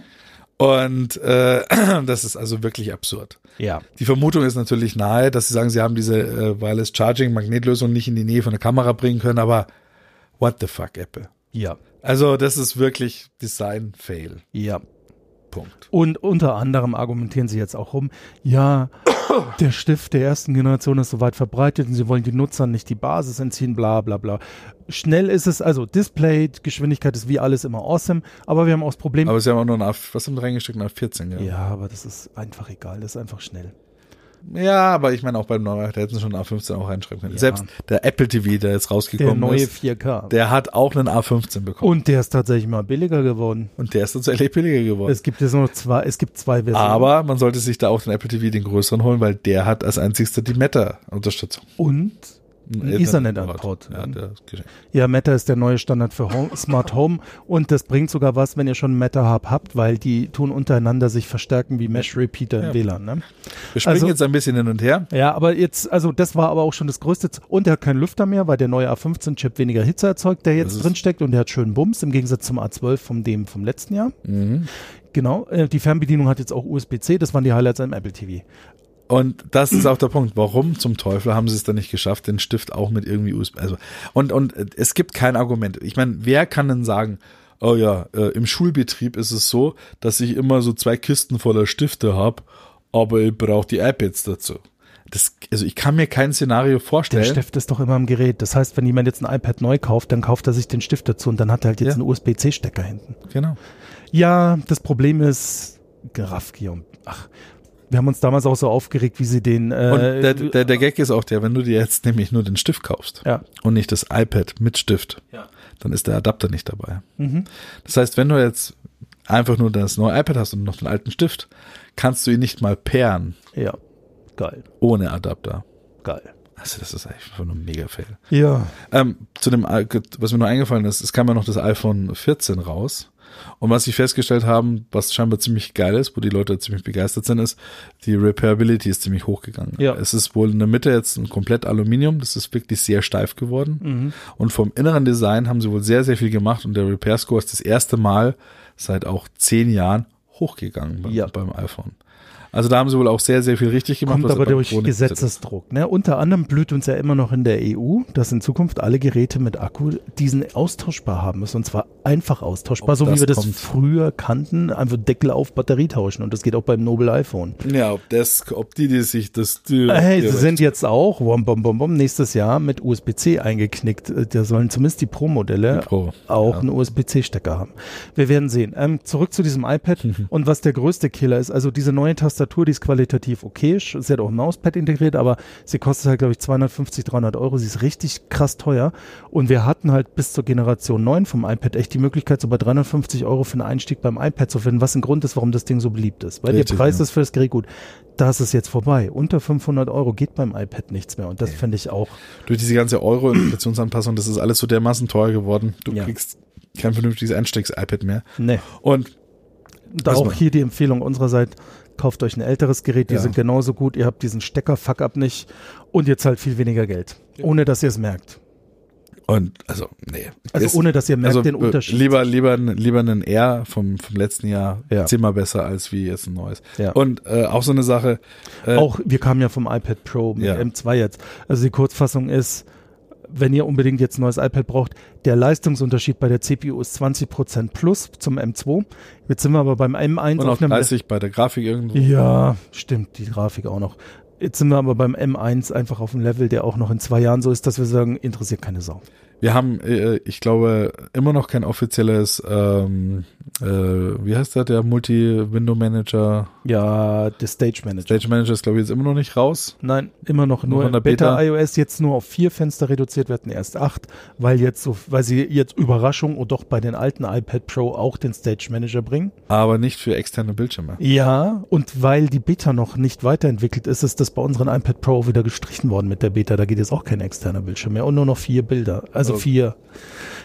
[SPEAKER 1] Und äh, das ist also wirklich absurd.
[SPEAKER 2] Ja.
[SPEAKER 1] Die Vermutung ist natürlich nahe, dass sie sagen, sie haben diese äh, Wireless Charging Magnetlösung nicht in die Nähe von der Kamera bringen können, aber what the fuck, Apple?
[SPEAKER 2] Ja.
[SPEAKER 1] Also das ist wirklich Design-Fail.
[SPEAKER 2] Ja.
[SPEAKER 1] Punkt.
[SPEAKER 2] Und unter anderem argumentieren sie jetzt auch rum, ja, der Stift der ersten Generation ist so weit verbreitet und sie wollen den Nutzern nicht die Basis entziehen, bla bla bla. Schnell ist es, also Display, Geschwindigkeit ist wie alles immer awesome, aber wir haben auch das Problem.
[SPEAKER 1] Aber sie haben auch nur ein A, was haben sie reingesteckt? Ein A14, ja.
[SPEAKER 2] ja, aber das ist einfach egal, das ist einfach schnell.
[SPEAKER 1] Ja, aber ich meine auch beim neuen, da hätten sie schon einen A15 auch reinschreiben können.
[SPEAKER 2] Ja.
[SPEAKER 1] Selbst der Apple TV, der jetzt
[SPEAKER 2] Der
[SPEAKER 1] rausgekommen
[SPEAKER 2] neue
[SPEAKER 1] ist,
[SPEAKER 2] 4K.
[SPEAKER 1] der hat auch einen A15 bekommen.
[SPEAKER 2] und der ist tatsächlich mal billiger geworden.
[SPEAKER 1] Und der ist tatsächlich billiger geworden.
[SPEAKER 2] Es gibt jetzt nur noch zwei, es gibt zwei Versionen.
[SPEAKER 1] Aber man sollte sich da auch den Apple TV, den größeren, holen, weil der hat als einzigster die Meta-Unterstützung.
[SPEAKER 2] und ein Ethernet-Anport.
[SPEAKER 1] Ja, der
[SPEAKER 2] Also
[SPEAKER 1] ist geschenkt.
[SPEAKER 2] Ja, Meta ist der neue Standard für Home, Smart Home und das bringt sogar was, wenn ihr schon einen Meta Hub habt, weil die tun untereinander sich verstärken wie Mesh Repeater im
[SPEAKER 1] Ja.
[SPEAKER 2] WLAN. Ne?
[SPEAKER 1] Wir springen
[SPEAKER 2] Also-
[SPEAKER 1] jetzt ein bisschen hin und her.
[SPEAKER 2] Ja, aber jetzt, also das war aber auch schon das Größte. Und er hat keinen Lüfter mehr, weil der neue A15-Chip weniger Hitze erzeugt, der
[SPEAKER 1] Das
[SPEAKER 2] jetzt
[SPEAKER 1] ist-
[SPEAKER 2] drin steckt und der hat schönen Bums im Gegensatz zum A12 vom dem vom letzten Jahr.
[SPEAKER 1] Mhm.
[SPEAKER 2] Genau. Äh, die Fernbedienung hat jetzt auch USB-C. Das waren die Highlights am Apple TV.
[SPEAKER 1] Und das ist auch der Punkt. Warum zum Teufel haben sie es dann nicht geschafft, den Stift auch mit irgendwie USB? Also, und, und äh, es gibt kein Argument. Ich meine, wer kann denn sagen, oh ja, äh, im Schulbetrieb ist es so, dass ich immer so zwei Kisten voller Stifte habe, aber ich brauche die iPads dazu. Das, also ich kann mir kein Szenario
[SPEAKER 2] Der
[SPEAKER 1] vorstellen.
[SPEAKER 2] Stift ist doch immer im Gerät. Das heißt, wenn jemand jetzt ein iPad neu kauft, dann kauft er sich den Stift dazu und dann hat er halt jetzt
[SPEAKER 1] Ja.
[SPEAKER 2] einen USB-C-Stecker hinten.
[SPEAKER 1] Genau.
[SPEAKER 2] Ja, das Problem ist Raffgier und ach, Wir haben uns damals auch so aufgeregt, wie sie den. Äh,
[SPEAKER 1] Und der, der, der Gag ist auch der, wenn du dir jetzt nämlich nur den Stift kaufst
[SPEAKER 2] ja.
[SPEAKER 1] und nicht das iPad mit Stift,
[SPEAKER 2] Ja.
[SPEAKER 1] dann ist der Adapter nicht dabei.
[SPEAKER 2] Mhm.
[SPEAKER 1] Das heißt, wenn du jetzt einfach nur das neue iPad hast und noch den alten Stift, kannst du ihn nicht mal pairen
[SPEAKER 2] ja. Geil.
[SPEAKER 1] ohne Adapter.
[SPEAKER 2] Geil.
[SPEAKER 1] Also das ist eigentlich einfach nur ein Mega-Fail.
[SPEAKER 2] Ja.
[SPEAKER 1] Ähm, zu dem, äh, was mir nur eingefallen ist, es kam ja noch das iPhone 14 raus. Und was sie festgestellt haben, was scheinbar ziemlich geil ist, wo die Leute ziemlich begeistert sind, ist, die Repairability ist ziemlich hochgegangen.
[SPEAKER 2] Ja.
[SPEAKER 1] Es ist wohl in der Mitte jetzt ein komplett Aluminium, das ist wirklich sehr steif geworden.
[SPEAKER 2] Mhm.
[SPEAKER 1] Und vom inneren Design haben sie wohl sehr, sehr viel gemacht und der Repair Score ist das erste Mal seit auch zehn Jahren hochgegangen beim,
[SPEAKER 2] Ja.
[SPEAKER 1] beim iPhone. Also da haben sie wohl auch sehr, sehr viel richtig gemacht.
[SPEAKER 2] Kommt
[SPEAKER 1] was
[SPEAKER 2] aber
[SPEAKER 1] bei
[SPEAKER 2] durch
[SPEAKER 1] Pro nicht passiert ist.
[SPEAKER 2] Gesetzesdruck. Ne? Unter anderem blüht uns ja immer noch in der EU, dass in Zukunft alle Geräte mit Akku diesen austauschbar haben müssen. Und zwar einfach austauschbar,
[SPEAKER 1] Ob
[SPEAKER 2] so wie
[SPEAKER 1] das
[SPEAKER 2] wir das
[SPEAKER 1] kommt.
[SPEAKER 2] früher kannten. Einfach Deckel auf, Batterie tauschen. Und das geht auch beim Nobel iPhone.
[SPEAKER 1] Ja, ob, das, ob die, die sich das...
[SPEAKER 2] Äh, Hey, sie sind jetzt auch, wom, bom, bom, bom, nächstes Jahr mit USB-C eingeknickt. Äh, Da sollen zumindest die Pro-Modelle
[SPEAKER 1] Die Pro,
[SPEAKER 2] auch
[SPEAKER 1] ja.
[SPEAKER 2] einen USB-C-Stecker haben. Wir werden sehen. Ähm, zurück zu diesem iPad
[SPEAKER 1] Mhm.
[SPEAKER 2] und was der größte Killer ist. Also diese neue Tastatur, die ist qualitativ okay. Sch- Sie hat auch ein Mauspad integriert, aber sie kostet halt, glaube ich, 250, 300 Euro. Sie ist richtig krass teuer. Und wir hatten halt bis zur Generation 9 vom iPad echt die Möglichkeit, so bei 350 Euro für einen Einstieg beim iPad zu finden, was ein Grund ist, warum das Ding so beliebt ist. Weil der
[SPEAKER 1] Richtig,
[SPEAKER 2] Preis
[SPEAKER 1] ja.
[SPEAKER 2] ist für das Gerät gut. Das ist jetzt vorbei. Unter 500 Euro geht beim iPad nichts mehr. Und das finde ich auch.
[SPEAKER 1] durch diese ganze Euro-Inflationsanpassung, das ist alles so dermaßen teuer geworden. Du
[SPEAKER 2] Ja.
[SPEAKER 1] kriegst kein vernünftiges Einstiegs-iPad mehr.
[SPEAKER 2] Nee.
[SPEAKER 1] Und
[SPEAKER 2] ne. Und
[SPEAKER 1] Lass
[SPEAKER 2] auch
[SPEAKER 1] mal.
[SPEAKER 2] hier die Empfehlung unsererseits, kauft euch ein älteres Gerät, die
[SPEAKER 1] Also Ja.
[SPEAKER 2] sind genauso gut, ihr habt diesen Stecker-Fuck-Up nicht und ihr zahlt viel weniger Geld, ohne dass ihr es merkt.
[SPEAKER 1] Und also, nee.
[SPEAKER 2] Also ohne, dass ihr merkt den
[SPEAKER 1] äh,
[SPEAKER 2] Unterschied.
[SPEAKER 1] Lieber, lieber, lieber einen R vom, vom letzten Jahr
[SPEAKER 2] Ja.
[SPEAKER 1] zehnmal besser als wie jetzt ein neues.
[SPEAKER 2] Ja.
[SPEAKER 1] Und äh, auch so eine Sache, äh,
[SPEAKER 2] auch, wir kamen ja vom iPad Pro mit
[SPEAKER 1] Ja.
[SPEAKER 2] M2 jetzt. Also die Kurzfassung ist, wenn ihr unbedingt jetzt ein neues iPad braucht, der Leistungsunterschied bei der CPU ist 20% plus zum M2. Jetzt sind wir aber beim M1
[SPEAKER 1] und
[SPEAKER 2] auf
[SPEAKER 1] auf
[SPEAKER 2] einem
[SPEAKER 1] 30 bei der Grafik irgendwo.
[SPEAKER 2] Ja, stimmt, die Grafik auch noch. Jetzt sind wir aber beim M1 einfach auf einem Level, der auch noch in zwei Jahren so ist, dass wir sagen, interessiert keine Sau.
[SPEAKER 1] Wir haben, äh, ich glaube, immer noch kein offizielles, ähm, äh, wie heißt der, der Multi-Window-Manager,
[SPEAKER 2] Ja, der Stage Manager.
[SPEAKER 1] Stage Manager ist, glaube ich, jetzt immer noch nicht raus.
[SPEAKER 2] Nein, immer noch
[SPEAKER 1] Nur
[SPEAKER 2] nur
[SPEAKER 1] in der
[SPEAKER 2] in Beta,
[SPEAKER 1] Beta.
[SPEAKER 2] iOS jetzt nur auf vier Fenster reduziert. Wir hatten erst acht, weil jetzt so, weil sie jetzt Überraschung und doch bei den alten iPad Pro auch den Stage Manager bringen.
[SPEAKER 1] Aber nicht für externe Bildschirme.
[SPEAKER 2] Ja, und weil die Beta noch nicht weiterentwickelt ist, ist das bei unseren iPad Pro wieder gestrichen worden mit der Beta. Da geht jetzt auch kein externer Bildschirm mehr und nur noch vier Bilder. Also
[SPEAKER 1] Oh.
[SPEAKER 2] vier.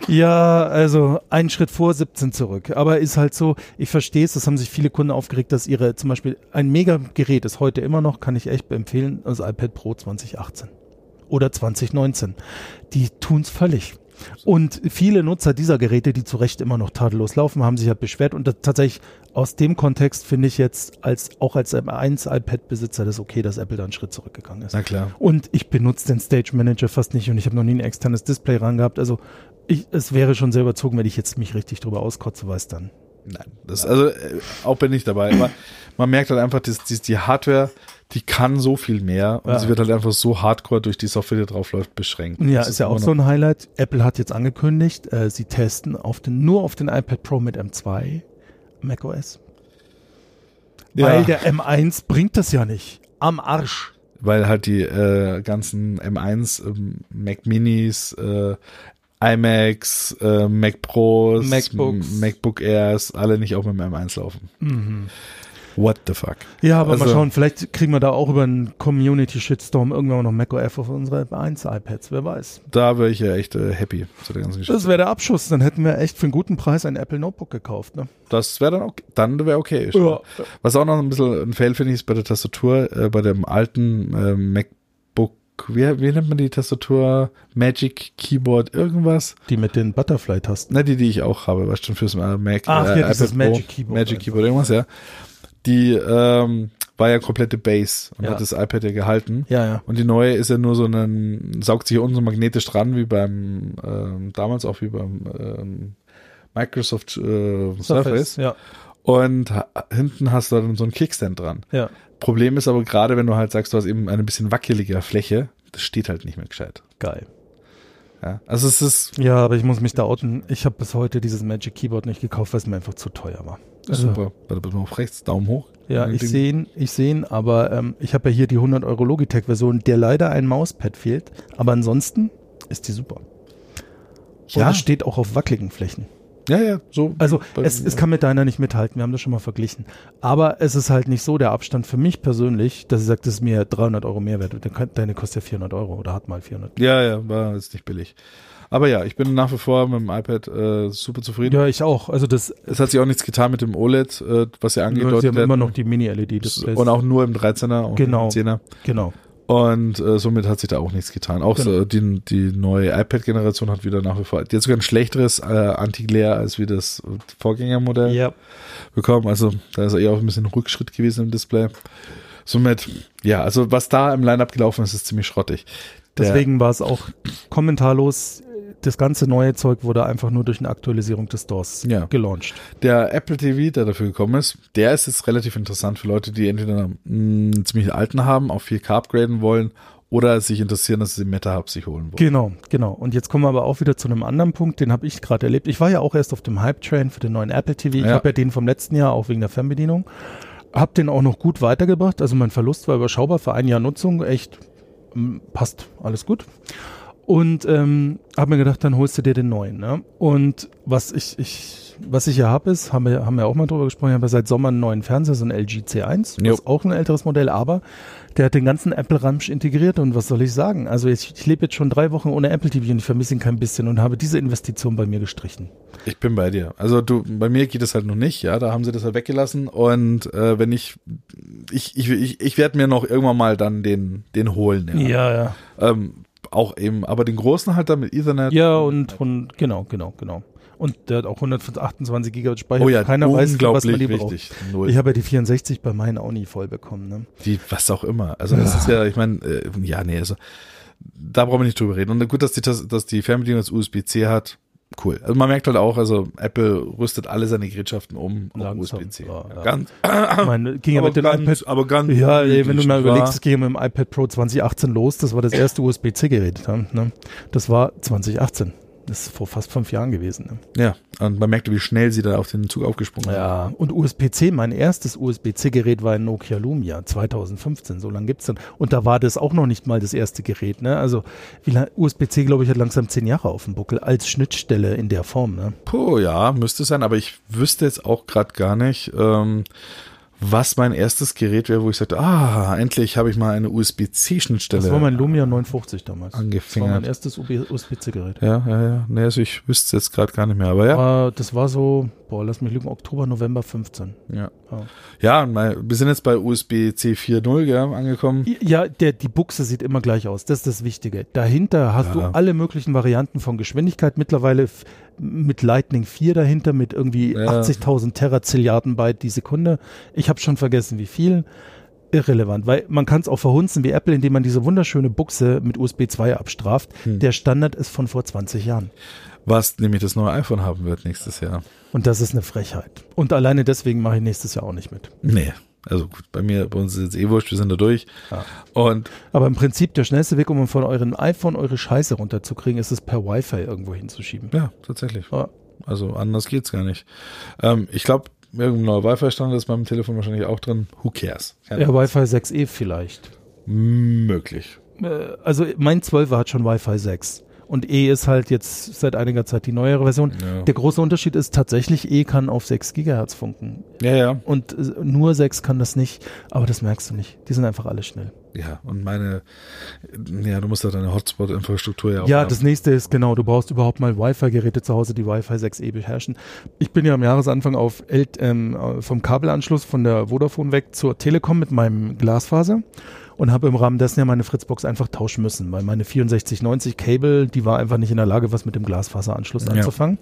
[SPEAKER 2] Ja, also ein Schritt vor, 17 zurück. Aber ist halt so, ich verstehe es, das haben sich viele Kunden aufgeregt, dass ihre zum Beispiel ein Mega-Gerät ist heute immer noch, kann ich echt empfehlen, das iPad Pro 2018 oder 2019. Die tun's völlig. Und viele Nutzer dieser Geräte, die zu Recht immer noch tadellos laufen, haben sich halt beschwert. Und das, tatsächlich aus dem Kontext finde ich jetzt als, auch als M1 iPad-Besitzer das okay, dass Apple da einen Schritt zurückgegangen ist.
[SPEAKER 1] Na klar.
[SPEAKER 2] Und ich benutze den Stage Manager fast nicht und ich habe noch nie ein externes Display rangehabt. Also ich, es wäre schon sehr überzogen, wenn ich jetzt mich richtig drüber auskotze, weiß dann.
[SPEAKER 1] Nein, das, also äh, auch bin ich dabei. Aber man merkt halt einfach, dass, dass die Hardware, die kann so viel mehr und
[SPEAKER 2] Ja.
[SPEAKER 1] sie wird halt einfach so hardcore durch die Software, die drauf läuft, beschränkt.
[SPEAKER 2] Ja,
[SPEAKER 1] Das
[SPEAKER 2] ist, ja auch
[SPEAKER 1] immer
[SPEAKER 2] so
[SPEAKER 1] noch-
[SPEAKER 2] ein Highlight. Apple hat jetzt angekündigt, äh, sie testen auf den, nur auf den iPad Pro mit M2 macOS. Weil
[SPEAKER 1] Ja,
[SPEAKER 2] der M1 bringt das ja nicht. Am Arsch.
[SPEAKER 1] weil halt die äh, ganzen M1, ähm, Mac Minis, äh, iMacs, äh, Mac Pros,
[SPEAKER 2] MacBooks. Mhm.
[SPEAKER 1] m- MacBook Airs, alle nicht auch mit dem M1 laufen. What the fuck?
[SPEAKER 2] Ja, aber mal
[SPEAKER 1] Also-
[SPEAKER 2] schauen, vielleicht kriegen wir da auch über einen Community-Shitstorm irgendwann noch macOS auf unsere M1-iPads, wer weiß.
[SPEAKER 1] Da wäre ich ja echt äh, happy zu der ganzen Geschichte.
[SPEAKER 2] Das wäre der Abschuss, dann hätten wir echt für einen guten Preis ein Apple Notebook gekauft. Ne?
[SPEAKER 1] Das wäre dann okay. Dann wäre okay.
[SPEAKER 2] Ja.
[SPEAKER 1] Was auch noch ein bisschen ein Fail finde ich, ist bei der Tastatur, äh, bei dem alten äh, MacBook, wie, wie nennt man die Tastatur? Magic Keyboard, irgendwas?
[SPEAKER 2] Die mit den Butterfly-Tasten.
[SPEAKER 1] Ne, die, die ich auch habe, weißt du, fürs äh, Mac.
[SPEAKER 2] Ach, ja,
[SPEAKER 1] äh,
[SPEAKER 2] dieses
[SPEAKER 1] iPad Pro,
[SPEAKER 2] Magic Keyboard
[SPEAKER 1] Magic
[SPEAKER 2] einfach.
[SPEAKER 1] Keyboard, irgendwas, ja. Die ähm, war ja komplette Base und
[SPEAKER 2] Ja.
[SPEAKER 1] hat das iPad ja gehalten.
[SPEAKER 2] Ja, ja.
[SPEAKER 1] Und die neue ist ja nur so ein, saugt sich hier unten so magnetisch dran, wie beim, ähm, damals auch wie beim ähm, Microsoft äh, Surface.
[SPEAKER 2] Ja,
[SPEAKER 1] Und ha- hinten hast du dann so einen Kickstand dran.
[SPEAKER 2] ja.
[SPEAKER 1] Problem ist aber gerade, wenn du halt sagst, du hast eben eine bisschen wackelige Fläche, das steht halt nicht mehr gescheit.
[SPEAKER 2] Geil.
[SPEAKER 1] Ja? Also es ist,
[SPEAKER 2] Ja, aber ich muss mich da outen. Ich habe bis heute dieses Magic Keyboard nicht gekauft, weil es mir einfach zu teuer war. Also-
[SPEAKER 1] Super. Warte, bitte mal auf rechts, Daumen hoch.
[SPEAKER 2] Ja,
[SPEAKER 1] Ding,
[SPEAKER 2] ich
[SPEAKER 1] ding.
[SPEAKER 2] sehe ihn, ich sehe ihn, aber ähm, ich habe ja hier die 100 Euro Logitech-Version, der leider ein Mauspad fehlt, aber ansonsten ist die super. Ja. Mhm.
[SPEAKER 1] Ja.
[SPEAKER 2] Und es steht auch auf wackeligen Flächen.
[SPEAKER 1] Ja, ja, so.
[SPEAKER 2] Also
[SPEAKER 1] Bei-
[SPEAKER 2] es, es kann mit deiner nicht mithalten, wir haben das schon mal verglichen. Aber es ist halt nicht so der Abstand für mich persönlich, dass ich sage, das ist mir 300 Euro Mehrwert. Deine kostet ja 400 Euro oder hat mal 400.
[SPEAKER 1] Ja, ja, war jetzt nicht billig. Aber ja, ich bin nach wie vor mit dem iPad äh, super zufrieden.
[SPEAKER 2] Ja, ich auch. Also das
[SPEAKER 1] Es hat sich auch nichts getan mit dem OLED, äh, was ja
[SPEAKER 2] sie haben
[SPEAKER 1] angedeutet hat.
[SPEAKER 2] immer noch die E Mini-LED-Displays.
[SPEAKER 1] und auch nur im 13er und
[SPEAKER 2] Genau.
[SPEAKER 1] im 10er.
[SPEAKER 2] genau.
[SPEAKER 1] Und äh, somit hat sich da auch nichts getan. Auch
[SPEAKER 2] Genau.
[SPEAKER 1] so, die, die neue iPad-Generation hat wieder nach wie vor, die hat sogar ein schlechteres äh, Anti-Glare als wie das Vorgängermodell
[SPEAKER 2] Ja.
[SPEAKER 1] bekommen. Also da ist eher auch ein bisschen Rückschritt gewesen im Display. Somit, ja, also was da im Line-Up gelaufen ist, ist ziemlich schrottig. Der-
[SPEAKER 2] Deswegen war es auch kommentarlos. Das ganze neue Zeug wurde einfach nur durch eine Aktualisierung des Stores
[SPEAKER 1] Ja.
[SPEAKER 2] gelauncht.
[SPEAKER 1] Der Apple TV, der dafür gekommen ist, der ist jetzt relativ interessant für Leute, die entweder mh, einen ziemlich alten haben, auf 4K upgraden wollen oder sich interessieren, dass sie den Meta-Hub sich holen wollen.
[SPEAKER 2] Genau, genau. Und jetzt kommen wir aber auch wieder zu einem anderen Punkt, den habe ich gerade erlebt. Ich war ja auch erst auf dem Hype-Train für den neuen Apple TV. Ich
[SPEAKER 1] Ja.
[SPEAKER 2] habe ja den vom letzten Jahr, auch wegen der Fernbedienung. Habe den auch noch gut weitergebracht. Also mein Verlust war überschaubar für ein Jahr Nutzung. Echt, mm, passt, alles gut. Und ähm, habe mir gedacht, dann holst du dir den neuen. Ne? Und was ich, ich, was ich hier habe, ist, haben wir, haben wir auch mal drüber gesprochen, ich habe ja seit Sommer einen neuen Fernseher, so einen LG C1.
[SPEAKER 1] Jo.
[SPEAKER 2] Das ist auch ein älteres Modell, aber der hat den ganzen Apple-Ramsch integriert und was soll ich sagen? Also jetzt, ich lebe jetzt schon drei Wochen ohne Apple TV und ich vermisse ihn kein bisschen und habe diese Investition bei mir gestrichen.
[SPEAKER 1] Ich bin bei dir. Also du, bei mir geht es halt noch nicht, ja. Da haben sie das halt weggelassen. Und äh, wenn ich, ich, ich, ich, ich werde mir noch irgendwann mal dann den, den holen, ja.
[SPEAKER 2] ja.
[SPEAKER 1] Ähm, auch eben, aber den großen halt dann mit Ethernet.
[SPEAKER 2] Ja, und, und genau, genau, genau. Und der hat auch 128 Gigabyte Speicher. Keiner weiß, für was
[SPEAKER 1] Oh unglaublich
[SPEAKER 2] man die braucht.
[SPEAKER 1] wichtig. Null.
[SPEAKER 2] Ich habe ja die 64 bei meinen auch nie voll bekommen. Ne?
[SPEAKER 1] die, was auch immer. Also das ist ja, ich meine, äh, ja, nee, also da brauchen wir nicht drüber reden. Und gut, dass die, Tas- dass die Fernbedienung das USB-C hat, cool. Also man merkt halt auch, also Apple rüstet alle seine Gerätschaften um auf
[SPEAKER 2] Langsam,
[SPEAKER 1] USB-C.
[SPEAKER 2] ja, ja.
[SPEAKER 1] Ganz,
[SPEAKER 2] Ich meine, ging ja
[SPEAKER 1] aber,
[SPEAKER 2] mit dem
[SPEAKER 1] ganz,
[SPEAKER 2] iPad.
[SPEAKER 1] aber ganz.
[SPEAKER 2] Ja, ey, wenn du
[SPEAKER 1] gemütlich,
[SPEAKER 2] mal überlegst,
[SPEAKER 1] wa?
[SPEAKER 2] es ging ja mit dem iPad Pro 2018 los. Das war das erste USB-C-Gerät. Ne? Das war 2018. Das ist vor fast fünf Jahren gewesen. Ne?
[SPEAKER 1] Ja, und man merkte, wie schnell sie da auf den Zug aufgesprungen sind.
[SPEAKER 2] Ja, und USB-C, mein erstes USB-C-Gerät war ein Nokia Lumia 2015, so lange gibt's dann. Und da war das auch noch nicht mal das erste Gerät, ne? Also wie lang- USB-C, glaube ich, hat langsam zehn Jahre auf dem Buckel als Schnittstelle in der Form, ne?
[SPEAKER 1] Puh, ja, müsste sein, aber ich wüsste jetzt auch gerade gar nicht, ähm, was mein erstes Gerät wäre, wo ich sagte, ah, endlich habe ich mal eine USB-C-Schnittstelle.
[SPEAKER 2] Das war mein Lumia 59 damals.
[SPEAKER 1] Angefingert.
[SPEAKER 2] Das war mein erstes USB-C-Gerät.
[SPEAKER 1] ja, ja, ja. Nee, also ich wüsste es jetzt gerade gar nicht mehr, aber ja.
[SPEAKER 2] Äh, Das war so, boah, lass mich lügen, Oktober, November 15.
[SPEAKER 1] Ja,
[SPEAKER 2] Ja.
[SPEAKER 1] ja und mal, wir sind jetzt bei USB-C 4.0 gell, angekommen.
[SPEAKER 2] Ja, der, die Buchse sieht immer gleich aus. Das ist das Wichtige. Dahinter hast du
[SPEAKER 1] Ja.
[SPEAKER 2] alle möglichen Varianten von Geschwindigkeit. Mittlerweile f- mit Lightning 4 dahinter, mit irgendwie
[SPEAKER 1] Ja.
[SPEAKER 2] 80.000 Terazilliarden Byte die Sekunde. Ich habe schon vergessen, wie viel. Irrelevant, weil man kann es auch verhunzen wie Apple, indem man diese wunderschöne Buchse mit USB 2 abstraft.
[SPEAKER 1] Hm.
[SPEAKER 2] Der Standard ist von vor 20 Jahren.
[SPEAKER 1] Was nämlich das neue iPhone haben wird nächstes Jahr.
[SPEAKER 2] Und das ist eine Frechheit. Und alleine deswegen mache ich nächstes Jahr auch nicht mit.
[SPEAKER 1] Nee. Also gut, bei mir, bei uns ist jetzt eh wurscht, wir sind da durch.
[SPEAKER 2] Ja.
[SPEAKER 1] Und
[SPEAKER 2] Aber im Prinzip der schnellste Weg, um von eurem iPhone eure Scheiße runterzukriegen, ist es per Wi-Fi irgendwo hinzuschieben.
[SPEAKER 1] ja, tatsächlich.
[SPEAKER 2] Ja.
[SPEAKER 1] Also anders geht's gar nicht. Ähm, ich glaube, irgendein neuer Wi-Fi-Standard ist beim Telefon wahrscheinlich auch drin. Who cares? Keine
[SPEAKER 2] Ja, Wi-Fi 6e vielleicht.
[SPEAKER 1] Möglich.
[SPEAKER 2] Äh, Also mein 12er hat schon Wi-Fi 6. Und E ist halt jetzt seit einiger Zeit die neuere Version.
[SPEAKER 1] Ja.
[SPEAKER 2] Der große Unterschied ist tatsächlich, E kann auf 6 Gigahertz funken.
[SPEAKER 1] Ja, ja.
[SPEAKER 2] Und äh, nur 6 kann das nicht. Aber das merkst du nicht. Die sind einfach alle schnell.
[SPEAKER 1] Ja, und meine, ja, du musst ja deine Hotspot-Infrastruktur ja auch
[SPEAKER 2] Ja,
[SPEAKER 1] haben.
[SPEAKER 2] das nächste ist genau, du brauchst überhaupt mal Wi-Fi-Geräte zu Hause, die Wi-Fi 6e beherrschen. Ich bin ja am Jahresanfang auf L ähm, äh, vom Kabelanschluss von der Vodafone weg zur Telekom mit meinem Glasfaser und habe im Rahmen dessen ja meine Fritzbox einfach tauschen müssen, weil meine 6490 Cable, die war einfach nicht in der Lage, was mit dem Glasfaseranschluss
[SPEAKER 1] Ja.
[SPEAKER 2] anzufangen.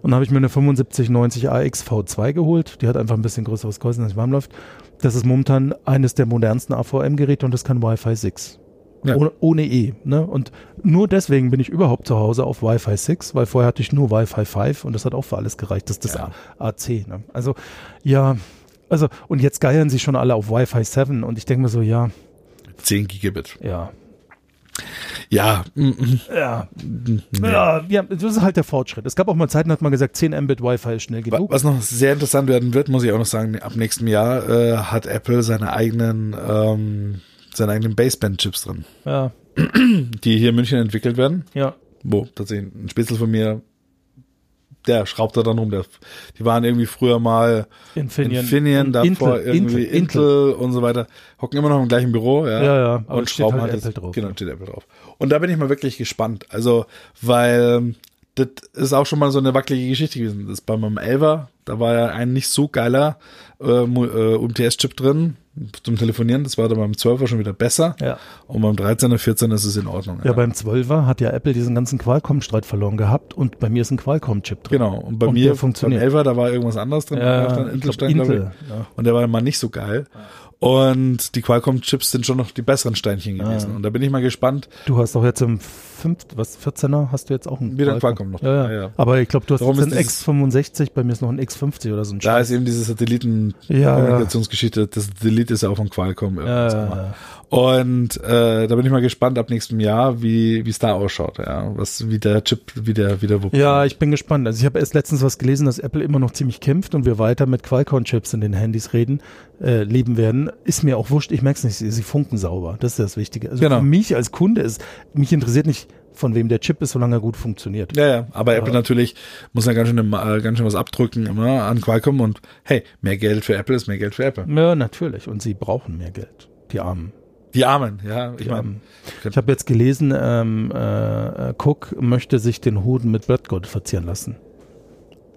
[SPEAKER 2] Und dann habe ich mir eine 7590 AX V2 geholt, die hat einfach ein bisschen größeres Gehäuse, als warm läuft. Das ist momentan eines der modernsten AVM-Geräte und das kann Wi-Fi 6.
[SPEAKER 1] Ja.
[SPEAKER 2] Ohne, ohne E. Ne? Und nur deswegen bin ich überhaupt zu Hause auf Wi-Fi 6, weil vorher hatte ich nur Wi-Fi 5 und das hat auch für alles gereicht. Das ist das
[SPEAKER 1] Ja.
[SPEAKER 2] A- AC. Ne? Also, ja, also, und jetzt geiern sie schon alle auf Wi-Fi 7 und ich denke mir so, ja,
[SPEAKER 1] 10 Gigabit.
[SPEAKER 2] ja,
[SPEAKER 1] Ja, mm, mm,
[SPEAKER 2] Ja.
[SPEAKER 1] nee.
[SPEAKER 2] Ja, ja, das ist halt der Fortschritt. Es gab auch mal Zeiten, hat man gesagt, 10 Mbit Wi-Fi ist schnell
[SPEAKER 1] Wa-
[SPEAKER 2] genug.
[SPEAKER 1] Was noch sehr interessant werden wird, muss ich auch noch sagen, ab nächstem Jahr äh, hat Apple seine eigenen, ähm, seine eigenen Baseband-Chips drin,
[SPEAKER 2] Ja,
[SPEAKER 1] die hier in München entwickelt werden.
[SPEAKER 2] ja.
[SPEAKER 1] Wo tatsächlich ein Spitzel von mir, der schraubt da dann rum. Der, die waren irgendwie früher mal
[SPEAKER 2] Infineon.
[SPEAKER 1] Infineon, davor irgendwie Intel, und so weiter. Hocken immer noch im gleichen Büro, ja.
[SPEAKER 2] Ja, ja, aber
[SPEAKER 1] Und
[SPEAKER 2] es steht
[SPEAKER 1] schrauben
[SPEAKER 2] halt
[SPEAKER 1] halt das-
[SPEAKER 2] Apple drauf.
[SPEAKER 1] Genau, steht Apple drauf. Und da bin ich mal wirklich gespannt. Also, weil ähm, das ist auch schon mal so eine wackelige Geschichte gewesen. Das bei meinem Elver, da war ja ein nicht so geiler äh, Mu- äh, UMTS-Chip drin zum Telefonieren. Das war dann beim 12er schon wieder besser.
[SPEAKER 2] Ja.
[SPEAKER 1] Und beim 13er, 14er ist es in Ordnung.
[SPEAKER 2] Ja, beim 12er hat ja Apple diesen ganzen Qualcomm-Streit verloren gehabt und bei mir ist ein Qualcomm-Chip drin.
[SPEAKER 1] Genau, und bei
[SPEAKER 2] Und
[SPEAKER 1] mir
[SPEAKER 2] der funktioniert.
[SPEAKER 1] beim Elfer, da war irgendwas anderes drin,
[SPEAKER 2] Ja,
[SPEAKER 1] da stand
[SPEAKER 2] ich
[SPEAKER 1] Intel,
[SPEAKER 2] glaub,
[SPEAKER 1] stand, glaub ich.
[SPEAKER 2] Intel, ja.
[SPEAKER 1] und der war mal nicht so geil. Und die Qualcomm-Chips sind schon noch die besseren Steinchen gewesen. Und da bin ich mal gespannt.
[SPEAKER 2] Du hast doch jetzt im 5, was, 14er hast du jetzt auch einen
[SPEAKER 1] Wieder ein Qualcomm noch.
[SPEAKER 2] Ja, ja.
[SPEAKER 1] Ja, ja.
[SPEAKER 2] Aber ich glaube, du hast
[SPEAKER 1] Darum
[SPEAKER 2] jetzt einen
[SPEAKER 1] ist
[SPEAKER 2] X65, bei mir ist noch ein X50 oder so ein
[SPEAKER 1] Da
[SPEAKER 2] Scheiß.
[SPEAKER 1] ist eben diese
[SPEAKER 2] Ja,
[SPEAKER 1] Satelliten-Kommunikationsgeschichte, das Delete ist ja auch von Qualcomm.
[SPEAKER 2] Ja,
[SPEAKER 1] irgendwas
[SPEAKER 2] ja,
[SPEAKER 1] gemacht.
[SPEAKER 2] ja.
[SPEAKER 1] Und äh, da bin ich mal gespannt ab nächstem Jahr, wie wie es da ausschaut, ja. Was, wie der Chip, wie der, wie der Wupp-
[SPEAKER 2] ja, ich bin gespannt. Also ich habe erst letztens was gelesen, dass Apple immer noch ziemlich kämpft und wir weiter mit Qualcomm-Chips in den Handys reden, äh, leben werden. Ist mir auch wurscht, ich merke es nicht, sie, sie funken sauber. Das ist das Wichtige. Also
[SPEAKER 1] Genau.
[SPEAKER 2] für mich als Kunde ist, mich interessiert nicht, von wem der Chip ist, solange er gut funktioniert.
[SPEAKER 1] Ja, ja, aber Apple natürlich muss ja ganz schön, äh, ganz schön was abdrücken immer an Qualcomm und hey, mehr Geld für Apple ist mehr Geld für Apple.
[SPEAKER 2] Ja, natürlich. Und sie brauchen mehr Geld. Die Armen.
[SPEAKER 1] Die Armen, ja, ich
[SPEAKER 2] Die
[SPEAKER 1] meine,
[SPEAKER 2] Armen. Ich habe jetzt gelesen, ähm, äh, äh, Cook möchte sich den Hoden mit Blattgold verzieren lassen.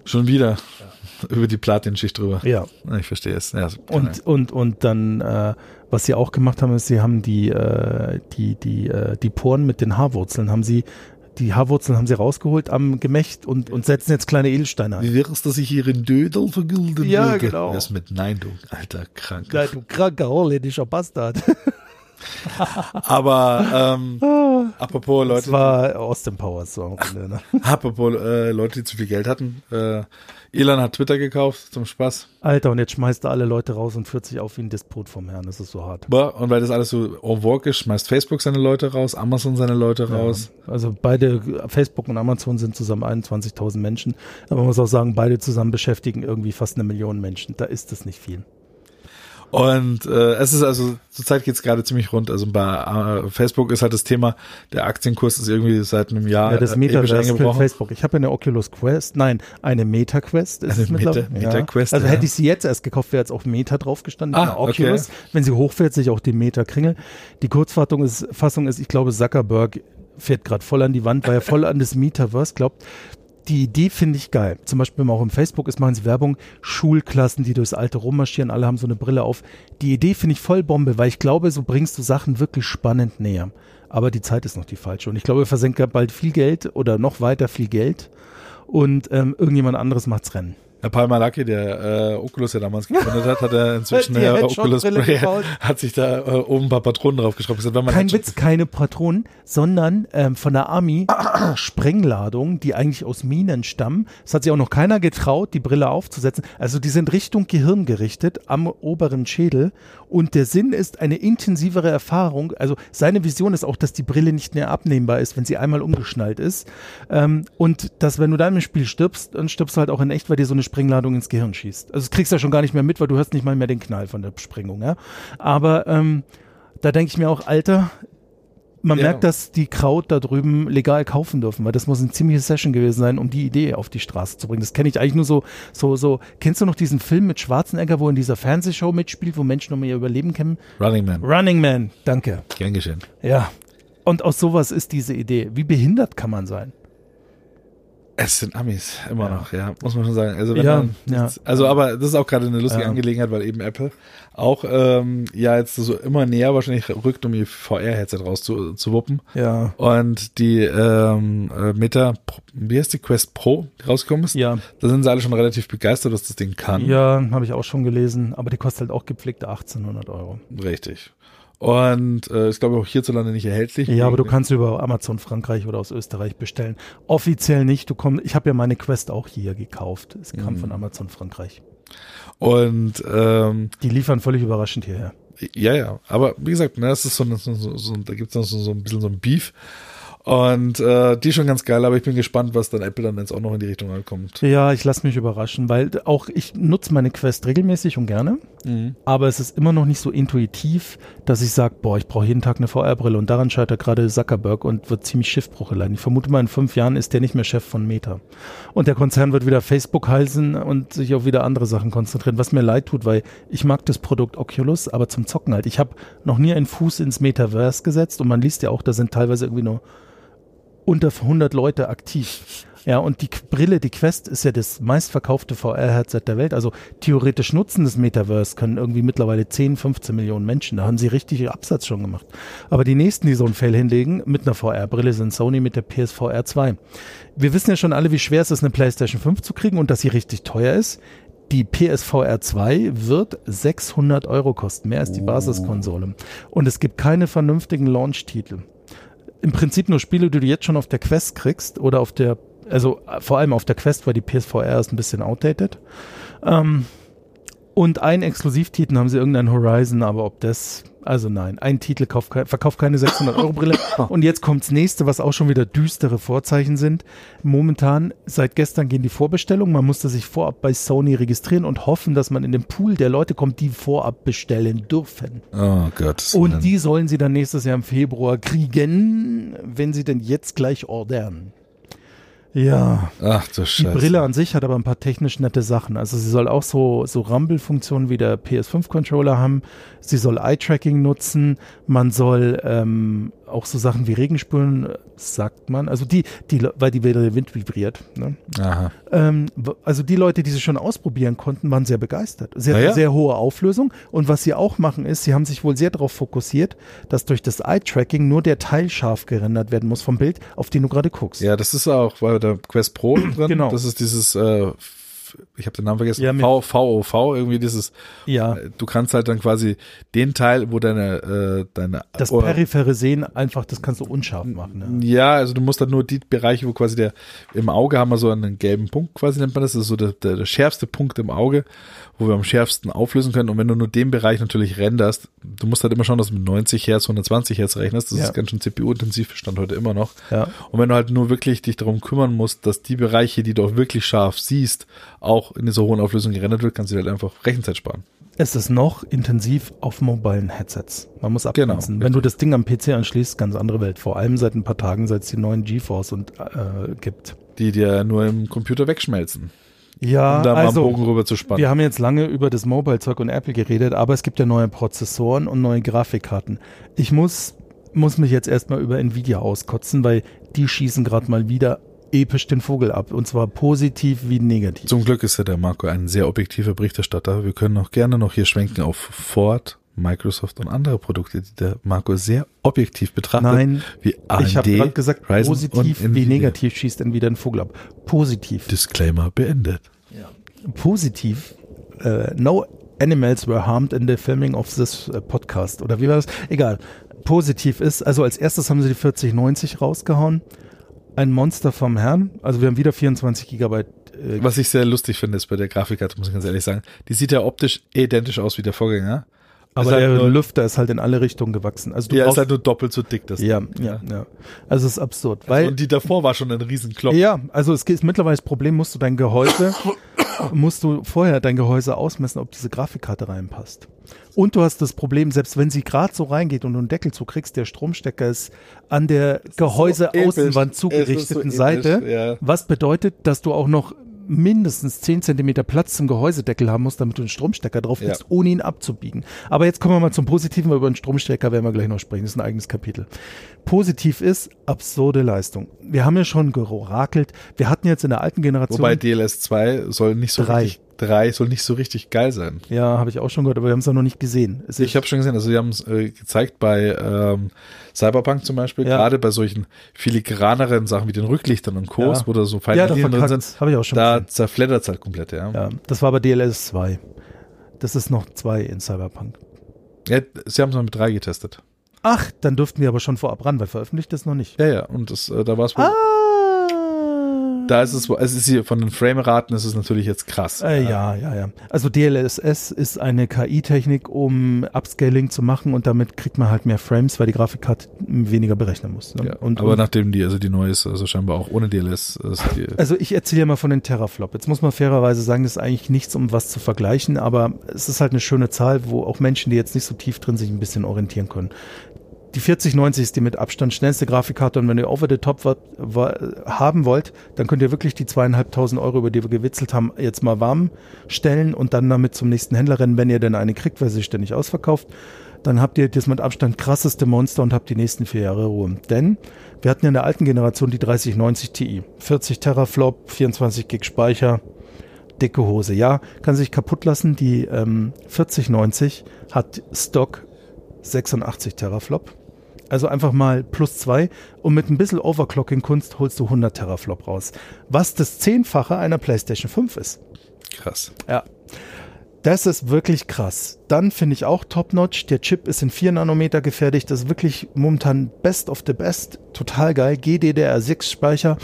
[SPEAKER 1] schon wieder über die Platinschicht drüber.
[SPEAKER 2] Ja.
[SPEAKER 1] Ich verstehe es. Ja, so-
[SPEAKER 2] Und, und, und dann, äh, was sie auch gemacht haben, ist, sie haben die, äh, die, die, äh, die Poren mit den Haarwurzeln, haben sie, die Haarwurzeln haben sie rausgeholt am Gemächt und, und setzen jetzt kleine Edelsteine ein.
[SPEAKER 1] Wie wäre es, dass ich ihren Dödel vergilden
[SPEAKER 2] Ja,
[SPEAKER 1] würde?
[SPEAKER 2] genau.
[SPEAKER 1] Das mit Nein, du alter Krank.
[SPEAKER 2] Ja, du kranker holländischer Bastard.
[SPEAKER 1] Aber ähm, apropos
[SPEAKER 2] Das
[SPEAKER 1] Leute,
[SPEAKER 2] war Austin Powers so am Ende, ne?
[SPEAKER 1] apropos äh, Leute, die zu viel Geld hatten. Äh, Elon hat Twitter gekauft zum Spaß.
[SPEAKER 2] Alter, und jetzt schmeißt er alle Leute raus und führt sich auf wie ein Despot vom Herrn. Das ist so hart.
[SPEAKER 1] Boah, Und weil das alles so en vogue ist, schmeißt Facebook seine Leute raus, Amazon seine Leute raus.
[SPEAKER 2] Also beide, Facebook und Amazon sind zusammen 21.000 Menschen. Aber man muss auch sagen, beide zusammen beschäftigen irgendwie fast eine Million Menschen. Da ist es nicht viel.
[SPEAKER 1] Und äh, es ist also, zurzeit geht's gerade ziemlich rund. Also bei äh, Facebook ist halt das Thema, der Aktienkurs ist irgendwie seit einem Jahr
[SPEAKER 2] ja, das
[SPEAKER 1] äh, episch
[SPEAKER 2] Metaverse für
[SPEAKER 1] eingebrochen.
[SPEAKER 2] Facebook. Ich habe ja eine Oculus Quest. Nein, eine Meta Quest. Ist
[SPEAKER 1] Eine
[SPEAKER 2] es mittlerweile.
[SPEAKER 1] Meta- Meta Quest,
[SPEAKER 2] Also
[SPEAKER 1] ja.
[SPEAKER 2] hätte ich sie jetzt erst gekauft, wäre jetzt auch Meta drauf gestanden.
[SPEAKER 1] Ah,
[SPEAKER 2] eine Oculus.
[SPEAKER 1] okay.
[SPEAKER 2] Wenn sie hochfährt, sehe ich auch die Meta Kringel. Die Kurzfassung ist, Fassung ist, ich glaube, Zuckerberg fährt gerade voll an die Wand, weil er voll an das Metaverse glaubt. Die Idee finde ich geil. Zum Beispiel mal auch im Facebook ist machen sie Werbung, Schulklassen, die durchs Alte rummarschieren, alle haben so eine Brille auf. Die Idee finde ich voll Bombe, weil ich glaube, so bringst du Sachen wirklich spannend näher. Aber die Zeit ist noch die falsche. Und ich glaube, wir versenken bald viel Geld oder noch weiter viel Geld. Und ähm, irgendjemand anderes macht's rennen.
[SPEAKER 1] Herr Palmer Lucky, der äh, Oculus ja damals gegründet hat, hat er inzwischen
[SPEAKER 2] Die
[SPEAKER 1] äh,
[SPEAKER 2] Headshot-Brille
[SPEAKER 1] Oculus Spray,
[SPEAKER 2] gebaut.
[SPEAKER 1] hat sich da äh, oben ein paar Patronen draufgeschraubt. Gesagt, wenn man
[SPEAKER 2] Kein
[SPEAKER 1] Headshot-
[SPEAKER 2] Witz, keine Patronen, sondern ähm, von der Army Sprengladungen, die eigentlich aus Minen stammen. Es hat sich auch noch keiner getraut, die Brille aufzusetzen. Also die sind Richtung Gehirn gerichtet, am oberen Schädel. Und der Sinn ist eine intensivere Erfahrung. Also seine Vision ist auch, dass die Brille nicht mehr abnehmbar ist, wenn sie einmal umgeschnallt ist. Ähm, und dass, wenn du da im Spiel stirbst, dann stirbst du halt auch in echt, weil dir so eine Sprengladung ins Gehirn schießt. Also das kriegst du ja schon gar nicht mehr mit, weil du hörst nicht mal mehr den Knall von der Sprengung. Ja? Aber ähm, da denke ich mir auch, Alter, man
[SPEAKER 1] Ja.
[SPEAKER 2] merkt, dass die Kraut da drüben legal kaufen dürfen, weil das muss eine ziemliche Session gewesen sein, um die Idee auf die Straße zu bringen. Das kenne ich eigentlich nur so, so, so. Kennst du noch diesen Film mit Schwarzenegger, wo er in dieser Fernsehshow mitspielt, wo Menschen um ihr Überleben kämpfen?
[SPEAKER 1] Running Man,
[SPEAKER 2] Running Man, danke.
[SPEAKER 1] gern geschehen.
[SPEAKER 2] Ja. Und aus sowas ist diese Idee. Wie behindert kann man sein?
[SPEAKER 1] Es sind Amis, immer noch, ja, muss man schon sagen. Also, wenn
[SPEAKER 2] Ja,
[SPEAKER 1] man,
[SPEAKER 2] ja.
[SPEAKER 1] also aber das ist auch gerade eine lustige
[SPEAKER 2] Ja.
[SPEAKER 1] Angelegenheit, weil eben Apple auch ähm, ja jetzt so immer näher wahrscheinlich rückt, um ihr VR-Headset rauszuwuppen. Zu wuppen.
[SPEAKER 2] Ja.
[SPEAKER 1] Und die ähm, äh, Meta, Pro- wie heißt die Quest Pro, die rausgekommen ist?
[SPEAKER 2] Ja.
[SPEAKER 1] Da sind sie alle schon relativ begeistert, was das Ding kann.
[SPEAKER 2] Ja, habe ich auch schon gelesen, aber die kostet halt auch gepflegte 1800 Euro.
[SPEAKER 1] Richtig. Und äh, ist, glaube ich, auch hierzulande nicht erhältlich.
[SPEAKER 2] Ja, aber du kannst über Amazon Frankreich oder aus Österreich bestellen. Offiziell nicht. Du komm, ich habe ja meine Quest auch hier gekauft. Es kam von Amazon Frankreich.
[SPEAKER 1] Und ähm,
[SPEAKER 2] Die liefern völlig überraschend hierher.
[SPEAKER 1] ja, ja, aber wie gesagt, ne, es ist so, ein- so, so, so da gibt es noch so, so ein bisschen so ein Beef. Und äh, die ist schon ganz geil, aber ich bin gespannt, was dann Apple dann jetzt auch noch in die Richtung ankommt.
[SPEAKER 2] Ja, ich lasse mich überraschen, weil auch ich nutze meine Quest regelmäßig und gerne,
[SPEAKER 1] Mhm.
[SPEAKER 2] aber es ist immer noch nicht so intuitiv, dass ich sage, boah, ich brauche jeden Tag eine VR-Brille und daran scheitert gerade Zuckerberg und wird ziemlich Schiffbruch leiden. Ich vermute mal, in fünf Jahren ist der nicht mehr Chef von Meta. Und der Konzern wird wieder Facebook heißen und sich auf wieder andere Sachen konzentrieren, was mir leid tut, weil ich mag das Produkt Oculus, aber zum Zocken halt. Ich habe noch nie einen Fuß ins Metaverse gesetzt und man liest ja auch, da sind teilweise irgendwie nur unter 100 Leute aktiv. Ja, und die K- Brille, die Quest ist ja das meistverkaufte VR-Headset der Welt. Also theoretisch nutzen das Metaverse können irgendwie mittlerweile 10, 15 Millionen Menschen. Da haben sie richtig Absatz schon gemacht. Aber die nächsten, die so einen Fail hinlegen mit einer VR-Brille, sind Sony mit der PSVR 2. Wir wissen ja schon alle, wie schwer es ist, eine PlayStation 5 zu kriegen und dass sie richtig teuer ist. Die PSVR 2 wird 600 Euro kosten, mehr als die Basiskonsole. Und es gibt keine vernünftigen Launch-Titel im Prinzip nur Spiele, die du jetzt schon auf der Quest kriegst oder auf der, also äh, vor allem auf der Quest, weil die PSVR ist ein bisschen outdated. Ähm, und einen Exklusivtitel haben sie irgendein Horizon, aber ob das, also nein, ein Titel kauft, kei- verkauft keine 600 Euro Brille. Und jetzt kommt's nächste, was auch schon wieder düstere Vorzeichen sind. Momentan, seit gestern gehen die Vorbestellungen. Man musste sich vorab bei Sony registrieren und hoffen, dass man in den Pool der Leute kommt, die vorab bestellen dürfen.
[SPEAKER 1] Oh Gott.
[SPEAKER 2] Und die sollen sie dann nächstes Jahr im Februar kriegen, wenn sie denn jetzt gleich ordern. Ja,
[SPEAKER 1] Ach du
[SPEAKER 2] die
[SPEAKER 1] Scheiße.
[SPEAKER 2] Brille an sich hat aber ein paar technisch nette Sachen. Also sie soll auch so, so Rumble-Funktionen wie der PS5-Controller haben. Sie soll Eye-Tracking nutzen. Man soll ähm, auch so Sachen wie Regenspüren, äh, sagt man. Also die, die, Le- weil die wieder der Wind vibriert. Ne?
[SPEAKER 1] Aha.
[SPEAKER 2] Ähm, w- also die Leute, die sie schon ausprobieren konnten, waren sehr begeistert. Sie hatten
[SPEAKER 1] Na ja.
[SPEAKER 2] sehr hohe Auflösung. Und was sie auch machen ist, sie haben sich wohl sehr darauf fokussiert, dass durch das Eye-Tracking nur der Teil scharf gerendert werden muss vom Bild, auf den du gerade guckst.
[SPEAKER 1] Ja, das ist auch bei der Quest Pro drin.
[SPEAKER 2] Genau.
[SPEAKER 1] Das ist dieses, äh, f- ich habe den Namen vergessen,
[SPEAKER 2] Ja, Ah.
[SPEAKER 1] V-
[SPEAKER 2] mir-
[SPEAKER 1] VOV, irgendwie dieses,
[SPEAKER 2] Ja.
[SPEAKER 1] äh, du kannst halt dann quasi den Teil, wo deine, äh, deine
[SPEAKER 2] Das
[SPEAKER 1] oder-
[SPEAKER 2] periphere Sehen einfach, das kannst du unscharf machen. Ja.
[SPEAKER 1] Ja, also du musst dann nur die Bereiche, wo quasi der im Auge haben wir so einen gelben Punkt, quasi nennt man das. Das ist so der, der, der schärfste Punkt im Auge, wo wir am schärfsten auflösen können. Und wenn du nur den Bereich natürlich renderst, du musst halt immer schauen, dass du mit 90 Hertz, 120 Hertz rechnest. Das
[SPEAKER 2] Ja.
[SPEAKER 1] ist ganz schön CPU-intensiv, stand heute immer noch.
[SPEAKER 2] Ja.
[SPEAKER 1] Und wenn du halt nur wirklich dich darum kümmern musst, dass die Bereiche, die du auch wirklich scharf siehst, auch in dieser hohen Auflösung gerendert wird, kannst du dir halt einfach Rechenzeit sparen.
[SPEAKER 2] Es ist noch intensiv auf mobilen Headsets. Man muss abgrenzen.
[SPEAKER 1] Genau,
[SPEAKER 2] Wenn du das Ding am PC anschließt, ganz andere Welt. Vor allem seit ein paar Tagen, seit es die neuen GeForce und äh, gibt.
[SPEAKER 1] Die dir nur im Computer wegschmelzen,
[SPEAKER 2] Ja,
[SPEAKER 1] um da mal
[SPEAKER 2] also
[SPEAKER 1] einen Bogen rüber zu spannen.
[SPEAKER 2] Wir haben jetzt lange über das Mobile-Zeug und Apple geredet, aber es gibt ja neue Prozessoren und neue Grafikkarten. Ich muss, muss mich jetzt erstmal über Nvidia auskotzen, weil die schießen gerade mal wieder episch den Vogel ab. Und zwar positiv wie negativ.
[SPEAKER 1] Zum Glück ist ja der Marco ein sehr objektiver Berichterstatter. Wir können auch gerne noch hier schwenken auf Ford, Microsoft und andere Produkte, die der Marco sehr objektiv betrachtet.
[SPEAKER 2] Nein,
[SPEAKER 1] wie AMD,
[SPEAKER 2] ich habe gerade gesagt,
[SPEAKER 1] Ryzen
[SPEAKER 2] positiv
[SPEAKER 1] und
[SPEAKER 2] wie
[SPEAKER 1] Nvidia.
[SPEAKER 2] negativ schießt Nvidia den Vogel ab. Positiv.
[SPEAKER 1] Disclaimer beendet.
[SPEAKER 2] positiv. Äh, no animals were harmed in the filming of this äh, podcast. Oder wie war das? Egal. Positiv ist, also als erstes haben sie die 4090 rausgehauen. Ein Monster vom Herrn. Also wir haben wieder 24 Gigabyte. Äh,
[SPEAKER 1] Was ich sehr lustig finde, ist bei der Grafikkarte, muss ich ganz ehrlich sagen, die sieht ja optisch identisch aus wie der Vorgänger.
[SPEAKER 2] aber
[SPEAKER 1] ist halt
[SPEAKER 2] also der
[SPEAKER 1] nur,
[SPEAKER 2] Lüfter ist halt in alle Richtungen gewachsen. Also du
[SPEAKER 1] ja, ist
[SPEAKER 2] brauchst,
[SPEAKER 1] halt nur doppelt so dick. Das
[SPEAKER 2] ja,
[SPEAKER 1] Ding.
[SPEAKER 2] ja, ja. Also es ist absurd. weil,
[SPEAKER 1] Und die davor war schon ein Riesenklopf.
[SPEAKER 2] Ja, also es ist mittlerweile das Problem, musst du dein Gehäuse, musst du vorher dein Gehäuse ausmessen, ob diese Grafikkarte reinpasst. Und du hast das Problem, selbst wenn sie gerade so reingeht und du einen Deckel zukriegst, der Stromstecker ist an der Gehäuseaußenwand
[SPEAKER 1] episch. Es
[SPEAKER 2] zugerichteten
[SPEAKER 1] ist so
[SPEAKER 2] Seite.
[SPEAKER 1] episch, ja.
[SPEAKER 2] Was bedeutet, dass du auch noch mindestens 10 Zentimeter Platz zum Gehäusedeckel haben musst, damit du einen Stromstecker drauf kriegst,
[SPEAKER 1] Ja.
[SPEAKER 2] ohne ihn abzubiegen. Aber jetzt kommen wir mal zum Positiven, weil über den Stromstecker werden wir gleich noch sprechen. Das ist ein eigenes Kapitel. Positiv ist absurde Leistung. Wir haben ja schon georakelt. Wir hatten jetzt in der alten Generation.
[SPEAKER 1] Wobei DLS 2 soll nicht so
[SPEAKER 2] Drei.
[SPEAKER 1] richtig, drei soll nicht so richtig geil sein.
[SPEAKER 2] ja, habe ich auch schon gehört, aber wir haben es ja noch nicht gesehen. Es
[SPEAKER 1] Ich habe schon gesehen, also sie haben es äh, gezeigt bei ähm, Cyberpunk zum Beispiel,
[SPEAKER 2] Ja.
[SPEAKER 1] gerade bei solchen filigraneren Sachen wie den Rücklichtern und Kurs,
[SPEAKER 2] Ja.
[SPEAKER 1] wo da so feine
[SPEAKER 2] Ja, da
[SPEAKER 1] Linien drin
[SPEAKER 2] verkackt's.
[SPEAKER 1] sind,
[SPEAKER 2] Hab ich auch schon
[SPEAKER 1] da
[SPEAKER 2] gesehen.
[SPEAKER 1] zerfleddert es halt komplett, ja. ja.
[SPEAKER 2] ja, das war bei DLS 2. Das ist noch 2 in Cyberpunk.
[SPEAKER 1] sie haben es mal mit drei getestet.
[SPEAKER 2] Ach, dann dürften wir aber schon vorab ran, weil veröffentlicht ist noch nicht.
[SPEAKER 1] Ja, ja, und das, äh, da war es wohl,
[SPEAKER 2] Ah.
[SPEAKER 1] da ist es, es ist hier von den Frameraten, ist es natürlich jetzt krass.
[SPEAKER 2] Äh, ja, ja, ja. Also DLSS ist eine KI-Technik, um Upscaling zu machen und damit kriegt man halt mehr Frames, weil die Grafikkarte weniger berechnen muss. Ne?
[SPEAKER 1] Ja,
[SPEAKER 2] und,
[SPEAKER 1] aber
[SPEAKER 2] und,
[SPEAKER 1] nachdem die, also die neue ist, also scheinbar auch ohne DLS, ist die,
[SPEAKER 2] also ich erzähle mal von den Teraflop. Jetzt muss man fairerweise sagen, das ist eigentlich nichts, um was zu vergleichen, aber es ist halt eine schöne Zahl, wo auch Menschen, die jetzt nicht so tief drin sind, ein bisschen orientieren können. Die 4090 ist die mit Abstand schnellste Grafikkarte und wenn ihr over the top wa- wa- haben wollt, dann könnt ihr wirklich die zweieinhalbtausend Euro, über die wir gewitzelt haben, jetzt mal warm stellen und dann damit zum nächsten Händler rennen, wenn ihr denn eine kriegt, weil sie ständig ausverkauft. Dann habt ihr das mit Abstand krasseste Monster und habt die nächsten vier Jahre Ruhe. Denn wir hatten ja in der alten Generation die 3090 Ti. 40 Teraflop, 24 Gig Speicher, dicke Hose. Ja, kann sich kaputt lassen. Die ähm, 4090 hat Stock 86 Teraflop. Also einfach mal plus zwei und mit ein bisschen Overclocking-Kunst holst du 100 Teraflop raus. Was das Zehnfache einer PlayStation 5 ist.
[SPEAKER 1] krass.
[SPEAKER 2] Ja. Das ist wirklich krass. Dann finde ich auch top-notch. Der Chip ist in 4 Nanometer gefertigt. Das ist wirklich momentan best of the best. Total geil. GDDR6-Speicher,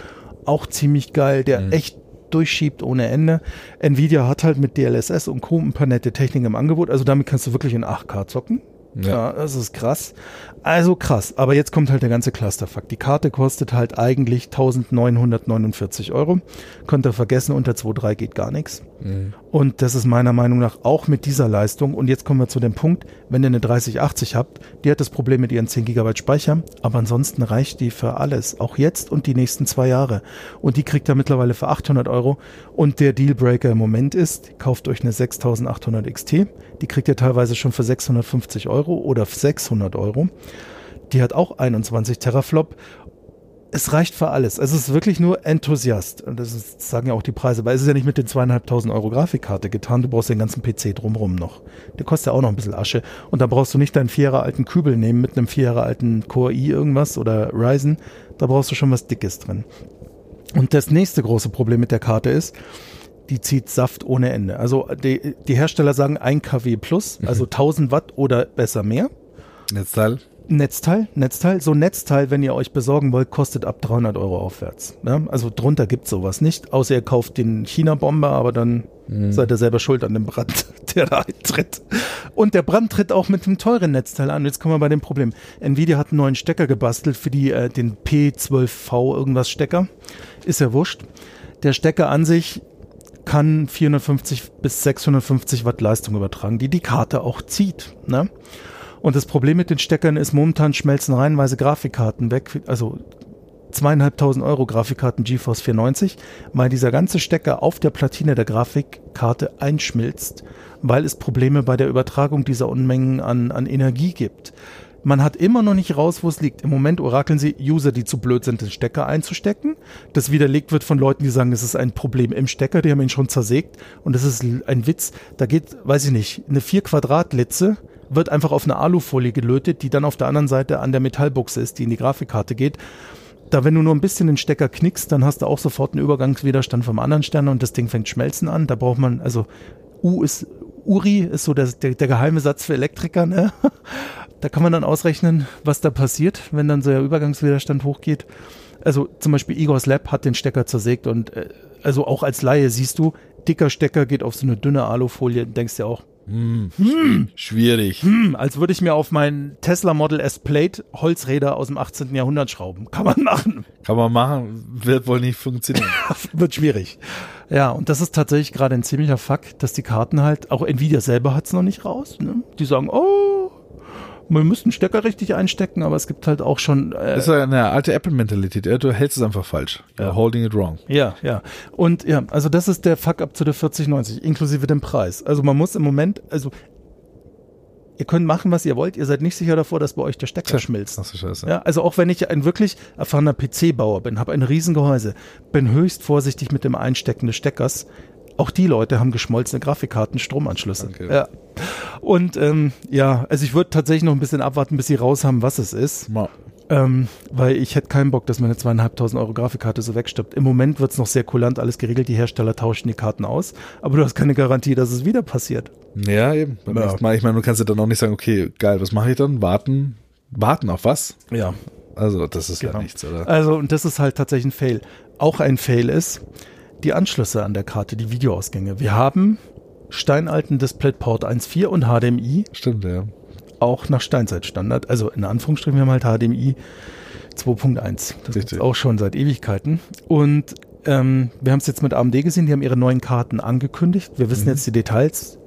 [SPEAKER 2] auch ziemlich geil. Der echt durchschiebt ohne Ende. Nvidia hat halt mit DLSS und Co. ein paar nette Techniken im Angebot. Also damit kannst du wirklich in 8K zocken. Ja. das ist krass. Also krass. Aber jetzt kommt halt der ganze Clusterfuck. Die Karte kostet halt eigentlich 1949 Euro. Könnt ihr vergessen, unter 2.3 geht gar nichts. Und das ist meiner Meinung nach auch mit dieser Leistung. Und jetzt kommen wir zu dem Punkt, wenn ihr eine 3080 habt, die hat das Problem mit ihren 10 GB Speicher, aber ansonsten reicht die für alles, auch jetzt und die nächsten zwei Jahre. Und die kriegt ihr mittlerweile für 800 Euro. Und der Dealbreaker im Moment ist, kauft euch eine 6800 XT, die kriegt ihr teilweise schon für 650 Euro oder 600 Euro. Die hat auch 21 Teraflop es reicht für alles. Also es ist wirklich nur Enthusiast. Und das ist, das sagen ja auch die Preise. Aber es ist ja nicht mit den zweieinhalbtausend Euro Grafikkarte getan. Du brauchst den ganzen PC drumrum noch. Der kostet ja auch noch ein bisschen Asche. Und da brauchst du nicht deinen vier Jahre alten Kübel nehmen mit einem vier Jahre alten Core i irgendwas oder Ryzen. Da brauchst du schon was Dickes drin. Und das nächste große Problem mit der Karte ist, die zieht Saft ohne Ende. Also die, die Hersteller sagen 1 kW plus, also 1000 Watt oder besser mehr.
[SPEAKER 1] Netzteil?
[SPEAKER 2] Netzteil, Netzteil, so ein Netzteil, wenn ihr euch besorgen wollt, kostet ab 300 Euro aufwärts. Ne? Also drunter gibt's sowas nicht, außer ihr kauft den China-Bomber, aber dann seid ihr selber schuld an dem Brand, der da eintritt. Und der Brand tritt auch mit dem teuren Netzteil an. Jetzt kommen wir bei dem Problem. Nvidia hat einen neuen Stecker gebastelt für die, äh, den P12V irgendwas Stecker. Ist ja wurscht. Der Stecker an sich kann 450 bis 650 Watt Leistung übertragen, die die Karte auch zieht. Ne? Und das Problem mit den Steckern ist, momentan schmelzen reihenweise Grafikkarten weg, also zweieinhalbtausend Euro Grafikkarten GeForce 490, weil dieser ganze Stecker auf der Platine der Grafikkarte einschmilzt, weil es Probleme bei der Übertragung dieser Unmengen an, an Energie gibt. Man hat immer noch nicht raus, wo es liegt. Im Moment orakeln sie User, die zu blöd sind, den Stecker einzustecken. Das widerlegt wird von Leuten, die sagen, es ist ein Problem im Stecker, die haben ihn schon zersägt. Und das ist ein Witz. Da geht, weiß ich nicht, eine 4 Quadrat-Litze wird einfach auf eine Alufolie gelötet, die dann auf der anderen Seite an der Metallbuchse ist, die in die Grafikkarte geht da wenn du nur ein bisschen den Stecker knickst, dann hast du auch sofort einen Übergangswiderstand vom anderen Stern und das Ding fängt schmelzen an. Da braucht man, also U ist, Uri ist so der, der, der geheime Satz für Elektriker, ne? Da kann man dann ausrechnen, was da passiert, wenn dann so der Übergangswiderstand hochgeht. Also zum Beispiel Igor's Lab hat den Stecker zersägt und äh, also auch als Laie siehst du, dicker Stecker geht auf so eine dünne Alufolie, denkst dir auch,
[SPEAKER 1] Schwierig.
[SPEAKER 2] hm, als würde ich mir auf meinen Tesla Model S Plate Holzräder aus dem 18. Jahrhundert schrauben. Kann man machen.
[SPEAKER 1] Kann man machen, wird wohl nicht funktionieren.
[SPEAKER 2] wird schwierig. Ja, und das ist tatsächlich gerade ein ziemlicher Fakt, dass die Karten halt, auch Nvidia selber hat's noch nicht raus. Ne? Die sagen, oh, wir müssen Stecker richtig einstecken, aber es gibt halt auch schon. Äh,
[SPEAKER 1] Das ist ja eine alte Apple-Mentalität. ja, Du hältst es einfach falsch. Ja. Holding it wrong.
[SPEAKER 2] ja, ja. Und ja, also das ist der Fuck-up zu der 4090, inklusive dem Preis. Also man muss im Moment, also ihr könnt machen, was ihr wollt, ihr seid nicht sicher davor, dass bei euch der Stecker schmilzt.
[SPEAKER 1] Ach so, scheiße.
[SPEAKER 2] Ja, also auch wenn ich ein wirklich erfahrener PC-Bauer bin, habe ein Riesengehäuse, bin höchst vorsichtig mit dem Einstecken des Steckers. Auch die Leute haben geschmolzene Grafikkarten, Stromanschlüsse.
[SPEAKER 1] Okay.
[SPEAKER 2] Ja. Und ähm, ja, also ich würde tatsächlich noch ein bisschen abwarten, bis sie raus haben, was es ist.
[SPEAKER 1] Mal.
[SPEAKER 2] Ähm, weil ich hätte keinen Bock, dass meine zweieinhalbtausend Euro Grafikkarte so wegstirbt. Im Moment wird's noch sehr kulant alles geregelt, die Hersteller tauschen die Karten aus, aber du hast keine Garantie, dass es wieder passiert.
[SPEAKER 1] Ja, eben. Beim
[SPEAKER 2] Ja.
[SPEAKER 1] nächsten Mal. Ich meine, du kannst ja dann auch nicht sagen, okay, geil, was mache ich dann? Warten. Warten auf was?
[SPEAKER 2] Ja.
[SPEAKER 1] Also, das ist ja
[SPEAKER 2] Genau.
[SPEAKER 1] nichts, oder?
[SPEAKER 2] Also, und das ist halt tatsächlich ein Fail. Auch ein Fail ist die Anschlüsse an der Karte, die Videoausgänge. Wir haben steinalten DisplayPort 1.4 und HDMI,
[SPEAKER 1] Stimmt, ja.
[SPEAKER 2] auch nach Steinzeitstandard. Also in Anführungsstrichen, wir haben halt HDMI 2.1. Das
[SPEAKER 1] Richtig.
[SPEAKER 2] ist auch schon seit Ewigkeiten. Und ähm, wir haben es jetzt mit AMD gesehen, die haben ihre neuen Karten angekündigt. Wir
[SPEAKER 1] Mhm.
[SPEAKER 2] wissen jetzt die Details.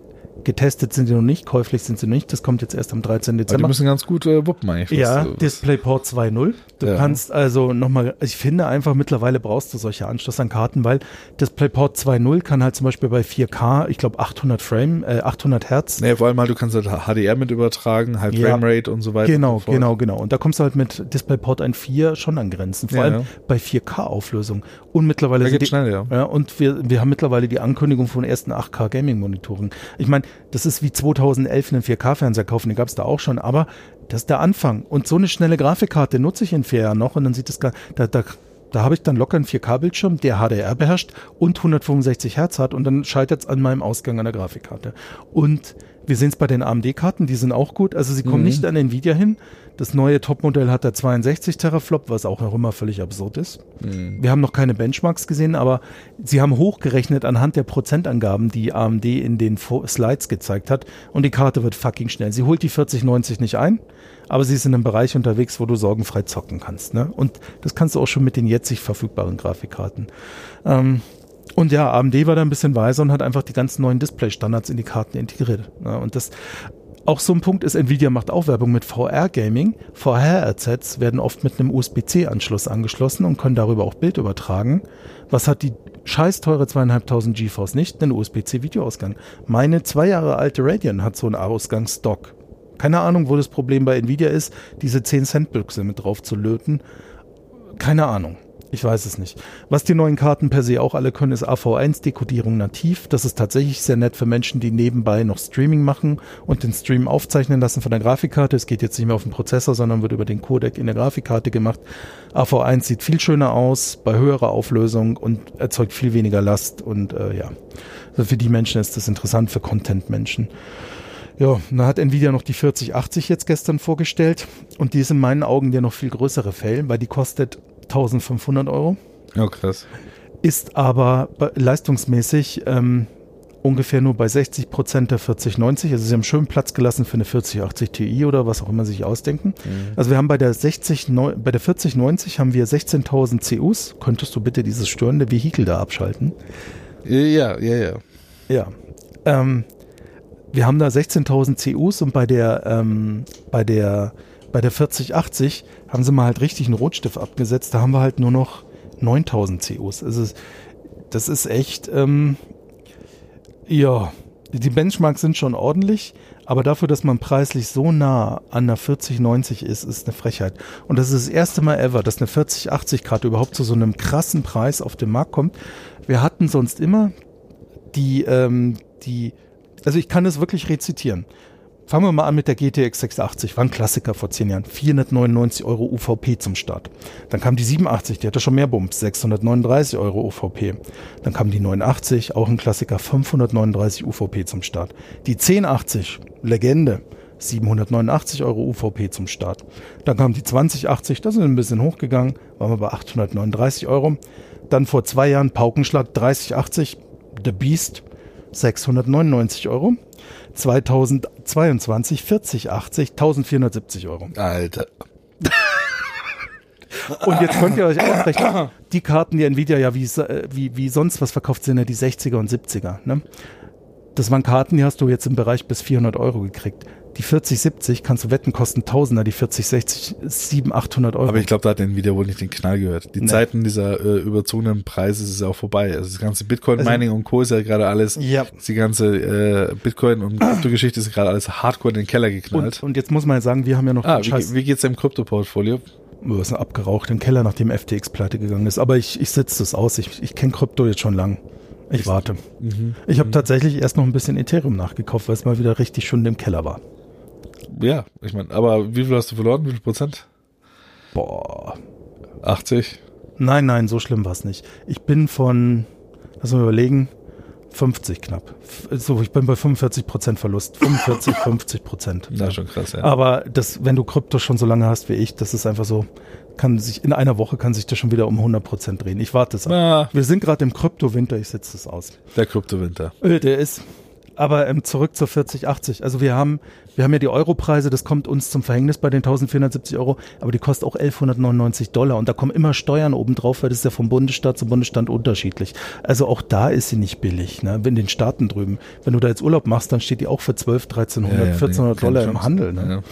[SPEAKER 2] Getestet sind sie noch nicht, käuflich sind sie noch nicht. Das kommt jetzt erst am 13.
[SPEAKER 1] Aber die
[SPEAKER 2] Dezember.
[SPEAKER 1] müssen ganz gut äh, wuppen eigentlich. was,
[SPEAKER 2] Ja,
[SPEAKER 1] äh, was-
[SPEAKER 2] DisplayPort 2.0. Du
[SPEAKER 1] Ja.
[SPEAKER 2] kannst also nochmal, ich finde einfach mittlerweile brauchst du solche Anschlüsse an Karten, weil DisplayPort 2.0 kann halt zum Beispiel bei 4K, ich glaube 800 Frame, äh, 800 Hertz.
[SPEAKER 1] Nee, vor allem halt, du kannst halt HDR mit übertragen, halt
[SPEAKER 2] Ja.
[SPEAKER 1] Framerate und so weiter.
[SPEAKER 2] Genau,
[SPEAKER 1] und so fort.
[SPEAKER 2] genau, genau. Und da kommst du halt mit DisplayPort 1.4 schon an Grenzen. Vor
[SPEAKER 1] Ja,
[SPEAKER 2] allem
[SPEAKER 1] ja.
[SPEAKER 2] bei 4K-Auflösung. Und mittlerweile
[SPEAKER 1] Da
[SPEAKER 2] sind
[SPEAKER 1] geht's
[SPEAKER 2] die,
[SPEAKER 1] schnell, ja.
[SPEAKER 2] ja. Und wir, wir haben mittlerweile die Ankündigung von ersten 8K-Gaming-Monitoren. Ich meine, das ist wie 2011 einen 4K-Fernseher kaufen, den gab's da auch schon, aber das ist der Anfang. Und so eine schnelle Grafikkarte nutze ich in vier Jahren noch und dann sieht das gar, da, da, da habe ich dann locker einen 4K-Bildschirm, der HDR beherrscht und 165 Hertz hat und dann scheitert's an meinem Ausgang an der Grafikkarte. Und wir sehen's bei den AMD-Karten, die sind auch gut. Also sie kommen nicht an Nvidia hin. Das neue Topmodell hat da 62 Teraflop, was auch noch immer völlig absurd ist. Wir haben noch keine Benchmarks gesehen, aber sie haben hochgerechnet anhand der Prozentangaben, die AMD in den Vor- Slides gezeigt hat. Und die Karte wird fucking schnell. Sie holt die 4090 nicht ein, aber sie ist in einem Bereich unterwegs, wo du sorgenfrei zocken kannst. Ne? Und das kannst du auch schon mit den jetzig verfügbaren Grafikkarten. Ähm, und ja, AMD war da ein bisschen weiser und hat einfach die ganzen neuen Display-Standards in die Karten integriert. Ja, und das auch so ein Punkt ist, Nvidia macht auch Werbung mit VR-Gaming. VR-Headsets werden oft mit einem USB-C-Anschluss angeschlossen und können darüber auch Bild übertragen. Was hat die scheiß teure 2500 GeForce nicht? Einen USB-C-Videoausgang. Meine zwei Jahre alte Radeon hat so einen Ausgangsstock. Keine Ahnung, wo das Problem bei Nvidia ist, diese 10-Cent-Büchse mit drauf zu löten. Keine Ahnung. Ich weiß es nicht. Was die neuen Karten per se auch alle können, ist AV1-Dekodierung nativ. Das ist tatsächlich sehr nett für Menschen, die nebenbei noch Streaming machen und den Stream aufzeichnen lassen von der Grafikkarte. Es geht jetzt nicht mehr auf den Prozessor, sondern wird über den Codec in der Grafikkarte gemacht. AV1 sieht viel schöner aus, bei höherer Auflösung und erzeugt viel weniger Last. Und äh, ja, also für die Menschen ist das interessant, für Content-Menschen. Ja, und dann hat Nvidia noch die 4080 jetzt gestern vorgestellt und die ist in meinen Augen der noch viel größere Fail, weil die kostet 1500 Euro,
[SPEAKER 1] Ja, Oh, krass.
[SPEAKER 2] ist aber be- leistungsmäßig ähm, ungefähr nur bei 60 Prozent der 4090. Also sie haben schön Platz gelassen für eine 4080 Ti oder was auch immer sie sich ausdenken. Also wir haben bei der 60, neu- bei der 4090 haben wir 16.000 CUs. Könntest du bitte dieses störende Vehikel da abschalten?
[SPEAKER 1] Ja, ja, ja.
[SPEAKER 2] Ja. Ähm, wir haben da 16.000 CUs und bei der, ähm, bei der, bei der 4080 haben sie mal halt richtig einen Rotstift abgesetzt. Da haben wir halt nur noch 9.000 CUs. Also, es- das ist echt, ähm, ja, die Benchmarks sind schon ordentlich, aber dafür, dass man preislich so nah an einer 4090 ist, ist eine Frechheit. Und das ist das erste Mal ever, dass eine 4080-Karte überhaupt zu so einem krassen Preis auf den Markt kommt. Wir hatten sonst immer die, ähm, die, also ich kann das wirklich rezitieren. Fangen wir mal an mit der GTX 680, war ein Klassiker vor zehn Jahren. 499 Euro UVP zum Start. Dann kam die 87, die hatte schon mehr Bums, 639 Euro UVP. Dann kam die 89, auch ein Klassiker, 539 UVP zum Start. Die 1080, Legende, 789 Euro UVP zum Start. Dann kam die 2080, das ist ein bisschen hochgegangen, waren wir bei 839 Euro. Dann vor zwei Jahren Paukenschlag 3080, The Beast, 699 Euro. 2022 4080, 1470 Euro.
[SPEAKER 1] Alter.
[SPEAKER 2] Und jetzt könnt ihr euch ausrechnen, die Karten, die Nvidia ja wie, s- äh, wie, wie sonst was verkauft, sind ja die 60er und 70er. Ne? Das waren Karten, die hast du jetzt im Bereich bis 400 Euro gekriegt. Die 4070 kannst du wetten, kosten Tausender, die 4060 700, 800 Euro.
[SPEAKER 1] Aber ich glaube, da hat Nvidia wohl nicht den Knall gehört. Die
[SPEAKER 2] Nee.
[SPEAKER 1] Zeiten dieser äh, überzogenen Preise ist ja auch vorbei. Also das ganze Bitcoin-Mining und Co. ist ja gerade alles,
[SPEAKER 2] Ja.
[SPEAKER 1] die ganze äh, Bitcoin- und Kryptogeschichte ist gerade alles hardcore in den Keller geknallt.
[SPEAKER 2] und, und jetzt muss man ja sagen, wir haben ja noch
[SPEAKER 1] ah,
[SPEAKER 2] den
[SPEAKER 1] wie, ge- wie geht's deinem Krypto-Portfolio?
[SPEAKER 2] Wir sind abgeraucht im Keller, nachdem FTX pleite gegangen ist. Aber ich, ich setze das aus. Ich, ich kenne Krypto jetzt schon lang. Ich warte. Ich
[SPEAKER 1] Mhm.
[SPEAKER 2] habe tatsächlich erst noch ein bisschen Ethereum nachgekauft, weil es mal wieder richtig schön im Keller war.
[SPEAKER 1] Ja, ich meine, aber wie viel hast du verloren? Wie viel Prozent?
[SPEAKER 2] Boah.
[SPEAKER 1] 80?
[SPEAKER 2] Nein, nein, so schlimm war es nicht. Ich bin von, lass mal überlegen, 50 knapp. F- So, ich bin bei 45 Prozent Verlust. 45, 50 Prozent.
[SPEAKER 1] Das ist schon krass, ja.
[SPEAKER 2] Aber das, wenn du Krypto schon so lange hast wie ich, das ist einfach so, kann sich, in einer Woche kann sich das schon wieder um 100 Prozent drehen. Ich warte es ab.
[SPEAKER 1] Na,
[SPEAKER 2] Wir sind gerade im Kryptowinter, ich setze das aus.
[SPEAKER 1] der Kryptowinter.
[SPEAKER 2] Öh, der ist. Aber ähm, zurück zur 4080. Also wir haben, wir haben ja die Europreise, das kommt uns zum Verhängnis bei den 1470 Euro, aber die kostet auch 1199 Dollar und da kommen immer Steuern obendrauf, weil das ist ja vom Bundesstaat zum Bundesstaat unterschiedlich. Also auch da ist sie nicht billig, ne? in den Staaten drüben. Wenn du da jetzt Urlaub machst, dann steht die auch für 12, 1300, 1400
[SPEAKER 1] nee, keine
[SPEAKER 2] Dollar im
[SPEAKER 1] Chance.
[SPEAKER 2] Handel. Ne?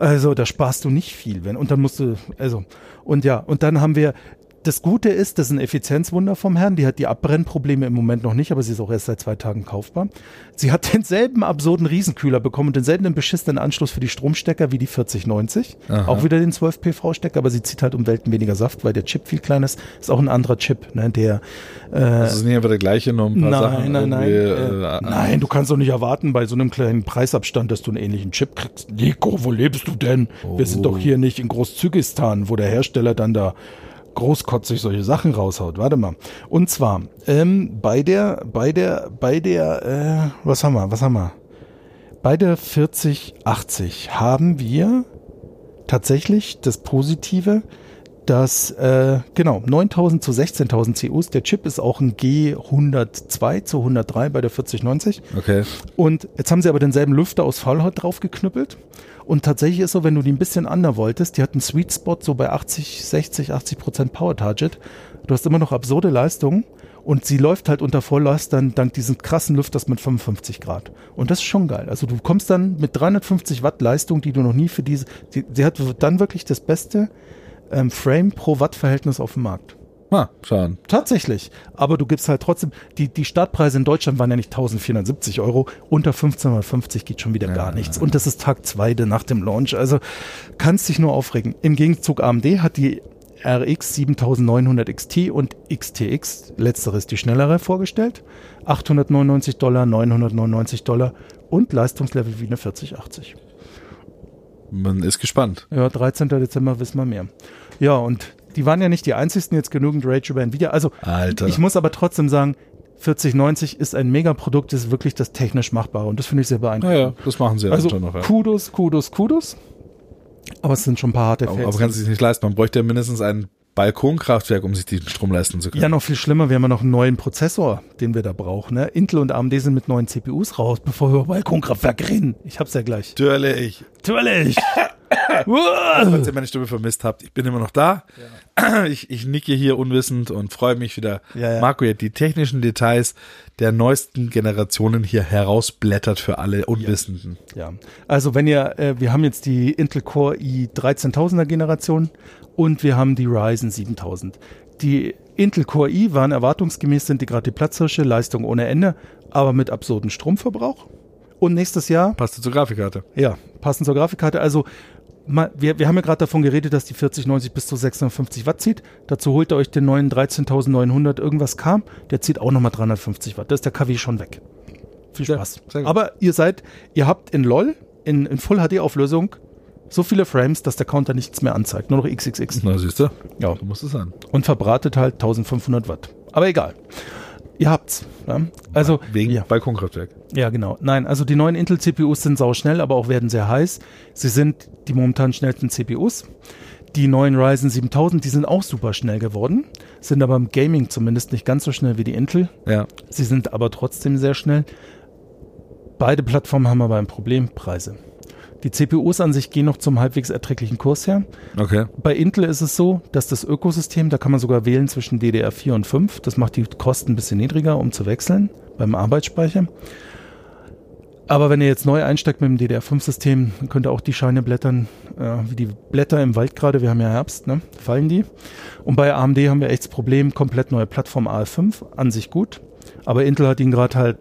[SPEAKER 1] Ja.
[SPEAKER 2] Also da sparst du nicht viel, wenn und dann musst du also und ja und dann haben wir das Gute ist, das ist ein Effizienzwunder vom Herrn. Die hat die Abbrennprobleme im Moment noch nicht, aber sie ist auch erst seit zwei Tagen kaufbar. Sie hat denselben absurden Riesenkühler bekommen und denselben beschissenen Anschluss für die Stromstecker wie die 4090.
[SPEAKER 1] Aha.
[SPEAKER 2] Auch wieder den 12 PV-Stecker, aber sie zieht halt um Welten weniger Saft, weil der Chip viel kleiner ist. Ist auch ein anderer Chip, ne, der
[SPEAKER 1] Das ist nicht einfach der gleiche, nur ein paar
[SPEAKER 2] nein,
[SPEAKER 1] Sachen.
[SPEAKER 2] Nein, nein,
[SPEAKER 1] irgendwie,
[SPEAKER 2] äh,
[SPEAKER 1] äh,
[SPEAKER 2] nein, du kannst doch nicht erwarten bei so einem kleinen Preisabstand, dass du einen ähnlichen Chip kriegst. Nico, wo lebst du denn? Wir sind
[SPEAKER 1] Oh.
[SPEAKER 2] doch hier nicht in Großzügistan, wo der Hersteller dann da großkotzig solche Sachen raushaut. Warte mal. Und zwar ähm, bei der, bei der, bei der, äh, was haben wir, was haben wir? Bei der 4080 haben wir tatsächlich das Positive, dass, äh, genau, 9000 zu 16.000 CUs, der Chip ist auch ein G102 zu 103 bei der 4090.
[SPEAKER 1] Okay.
[SPEAKER 2] Und jetzt haben sie aber denselben Lüfter aus Faulhaut draufgeknüppelt. Und tatsächlich ist so, wenn du die ein bisschen under wolltest, die hat einen Sweet Spot so bei 80, 60, 80 Prozent Power Target. Du hast immer noch absurde Leistungen. Und sie läuft halt unter Volllast dann dank diesen krassen Lüfters mit 55 Grad. Und das ist schon geil. Also du kommst dann mit 350 Watt Leistung, die du noch nie für diese, die, sie hat dann wirklich das beste ähm, Frame pro Watt Verhältnis auf dem Markt.
[SPEAKER 1] Ah, schauen.
[SPEAKER 2] Tatsächlich. Aber du gibst halt trotzdem, die, die Startpreise in Deutschland waren ja nicht 1470 Euro. Unter 1550 geht schon wieder gar nichts. Und das ist Tag 2 nach dem Launch. Also kannst dich nur aufregen. Im Gegenzug AMD hat die RX 7900 XT und XTX, letzteres die schnellere, vorgestellt. 899 Dollar, 999 Dollar und Leistungslevel wie eine 4080.
[SPEAKER 1] Man ist gespannt.
[SPEAKER 2] Ja, 13. Dezember wissen wir mehr. Ja, und die waren ja nicht die einzigsten jetzt genügend Rage über Nvidia. Also
[SPEAKER 1] Alter.
[SPEAKER 2] ich muss aber trotzdem sagen, 4090 ist ein Megaprodukt, ist wirklich das technisch Machbare und das finde ich sehr beeindruckend.
[SPEAKER 1] Naja, das machen sie ja
[SPEAKER 2] also
[SPEAKER 1] schon noch. Ja.
[SPEAKER 2] Kudos, Kudos, Kudos. Aber es sind schon ein paar harte
[SPEAKER 1] Aber, aber
[SPEAKER 2] Facts.
[SPEAKER 1] kannst du dich nicht leisten. Man bräuchte ja mindestens ein Balkonkraftwerk, um sich den Strom leisten zu können.
[SPEAKER 2] Ja, noch viel schlimmer, wir haben ja noch einen neuen Prozessor, den wir da brauchen. Ne? Intel und AMD sind mit neuen CPUs raus, bevor wir über Balkonkraftwerk reden. Ich hab's ja gleich.
[SPEAKER 1] Natürlich. ich.
[SPEAKER 2] Natürlich.
[SPEAKER 1] Falls ihr meine Stimme vermisst habt, ich bin immer noch da. Ich, ich nicke hier unwissend und freue mich wieder.
[SPEAKER 2] Ja, ja.
[SPEAKER 1] Marco hat die technischen Details der neuesten Generationen hier herausblättert für alle Unwissenden.
[SPEAKER 2] Ja, also wenn ihr, äh, wir haben jetzt die Intel Core i13000er Generation und wir haben die Ryzen 7000. Die Intel Core i waren erwartungsgemäß, sind die gerade die Platzhirsche, Leistung ohne Ende, aber mit absurden Stromverbrauch. Und nächstes Jahr,
[SPEAKER 1] Passt zur Grafikkarte.
[SPEAKER 2] ja, passend zur Grafikkarte, also mal, wir, wir haben ja gerade davon geredet, dass die 4090 bis zu 650 Watt zieht. Dazu holt ihr euch den neuen 13900 irgendwas kam, der zieht auch nochmal 350 Watt. Da ist der KW schon weg. Viel
[SPEAKER 1] Sehr-
[SPEAKER 2] Spaß.
[SPEAKER 1] sehr gut.
[SPEAKER 2] Aber ihr seid, ihr habt in LOL, in, in Full HD Auflösung, so viele Frames, dass der Counter nichts mehr anzeigt. Nur noch XXX.
[SPEAKER 1] Na, siehste.
[SPEAKER 2] Ja.
[SPEAKER 1] So muss es sein.
[SPEAKER 2] Und verbratet halt 1500 Watt. Aber egal. Ihr habt's. Ja? Also,
[SPEAKER 1] Wegen
[SPEAKER 2] ja.
[SPEAKER 1] Balkonkraftwerk.
[SPEAKER 2] Ja, genau. Nein, also die neuen Intel-CPUs sind sauschnell, aber auch werden sehr heiß. Sie sind die momentan schnellsten CPUs. Die neuen Ryzen 7000, die sind auch super schnell geworden, sind aber im Gaming zumindest nicht ganz so schnell wie die Intel.
[SPEAKER 1] Ja.
[SPEAKER 2] Sie sind aber trotzdem sehr schnell. Beide Plattformen haben aber ein Problem, Preise. Die CPUs an sich gehen noch zum halbwegs erträglichen Kurs her.
[SPEAKER 1] Okay.
[SPEAKER 2] Bei Intel ist es so, dass das Ökosystem, da kann man sogar wählen zwischen DDR4 und 5. Das macht die Kosten ein bisschen niedriger, um zu wechseln beim Arbeitsspeicher. Aber wenn ihr jetzt neu einsteigt mit dem DDR5-System, dann könnt ihr auch die Scheine blättern, äh, wie die Blätter im Wald gerade, wir haben ja Herbst, ne? fallen die. Und bei AMD haben wir echt das Problem, komplett neue Plattform AF5, an sich gut. Aber Intel hat ihn gerade halt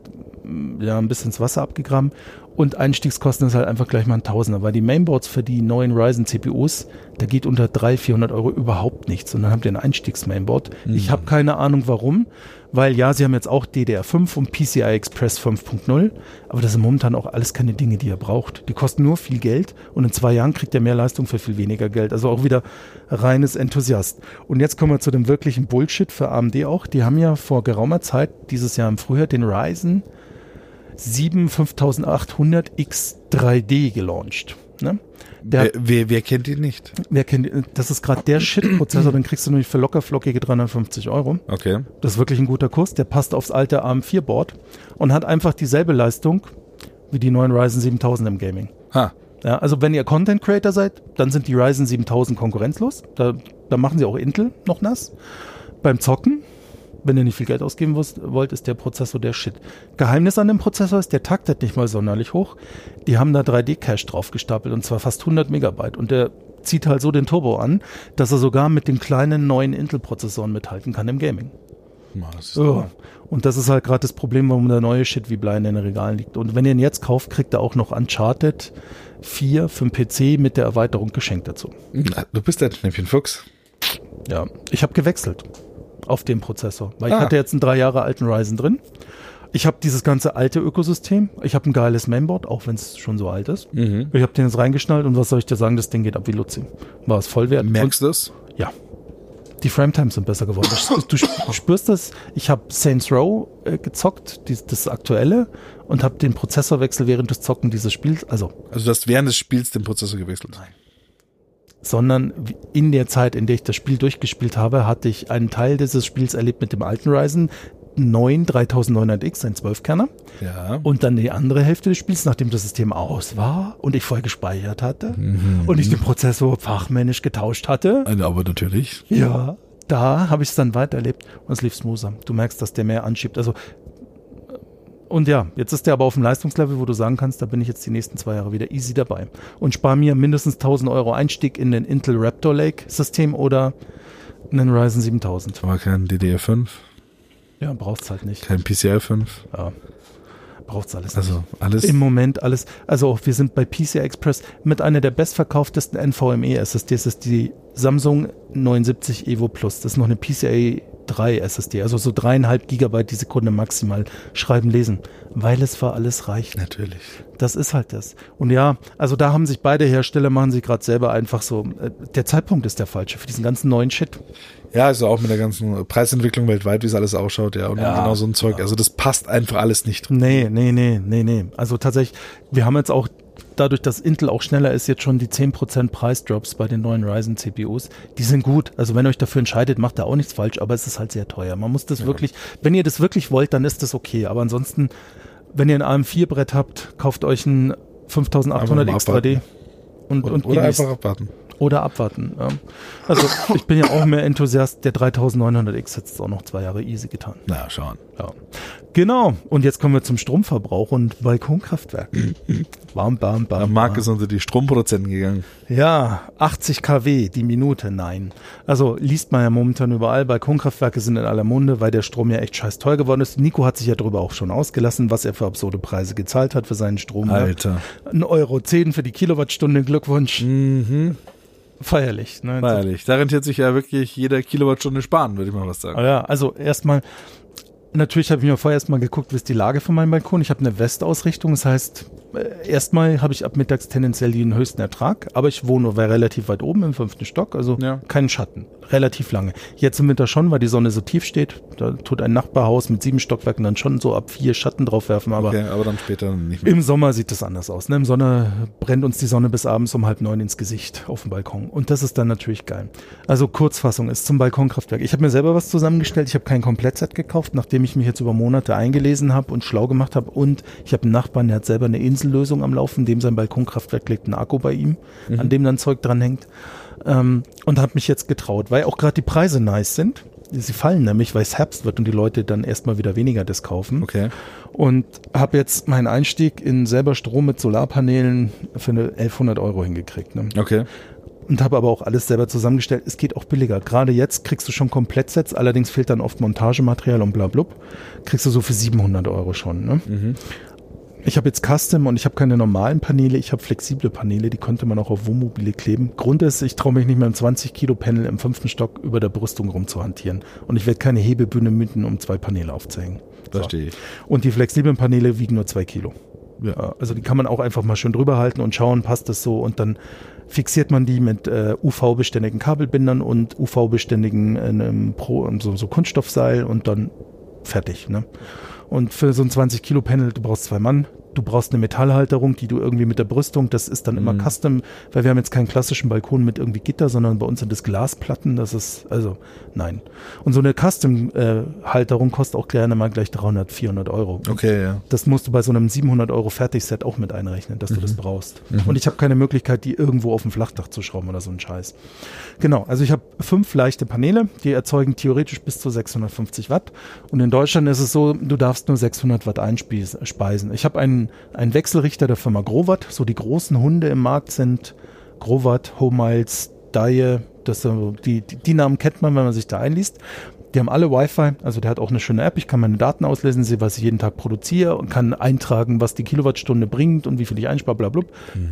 [SPEAKER 2] ja, ein bisschen ins Wasser abgegraben. Und Einstiegskosten ist halt einfach gleich mal ein Tausender, weil die Mainboards für die neuen Ryzen CPUs, da geht unter 300, 400 Euro überhaupt nichts. Und dann habt ihr ein Einstiegs-Mainboard. Ich habe keine Ahnung warum, weil ja, sie haben jetzt auch DDR5 und PCI Express 5.0, aber das sind momentan auch alles keine Dinge, die ihr braucht. Die kosten nur viel Geld und in zwei Jahren kriegt ihr mehr Leistung für viel weniger Geld. Also auch wieder reines Enthusiast. Und jetzt kommen wir zu dem wirklichen Bullshit für AMD auch. Die haben ja vor geraumer Zeit, dieses Jahr im Frühjahr, den Ryzen 7 5800 X3D gelauncht. Ne? Der,
[SPEAKER 1] Wer, wer, wer kennt ihn nicht?
[SPEAKER 2] wer kennt, das ist gerade der Shit-Prozessor, den kriegst du nämlich für locker flockige 350 Euro.
[SPEAKER 1] Okay.
[SPEAKER 2] Das ist wirklich ein guter Kurs. Der passt aufs alte AM4-Board und hat einfach dieselbe Leistung wie die neuen Ryzen 7000 im Gaming.
[SPEAKER 1] Ha.
[SPEAKER 2] Ja, also wenn ihr Content Creator seid, dann sind die Ryzen 7000 konkurrenzlos. Da, da machen sie auch Intel noch nass. Beim Zocken, wenn ihr nicht viel Geld ausgeben wusst- wollt, ist der Prozessor der Shit. Geheimnis an dem Prozessor ist, der taktet nicht mal sonderlich hoch. Die haben da 3D-Cache drauf gestapelt und zwar fast 100 Megabyte und der zieht halt so den Turbo an, dass er sogar mit den kleinen neuen Intel-Prozessoren mithalten kann im Gaming.
[SPEAKER 1] Ma, das ist-
[SPEAKER 2] So. Und das ist halt gerade das Problem, warum der neue Shit wie Blei in den Regalen liegt. Und wenn ihr ihn jetzt kauft, kriegt ihr auch noch Uncharted 4 für den PC mit der Erweiterung geschenkt dazu.
[SPEAKER 1] Na, Du bist der Schnäppchenfuchs.
[SPEAKER 2] Ja. Ich habe gewechselt auf den Prozessor, weil ich
[SPEAKER 1] Ah.
[SPEAKER 2] hatte jetzt einen drei Jahre alten Ryzen drin. Ich habe dieses ganze alte Ökosystem. Ich habe ein geiles Mainboard, auch wenn es schon so alt ist.
[SPEAKER 1] Mhm.
[SPEAKER 2] Ich habe den jetzt reingeschnallt und was soll ich dir sagen, das Ding geht ab wie Luzi. War es vollwert.
[SPEAKER 1] Merkst du es?
[SPEAKER 2] Ja. Die Frametimes sind besser geworden. Du, du spürst das. Ich habe Saints Row äh, gezockt, dies, das aktuelle, und habe den Prozessorwechsel während des Zocken dieses Spiels, also,
[SPEAKER 1] Also du hast während des Spiels den Prozessor gewechselt.
[SPEAKER 2] sondern wie- in der Zeit, in der ich das Spiel durchgespielt habe, hatte ich einen Teil dieses Spiels erlebt mit dem alten Ryzen 9 3900X, ein 12-Kerner,
[SPEAKER 1] Ja.
[SPEAKER 2] und dann die andere Hälfte des Spiels, nachdem das System aus war und ich vorher gespeichert hatte und ich den Prozessor fachmännisch getauscht hatte.
[SPEAKER 1] Äh, Aber natürlich.
[SPEAKER 2] Ja, da habe ich es dann weiterlebt und es lief smoother. Du merkst, dass der mehr anschiebt. Also und ja, jetzt ist der aber auf dem Leistungslevel, wo du sagen kannst, da bin ich jetzt die nächsten zwei Jahre wieder easy dabei und spare mir mindestens 1000 Euro Einstieg in den Intel Raptor Lake System oder einen Ryzen 7000.
[SPEAKER 1] Aber kein DDR5,
[SPEAKER 2] Ja, braucht's halt nicht.
[SPEAKER 1] kein PCI 5.
[SPEAKER 2] Ja, braucht's alles. nicht.
[SPEAKER 1] Also alles.
[SPEAKER 2] Im Moment alles. Also auch wir sind bei PCI Express mit einer der bestverkauftesten NVMe SSDs E. ist die Samsung 79 Evo Plus. Das ist noch eine PCI 3 SSD, also so dreieinhalb Gigabyte die Sekunde maximal schreiben, lesen, weil es für alles reicht.
[SPEAKER 1] natürlich.
[SPEAKER 2] Das ist halt das. Und ja, also da haben sich beide Hersteller, machen sich gerade selber einfach so, äh, der Zeitpunkt ist der falsche für diesen ganzen neuen Shit.
[SPEAKER 1] Ja, also auch mit der ganzen Preisentwicklung weltweit, wie es alles ausschaut, ja. Und
[SPEAKER 2] Ja.
[SPEAKER 1] genau so ein Zeug. Also das passt einfach alles nicht.
[SPEAKER 2] Nee, nee, nee, nee, nee. Also tatsächlich, wir haben jetzt auch dadurch, dass Intel auch schneller ist, jetzt schon die 10% Preisdrops bei den neuen Ryzen CPUs. Die sind gut. Also wenn ihr euch dafür entscheidet, macht da auch nichts falsch, aber es ist halt sehr teuer. Man muss das wirklich, wenn ihr das wirklich wollt, dann ist das okay. Aber ansonsten, wenn ihr ein AM4-Brett habt, kauft euch ein 5800
[SPEAKER 1] Einfach mal
[SPEAKER 2] X3D.
[SPEAKER 1] abwarten.
[SPEAKER 2] Und, und
[SPEAKER 1] Oder
[SPEAKER 2] genießt.
[SPEAKER 1] einfach abwarten.
[SPEAKER 2] Oder abwarten. Ja. Also ich bin ja auch mehr Enthusiast. Der 3900X hat es auch noch zwei Jahre easy getan.
[SPEAKER 1] Na, schauen.
[SPEAKER 2] Ja. Genau. Und jetzt kommen wir zum Stromverbrauch und Balkonkraftwerken. Bam, bam,
[SPEAKER 1] Der
[SPEAKER 2] bam.
[SPEAKER 1] Marc ist unter die Stromproduzenten gegangen.
[SPEAKER 2] Ja, 80 kW die Minute, nein. Also liest man ja momentan überall, Balkonkraftwerke sind in aller Munde, weil der Strom ja echt scheiß teuer geworden ist. Nico hat sich ja darüber auch schon ausgelassen, was er für absurde Preise gezahlt hat für seinen Strom. ne?
[SPEAKER 1] Alter.
[SPEAKER 2] Ein Euro 10 für die Kilowattstunde, Glückwunsch. Feierlich. Ne?
[SPEAKER 1] Feierlich. Da rentiert sich ja wirklich jeder Kilowattstunde sparen, würde ich mal was
[SPEAKER 2] Ah
[SPEAKER 1] sagen.
[SPEAKER 2] Ja, also erstmal, natürlich habe ich mir vorher erstmal geguckt, wie ist die Lage von meinem Balkon. Ich habe eine Westausrichtung, das heißt, äh, erstmal habe ich ab mittags tendenziell den höchsten Ertrag, aber ich wohne nur relativ weit oben im fünften Stock, also
[SPEAKER 1] Ja.
[SPEAKER 2] keinen Schatten, relativ lange. Jetzt im Winter schon, weil die Sonne so tief steht, da tut ein Nachbarhaus mit sieben Stockwerken dann schon so ab vier Schatten drauf werfen, aber
[SPEAKER 1] Okay, aber dann später nicht mehr.
[SPEAKER 2] im Sommer sieht es anders aus. Ne? Im Sommer brennt uns die Sonne bis abends um halb neun ins Gesicht auf dem Balkon. Und das ist dann natürlich geil. Also Kurzfassung ist zum Balkonkraftwerk. Ich habe mir selber was zusammengestellt. Ich habe kein Komplettset gekauft, nachdem ich mich jetzt über Monate eingelesen habe und schlau gemacht habe. Und ich habe einen Nachbarn, der hat selber eine Insellösung am Laufen, dem sein Balkonkraftwerk legt einen Akku bei ihm,
[SPEAKER 1] Mhm.
[SPEAKER 2] an dem dann Zeug dranhängt. Ähm, und habe mich jetzt getraut, weil auch gerade die Preise nice sind. Sie fallen nämlich, weil es Herbst wird und die Leute dann erstmal wieder weniger das kaufen
[SPEAKER 1] Okay.
[SPEAKER 2] und habe jetzt meinen Einstieg in selber Strom mit Solarpanelen für eine 1100 Euro hingekriegt. Ne?
[SPEAKER 1] Okay.
[SPEAKER 2] und habe aber auch alles selber zusammengestellt. Es geht auch billiger. Gerade jetzt kriegst du schon Komplettsets, allerdings fehlt dann oft Montagematerial und bla blub. Kriegst du so für 700 Euro schon. Ne? Ich habe jetzt Custom und ich habe keine normalen Paneele, ich habe flexible Paneele, die konnte man auch auf Wohnmobile kleben. Grund ist, ich traue mich nicht mehr im 20 Kilo Panel im fünften Stock über der Brüstung rumzuhantieren und ich werde keine Hebebühne mitten, um zwei Paneele aufzuhängen. So.
[SPEAKER 1] Verstehe ich.
[SPEAKER 2] Und die flexiblen Paneele wiegen nur zwei Kilo.
[SPEAKER 1] Ja.
[SPEAKER 2] Ja, Also die kann man auch einfach mal schön drüber halten und schauen, passt das so und dann fixiert man die mit äh, UV-beständigen Kabelbindern und UV-beständigen äh, einem Pro, so, so Kunststoffseil und dann fertig. Ne? Und für so ein 20-Kilo-Panel, du brauchst zwei Mann, du brauchst eine Metallhalterung, die du irgendwie mit der Brüstung, das ist dann immer Custom, weil wir haben jetzt keinen klassischen Balkon mit irgendwie Gitter, sondern bei uns sind das Glasplatten, das ist, also nein. Und so eine Custom-Halterung kostet auch gerne mal gleich 300, 400 Euro.
[SPEAKER 1] Okay, ja.
[SPEAKER 2] Das musst du bei so einem 700 Euro Fertigset auch mit einrechnen, dass du das brauchst. Und ich habe keine Möglichkeit, die irgendwo auf dem Flachdach zu schrauben oder so ein Scheiß. Genau, also ich habe fünf leichte Paneele, die erzeugen theoretisch bis zu 650 Watt. Und in Deutschland ist es so, du darfst nur 600 Watt einspeisen. Ich habe einen, einen Wechselrichter der Firma Growatt. So die großen Hunde im Markt sind Growatt, Homals, Daie. Das, sind so die, die, die Namen kennt man, wenn man sich da einliest. Die haben alle Wi-Fi, also der hat auch eine schöne App. Ich kann meine Daten auslesen, sehe, was ich jeden Tag produziere und kann eintragen, was die Kilowattstunde bringt und wie viel ich einspare, bla, bla.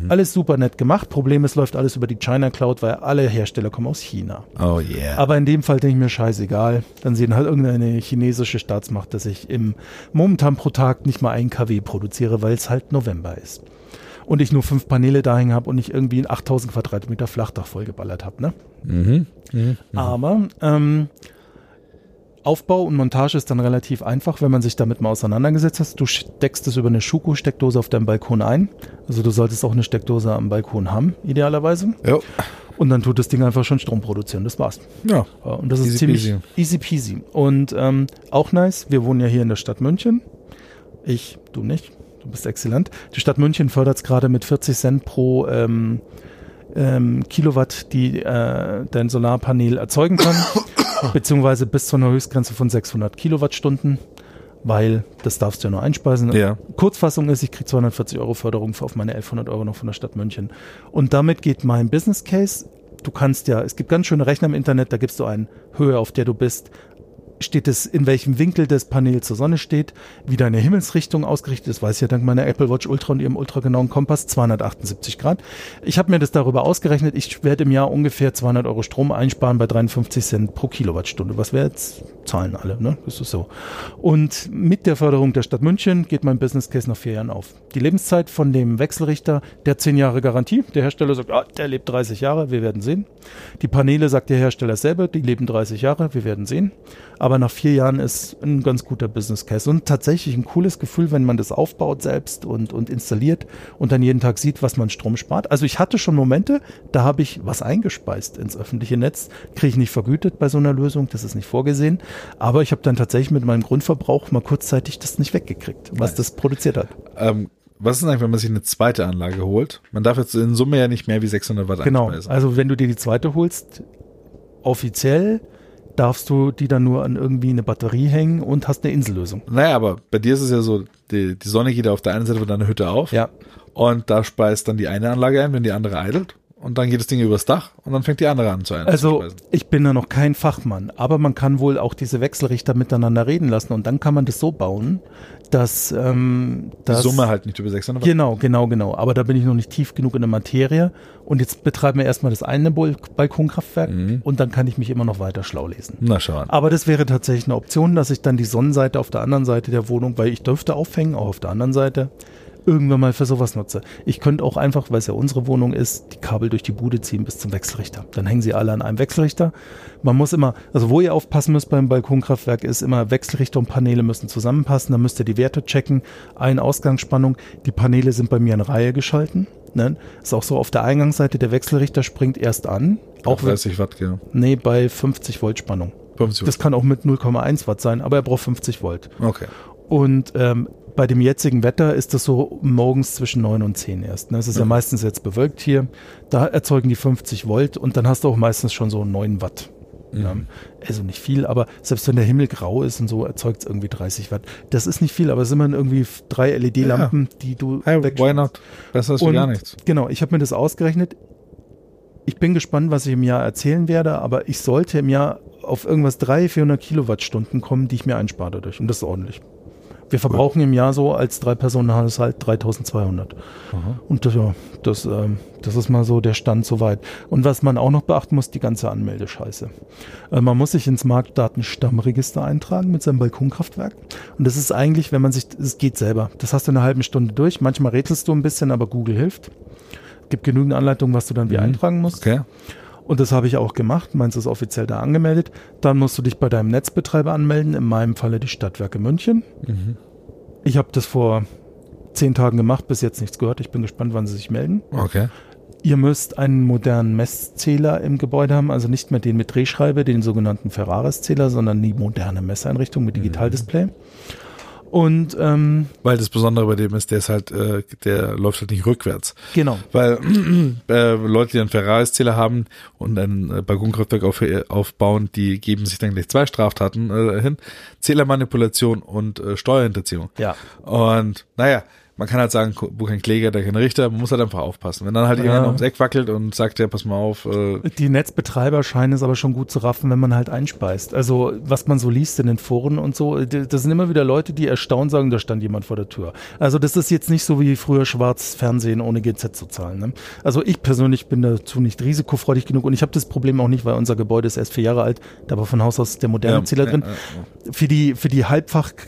[SPEAKER 2] Alles super nett gemacht. Problem ist, läuft alles über die China Cloud, weil alle Hersteller kommen aus China.
[SPEAKER 1] Oh yeah.
[SPEAKER 2] Aber in dem Fall denke ich mir, scheißegal. Dann sehen halt irgendeine chinesische Staatsmacht, dass ich im momentan pro Tag nicht mal ein kW produziere, weil es halt November ist. Und ich nur fünf Paneele da hängen habe und ich irgendwie ein 8000 Quadratmeter Flachdach vollgeballert habe. Ne? Aber ähm, Aufbau und Montage ist dann relativ einfach, wenn man sich damit mal auseinandergesetzt hat. Du steckst es über eine Schuko-Steckdose auf deinem Balkon ein. Also du solltest auch eine Steckdose am Balkon haben, idealerweise.
[SPEAKER 1] Jo.
[SPEAKER 2] Und dann tut das Ding einfach schon Strom produzieren. Das war's.
[SPEAKER 1] Ja.
[SPEAKER 2] Ja, Und das
[SPEAKER 1] Easy
[SPEAKER 2] ist ziemlich
[SPEAKER 1] peasy.
[SPEAKER 2] easy peasy. Und ähm, auch nice, wir wohnen ja hier in der Stadt München. Ich, du nicht, du bist exzellent. Die Stadt München fördert es gerade mit 40 Cent pro ähm, ähm, Kilowatt, die äh, dein Solarpanel erzeugen kann, beziehungsweise bis zu einer Höchstgrenze von 600 Kilowattstunden, weil das darfst du ja nur einspeisen.
[SPEAKER 1] Ja.
[SPEAKER 2] Kurzfassung ist, ich kriege 240 Euro Förderung für auf meine 1100 Euro noch von der Stadt München. Und damit geht mein Business Case. Du kannst ja, es gibt ganz schöne Rechner im Internet, da gibst du einen Höhe, auf der du bist. Steht es, in welchem Winkel das Panel zur Sonne steht, wie deine Himmelsrichtung ausgerichtet ist, weiß ich ja dank meiner Apple Watch Ultra und ihrem ultragenauen Kompass, 278 Grad. Ich habe mir das darüber ausgerechnet, ich werde im Jahr ungefähr 200 Euro Strom einsparen bei 53 Cent pro Kilowattstunde. Was wäre jetzt? Zahlen alle, ne? Das ist so. Und mit der Förderung der Stadt München geht mein Business Case nach vier Jahren auf. Die Lebenszeit von dem Wechselrichter, der hat zehn Jahre Garantie. Der Hersteller sagt, ah, der lebt 30 Jahre, wir werden sehen. Die Paneele sagt der Hersteller selber, die leben 30 Jahre, wir werden sehen. Aber nach vier Jahren ist ein ganz guter Business Case und tatsächlich ein cooles Gefühl, wenn man das aufbaut selbst und, und installiert und dann jeden Tag sieht, was man Strom spart. Also ich hatte schon Momente, da habe ich was eingespeist ins öffentliche Netz, kriege ich nicht vergütet bei so einer Lösung, das ist nicht vorgesehen, aber ich habe dann tatsächlich mit meinem Grundverbrauch mal kurzzeitig das nicht weggekriegt, was das produziert hat.
[SPEAKER 1] Ähm, was ist denn eigentlich, wenn man sich eine zweite Anlage holt? Man darf jetzt in Summe ja nicht mehr wie 600 Watt
[SPEAKER 2] Genau,
[SPEAKER 1] einspeisen.
[SPEAKER 2] also wenn du dir die zweite holst, offiziell darfst du die dann nur an irgendwie eine Batterie hängen und hast eine Insellösung.
[SPEAKER 1] Naja, aber bei dir ist es ja so, die, die Sonne geht ja auf der einen Seite von deiner Hütte auf.
[SPEAKER 2] Ja.
[SPEAKER 1] Und da speist dann die eine Anlage ein, wenn die andere eidelt. Und dann geht das Ding übers Dach und dann fängt die andere an zu ein.
[SPEAKER 2] Also
[SPEAKER 1] zu speisen.
[SPEAKER 2] ich bin da noch kein Fachmann, aber man kann wohl auch diese Wechselrichter miteinander reden lassen und dann kann man das so bauen, dass ähm,
[SPEAKER 1] die
[SPEAKER 2] das
[SPEAKER 1] Summe halt nicht über 600 Watt.
[SPEAKER 2] Genau, genau, genau. Aber da bin ich noch nicht tief genug in der Materie. Und jetzt betreiben wir erstmal das eine Bul- Balkonkraftwerk
[SPEAKER 1] Mhm.
[SPEAKER 2] und dann kann ich mich immer noch weiter schlau lesen.
[SPEAKER 1] Na schau an.
[SPEAKER 2] Aber das wäre tatsächlich eine Option, dass ich dann die Sonnenseite auf der anderen Seite der Wohnung, weil ich dürfte aufhängen, auch auf der anderen Seite, irgendwann mal für sowas nutze. Ich könnte auch einfach, weil es ja unsere Wohnung ist, die Kabel durch die Bude ziehen bis zum Wechselrichter. Dann hängen sie alle an einem Wechselrichter. Man muss immer, also wo ihr aufpassen müsst beim Balkonkraftwerk, ist immer Wechselrichter und Paneele müssen zusammenpassen. Dann müsst ihr die Werte checken. Ein Ausgangsspannung. Die Paneele sind bei mir in Reihe geschalten. Ne? Ist auch so, auf der Eingangsseite der Wechselrichter springt erst an. Auch wenn,
[SPEAKER 1] 30 Watt, genau.
[SPEAKER 2] nee, bei 50 Volt Spannung.
[SPEAKER 1] 50
[SPEAKER 2] Das
[SPEAKER 1] Watt.
[SPEAKER 2] kann auch mit 0,1 Watt sein, aber er braucht 50 Volt.
[SPEAKER 1] Okay.
[SPEAKER 2] Und ähm, bei dem jetzigen Wetter ist das so morgens zwischen 9 und 10 erst. Ne? Es
[SPEAKER 1] Mhm.
[SPEAKER 2] ist ja meistens jetzt bewölkt hier. Da erzeugen die 50 Volt und dann hast du auch meistens schon so 9 Watt. Ja,
[SPEAKER 1] Mhm.
[SPEAKER 2] also nicht viel, aber selbst wenn der Himmel grau ist und so, erzeugt es irgendwie 30 Watt. Das ist nicht viel, aber es sind immerhin irgendwie drei LED-Lampen, die du
[SPEAKER 1] Hey,
[SPEAKER 2] wegsch-
[SPEAKER 1] why not? Besser ist wie
[SPEAKER 2] und
[SPEAKER 1] gar nichts.
[SPEAKER 2] Genau, ich habe mir das ausgerechnet. ich bin gespannt, was ich im Jahr erzählen werde, aber ich sollte im Jahr auf irgendwas 300, 400 Kilowattstunden kommen, die ich mir einspare dadurch. Und das ist ordentlich. Wir verbrauchen im Jahr so als drei Personen halt 3200. Und das, ja, das, ähm, das ist mal so der Stand soweit. Und was man auch noch beachten muss, die ganze Anmeldescheiße. Äh, man muss sich ins Marktdatenstammregister eintragen mit seinem Balkonkraftwerk. Und das ist eigentlich, wenn man sich, es geht selber. Das hast du in einer halben Stunde durch. Manchmal rätselst du ein bisschen, aber Google hilft. Gibt genügend Anleitungen, was du dann wie
[SPEAKER 1] Mhm.
[SPEAKER 2] eintragen musst.
[SPEAKER 1] Okay.
[SPEAKER 2] Und das habe ich auch gemacht. Meins ist offiziell da angemeldet. Dann musst du dich bei deinem Netzbetreiber anmelden, in meinem Falle die Stadtwerke München. Ich habe das vor zehn Tagen gemacht, bis jetzt nichts gehört. Ich bin gespannt, wann sie sich melden.
[SPEAKER 1] Okay.
[SPEAKER 2] Ihr müsst einen modernen Messzähler im Gebäude haben, also nicht mehr den mit Drehschreibe, den sogenannten Ferraris-Zähler, sondern die moderne Messeinrichtung mit Digitaldisplay. Und ähm,
[SPEAKER 1] Weil das Besondere bei dem ist, der ist halt, äh, der läuft halt nicht rückwärts.
[SPEAKER 2] genau,
[SPEAKER 1] Weil äh, Leute, die einen Ferraris-Zähler haben und ein äh, Balkonkraftwerk auf, aufbauen, die geben sich dann gleich zwei Straftaten äh, hin. Zählermanipulation und äh, Steuerhinterziehung.
[SPEAKER 2] ja.
[SPEAKER 1] Und naja, man kann halt sagen, gu- wo kein Kläger, da kein Richter, man muss halt einfach aufpassen. Wenn dann halt jemand
[SPEAKER 2] Ja.
[SPEAKER 1] ums Eck wackelt und sagt, ja, pass mal auf, äh,
[SPEAKER 2] Die Netzbetreiber scheinen es aber schon gut zu raffen, wenn man halt einspeist. Also was man so liest in den Foren und so, d- das sind immer wieder Leute, die erstaunt sagen, da stand jemand vor der Tür. Also das ist jetzt nicht so wie früher schwarz Fernsehen ohne GZ zu zahlen. Ne? Also ich persönlich bin dazu nicht risikofreudig genug und ich habe das Problem auch nicht, weil unser Gebäude ist erst vier Jahre alt, da war von Haus aus der moderne
[SPEAKER 1] Ja,
[SPEAKER 2] Zähler
[SPEAKER 1] ja,
[SPEAKER 2] drin.
[SPEAKER 1] ja,
[SPEAKER 2] Für die, für die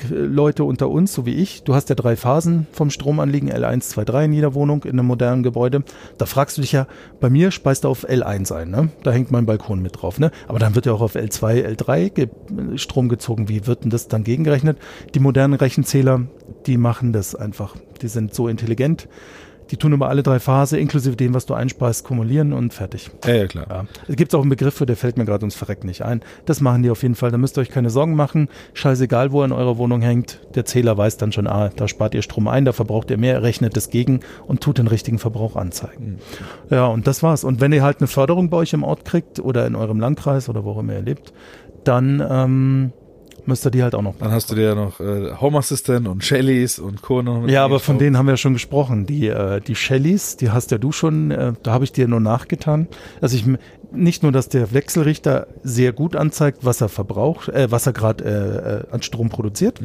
[SPEAKER 2] Halbfachleute unter uns, so wie ich, du hast ja drei Phasen vom Stromanliegen, L1, 2, 3 in jeder Wohnung in einem modernen Gebäude. Da fragst du dich ja, bei mir speist er auf L1 ein, ne? Da hängt mein Balkon mit drauf, ne? Aber dann wird ja auch auf L2, L3 ge äh, Strom gezogen. Wie wird denn das dann gegengerechnet? Die modernen Rechenzähler, die machen das einfach. Die sind so intelligent. Die tun immer alle drei Phasen, inklusive dem, was du einspeist, kumulieren und fertig.
[SPEAKER 1] ja, ja, klar.
[SPEAKER 2] Ja. Es gibt auch einen Begriff für, der fällt mir gerade ums Verrecken nicht ein. Das machen die auf jeden Fall. Da müsst ihr euch keine Sorgen machen. Scheißegal, wo er in eurer Wohnung hängt. Der Zähler weiß dann schon, ah, da spart ihr Strom ein, da verbraucht ihr mehr, rechnet das gegen und tut den richtigen Verbrauch anzeigen. Ja, und das war's. Und wenn ihr halt eine Förderung bei euch im Ort kriegt oder in eurem Landkreis oder wo auch immer ihr lebt, dann ähm, müsst ihr die halt auch noch
[SPEAKER 1] Dann hast du dir ja noch äh, Home Assistant und Shellys und Co. noch mit
[SPEAKER 2] Ja, aber von
[SPEAKER 1] eingebaut.
[SPEAKER 2] denen haben wir ja schon gesprochen. Die, äh, die Shellys, die hast ja du schon, äh, da habe ich dir nur nachgetan. Also ich m- nicht nur, dass der Wechselrichter sehr gut anzeigt, was er verbraucht, äh, was er gerade äh, äh, an Strom produziert.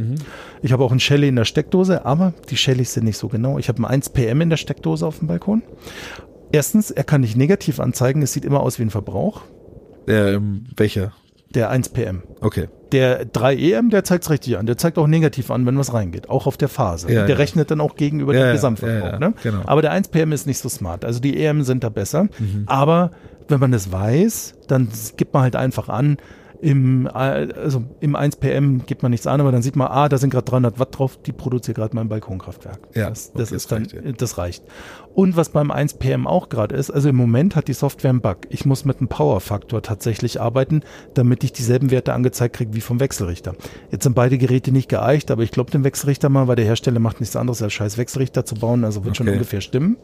[SPEAKER 2] Ich habe auch einen Shelly in der Steckdose, aber die Shellys sind nicht so genau. Ich habe einen 1 PM in der Steckdose auf dem Balkon. Erstens, er kann nicht negativ anzeigen, es sieht immer aus wie ein Verbrauch.
[SPEAKER 1] Ja, ähm, welcher?
[SPEAKER 2] Der 1 PM.
[SPEAKER 1] Okay.
[SPEAKER 2] Der 3EM, der zeigt's richtig an. Der zeigt auch negativ an, wenn was reingeht. Auch auf der Phase.
[SPEAKER 1] Ja,
[SPEAKER 2] der
[SPEAKER 1] ja.
[SPEAKER 2] rechnet dann auch gegenüber
[SPEAKER 1] Ja,
[SPEAKER 2] dem
[SPEAKER 1] ja,
[SPEAKER 2] Gesamtverbrauch.
[SPEAKER 1] ja, ja,
[SPEAKER 2] ne?
[SPEAKER 1] genau.
[SPEAKER 2] Aber der 1PM ist nicht so smart. Also die EM sind da besser.
[SPEAKER 1] Mhm.
[SPEAKER 2] Aber wenn man das weiß, dann gibt man halt einfach an, im, äh, also im 1PM gibt man nichts an, aber dann sieht man, ah, da sind gerade 300 Watt drauf, die produziert gerade mein Balkonkraftwerk.
[SPEAKER 1] Ja,
[SPEAKER 2] das, das
[SPEAKER 1] okay,
[SPEAKER 2] ist
[SPEAKER 1] das
[SPEAKER 2] dann,
[SPEAKER 1] reicht, ja.
[SPEAKER 2] Äh, das reicht. Und was beim 1PM auch gerade ist, also im Moment hat die Software einen Bug. Ich muss mit einem Power-Faktor tatsächlich arbeiten, damit ich dieselben Werte angezeigt kriege wie vom Wechselrichter. Jetzt sind beide Geräte nicht geeicht, aber ich glaube dem Wechselrichter mal, weil der Hersteller macht nichts anderes als scheiß Wechselrichter zu bauen, also wird schon
[SPEAKER 1] Okay.
[SPEAKER 2] ungefähr stimmen.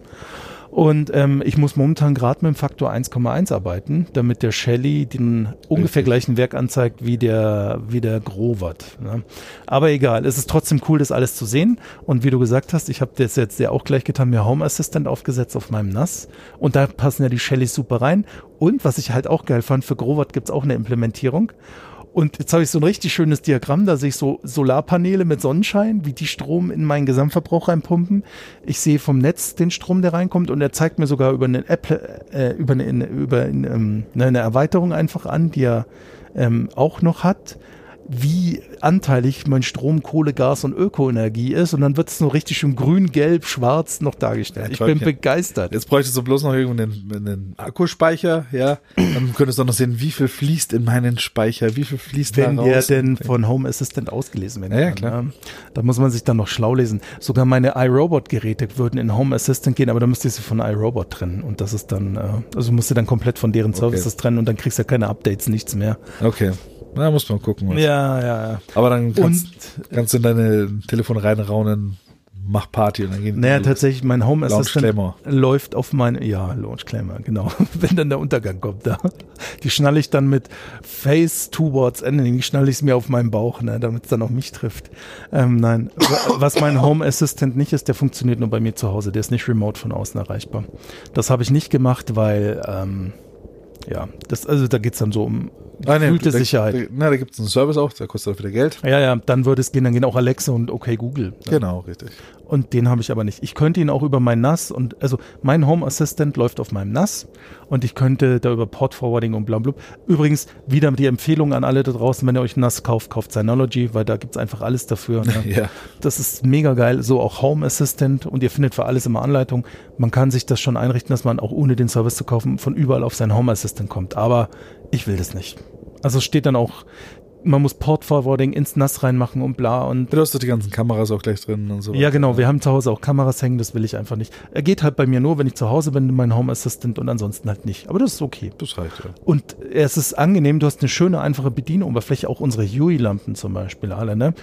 [SPEAKER 2] Und ähm, ich muss momentan gerade mit dem Faktor 1,1 arbeiten, damit der Shelly den ungefähr gleichen Werk anzeigt wie der, wie der Grovat. Ne? Aber egal, es ist trotzdem cool, das alles zu sehen. Und wie du gesagt hast, ich habe das jetzt ja auch gleich getan, mir Home Assistant aufgesetzt auf meinem NAS. Und da passen ja die Shellys super rein. Und was ich halt auch geil fand, für Grovat gibt's auch eine Implementierung. Und jetzt habe ich so ein richtig schönes Diagramm, da sehe ich so Solarpaneele mit Sonnenschein, wie die Strom in meinen Gesamtverbrauch reinpumpen. Ich sehe vom Netz den Strom, der reinkommt und er zeigt mir sogar über eine App, äh, über, eine, über eine, ähm, eine Erweiterung einfach an, die er ähm, auch noch hat, wie anteilig mein Strom, Kohle, Gas und Ökoenergie ist. Und dann wird es so richtig schön grün, gelb, schwarz noch dargestellt.
[SPEAKER 1] Ja,
[SPEAKER 2] ich bin
[SPEAKER 1] Träumchen.
[SPEAKER 2] begeistert.
[SPEAKER 1] Jetzt bräuchtest du bloß noch irgendwo einen, einen Akkuspeicher, ja. Dann könntest du noch sehen, wie viel fließt in meinen Speicher, wie viel fließt
[SPEAKER 2] Wenn
[SPEAKER 1] da
[SPEAKER 2] der
[SPEAKER 1] raus.
[SPEAKER 2] denn von Home Assistant ausgelesen werden
[SPEAKER 1] Ja, ja,
[SPEAKER 2] kann,
[SPEAKER 1] klar.
[SPEAKER 2] ne? Da muss man sich dann noch schlau lesen. Sogar meine iRobot-Geräte würden in Home Assistant gehen, aber da müsste ich sie von iRobot trennen. Und das ist dann, äh, also musst du dann komplett von deren Services trennen und dann kriegst du ja keine Updates, nichts mehr.
[SPEAKER 1] Okay. Na, muss man gucken. was-
[SPEAKER 2] Ja, ja, ja. äh,
[SPEAKER 1] Aber dann kannst, kannst du in deine Telefon reinraunen. mach Party und dann gehen
[SPEAKER 2] Naja,
[SPEAKER 1] die-
[SPEAKER 2] tatsächlich, mein Home
[SPEAKER 1] Launch
[SPEAKER 2] Assistant
[SPEAKER 1] Claimer.
[SPEAKER 2] läuft auf meine, ja, Launch Claimer, genau. Wenn dann der Untergang kommt, da. Die schnalle ich dann mit Face towards Ending, schnalle ich es mir auf meinen Bauch, ne, damit es dann auch mich trifft. Ähm, nein, wa- was mein Home Assistant nicht ist, der funktioniert nur bei mir zu Hause. Der ist nicht remote von außen erreichbar. Das habe ich nicht gemacht, weil, ähm, ja, das, also da geht's dann so um
[SPEAKER 1] Ah, nee,
[SPEAKER 2] gefühlte
[SPEAKER 1] da,
[SPEAKER 2] Sicherheit.
[SPEAKER 1] Da, na, da gibt es einen Service auch, der kostet dann wieder Geld.
[SPEAKER 2] ja, ja, dann würde es gehen, dann gehen auch Alexa und okay Google. ne?
[SPEAKER 1] Genau, richtig.
[SPEAKER 2] Und den habe ich aber nicht. Ich könnte ihn auch über mein NAS und also mein Home Assistant läuft auf meinem NAS und ich könnte da über Port Forwarding und bla bla. Übrigens wieder die Empfehlung an alle da draußen, wenn ihr euch ein NAS kauft, kauft Synology, weil da gibt's einfach alles dafür. Ne?
[SPEAKER 1] Ja.
[SPEAKER 2] Das ist mega geil. So auch Home Assistant und ihr findet für alles immer Anleitung. Man kann sich das schon einrichten, dass man auch ohne den Service zu kaufen von überall auf seinen Home Assistant kommt. Aber ich will das nicht. Also steht dann auch, man muss Port Forwarding ins NAS reinmachen und bla und
[SPEAKER 1] Du hast doch die ganzen Kameras auch gleich drin und so.
[SPEAKER 2] ja,
[SPEAKER 1] weiter.
[SPEAKER 2] genau. Wir haben zu Hause auch Kameras hängen, das will ich einfach nicht. Er geht halt bei mir nur, wenn ich zu Hause bin, mein Home Assistant und ansonsten halt nicht. Aber das ist okay.
[SPEAKER 1] Das reicht ja.
[SPEAKER 2] Und es ist angenehm, du hast eine schöne, einfache Bedienoberfläche, auch unsere Huey-Lampen zum Beispiel alle, ne?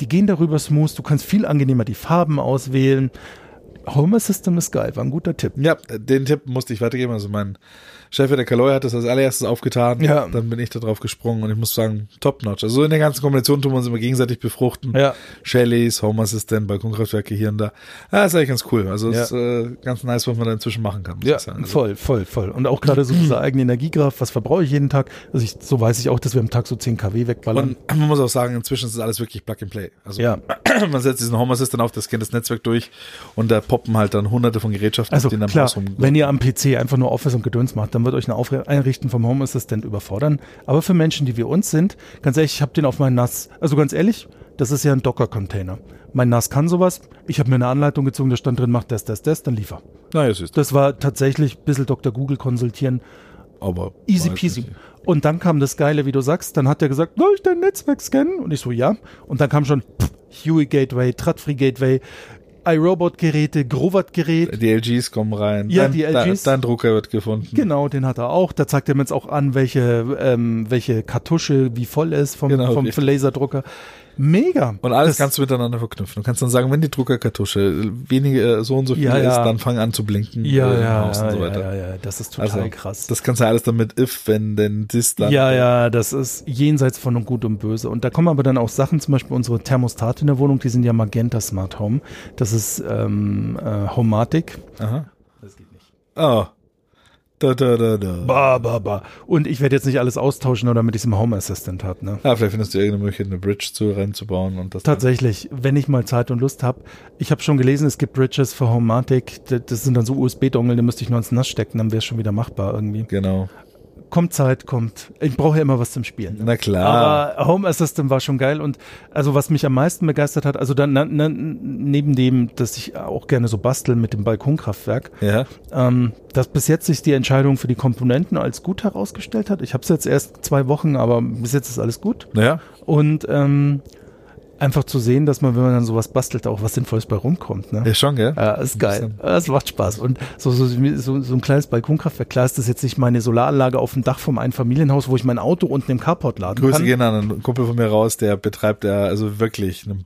[SPEAKER 2] Die gehen darüber smooth, du kannst viel angenehmer die Farben auswählen. Home Assistant ist geil, war ein guter Tipp.
[SPEAKER 1] Ja, den Tipp musste ich weitergeben. Also mein Chef, der Kaloi, hat das als allererstes aufgetan.
[SPEAKER 2] Ja.
[SPEAKER 1] Dann bin ich da drauf gesprungen und ich muss sagen, top-notch. Also in der ganzen Kombination tun wir uns immer gegenseitig befruchten.
[SPEAKER 2] Ja.
[SPEAKER 1] Shellys, Home Assistant, Balkonkraftwerke hier und da. Ja, ist eigentlich ganz cool. Also
[SPEAKER 2] Ja.
[SPEAKER 1] ist äh, ganz nice, was man da inzwischen machen kann. muss
[SPEAKER 2] Ja,
[SPEAKER 1] ich sagen. Also,
[SPEAKER 2] voll, voll, voll. Und auch gerade so dieser eigene Energiegraf, was verbrauche ich jeden Tag? Also ich, so weiß ich auch, dass wir am Tag so 10 kW wegballern.
[SPEAKER 1] Also, Und man muss auch sagen, inzwischen ist alles wirklich Plug and Play. Also
[SPEAKER 2] Ja.
[SPEAKER 1] man setzt diesen Home Assistant auf, das kennt das Netzwerk durch und da poppen halt dann hunderte von Gerätschaften,
[SPEAKER 2] Also
[SPEAKER 1] auf denen am
[SPEAKER 2] klar,
[SPEAKER 1] Haus rum.
[SPEAKER 2] wenn ihr am PC einfach nur Office und Gedöns macht, dann wird euch ein Aufre Einrichten vom Home Assistant überfordern. Aber für Menschen, die wie uns sind, ganz ehrlich, ich habe den auf meinen NAS. Also ganz ehrlich, das ist ja ein Docker-Container. Mein NAS kann sowas. Ich habe mir eine Anleitung gezogen, da stand drin, macht das, das, das, dann liefer.
[SPEAKER 1] Na, ja, süß.
[SPEAKER 2] Das war tatsächlich ein bisschen Dr. Google konsultieren.
[SPEAKER 1] Aber
[SPEAKER 2] Easy
[SPEAKER 1] weiß
[SPEAKER 2] peasy.
[SPEAKER 1] nicht.
[SPEAKER 2] Und dann kam das Geile, wie du sagst, dann hat er gesagt, soll ich dein Netzwerk scannen? Und ich so, ja. Und dann kam schon pff, Huey Gateway, Tradfree Gateway, iRobot-Geräte, Grovat-Gerät.
[SPEAKER 1] Die LGs kommen rein.
[SPEAKER 2] Ja,
[SPEAKER 1] dein,
[SPEAKER 2] die LGs.
[SPEAKER 1] Dein, dein Drucker wird gefunden.
[SPEAKER 2] Genau, den hat er auch. Da zeigt er mir jetzt auch an, welche, ähm, welche Kartusche wie voll ist vom,
[SPEAKER 1] Genau,
[SPEAKER 2] vom
[SPEAKER 1] richtig.
[SPEAKER 2] Laserdrucker. Mega.
[SPEAKER 1] Und alles kannst du miteinander verknüpfen. Du kannst dann sagen, wenn die Druckerkartusche wenige äh, so und so viel
[SPEAKER 2] Ja,
[SPEAKER 1] ist,
[SPEAKER 2] ja.
[SPEAKER 1] dann fang an zu blinken
[SPEAKER 2] ja,
[SPEAKER 1] äh, im
[SPEAKER 2] ja,
[SPEAKER 1] Haus und so
[SPEAKER 2] ja,
[SPEAKER 1] weiter.
[SPEAKER 2] ja, ja, das ist total
[SPEAKER 1] Also
[SPEAKER 2] krass.
[SPEAKER 1] das kannst du alles dann mit if, wenn, denn, this, dann.
[SPEAKER 2] ja, ja, das ist jenseits von und gut und böse. Und da kommen aber dann auch Sachen, zum Beispiel unsere Thermostate in der Wohnung, die sind ja Magenta Smart Home. Das ist ähm, äh, Homatic.
[SPEAKER 1] Aha. Das geht nicht. Oh. Da, da, da, da.
[SPEAKER 2] Ba, ba, ba. Und ich werde jetzt nicht alles austauschen, nur damit ich es im Home Assistant habe. Ne?
[SPEAKER 1] Ja, Ah, vielleicht findest du irgendeine Möglichkeit, eine Bridge zu reinzubauen und das.
[SPEAKER 2] Tatsächlich, wenn ich mal Zeit und Lust habe. Ich habe schon gelesen, es gibt Bridges für Homematic. D- Das sind dann so USB-Dongle, die müsste ich nur ins Nass stecken, dann wäre es schon wieder machbar irgendwie.
[SPEAKER 1] Genau.
[SPEAKER 2] Kommt Zeit, kommt. Ich brauche ja immer was zum Spielen. ne?
[SPEAKER 1] Na klar.
[SPEAKER 2] Aber Home Assistant war schon geil und also was mich am meisten begeistert hat, also dann na, na, neben dem, dass ich auch gerne so bastel mit dem Balkonkraftwerk,
[SPEAKER 1] ja.
[SPEAKER 2] ähm, dass bis jetzt sich die Entscheidung für die Komponenten als gut herausgestellt hat. Ich habe es jetzt erst zwei Wochen, aber bis jetzt ist alles gut.
[SPEAKER 1] Naja.
[SPEAKER 2] Und ähm, einfach zu sehen, dass man, wenn man dann sowas bastelt, auch was Sinnvolles bei rumkommt. Ne?
[SPEAKER 1] Ja, schon, gell?
[SPEAKER 2] Ja, ist geil. Das macht Spaß. Und so, so, so, so ein kleines Balkonkraftwerk. Klar ist das jetzt nicht meine Solaranlage auf dem Dach vom Einfamilienhaus, wo ich mein Auto unten im Carport laden
[SPEAKER 1] Grüße
[SPEAKER 2] kann.
[SPEAKER 1] gehen an einen Kumpel von mir raus, der betreibt ja also wirklich einen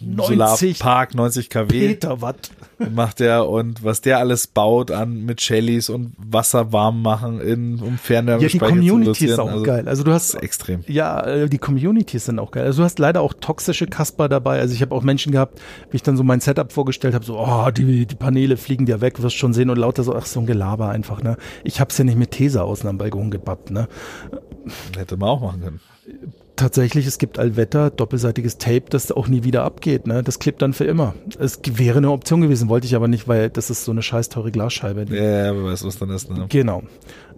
[SPEAKER 2] 90
[SPEAKER 1] Solarpark 90 kW.
[SPEAKER 2] Peter Watt.
[SPEAKER 1] macht er und was der alles baut an mit Shellys und Wasser warm machen in um
[SPEAKER 2] Ja, die
[SPEAKER 1] Fernwärmespeicher
[SPEAKER 2] Community ist
[SPEAKER 1] zu
[SPEAKER 2] auch
[SPEAKER 1] also,
[SPEAKER 2] geil. Also du
[SPEAKER 1] Das
[SPEAKER 2] hast
[SPEAKER 1] ist extrem.
[SPEAKER 2] Ja, äh, die Communities sind auch geil. Also du hast leider auch toxische Kasper dabei. Also ich habe auch Menschen gehabt, wie ich dann so mein Setup vorgestellt habe, so, oh, die, die Paneele fliegen dir weg, wirst schon sehen und lauter so, ach, so ein Gelaber einfach, ne. Ich hab's ja nicht mit Tesa außen am Balkon gebappt, ne.
[SPEAKER 1] Hätte man auch machen können.
[SPEAKER 2] Tatsächlich, es gibt Allwetter, doppelseitiges Tape, das auch nie wieder abgeht, ne. Das klebt dann für immer. Es g- wäre eine Option gewesen, wollte ich aber nicht, weil das ist so eine scheiß teure Glasscheibe. die-
[SPEAKER 1] Ja, ja, wer weiß, was dann ist. Ne?
[SPEAKER 2] Genau.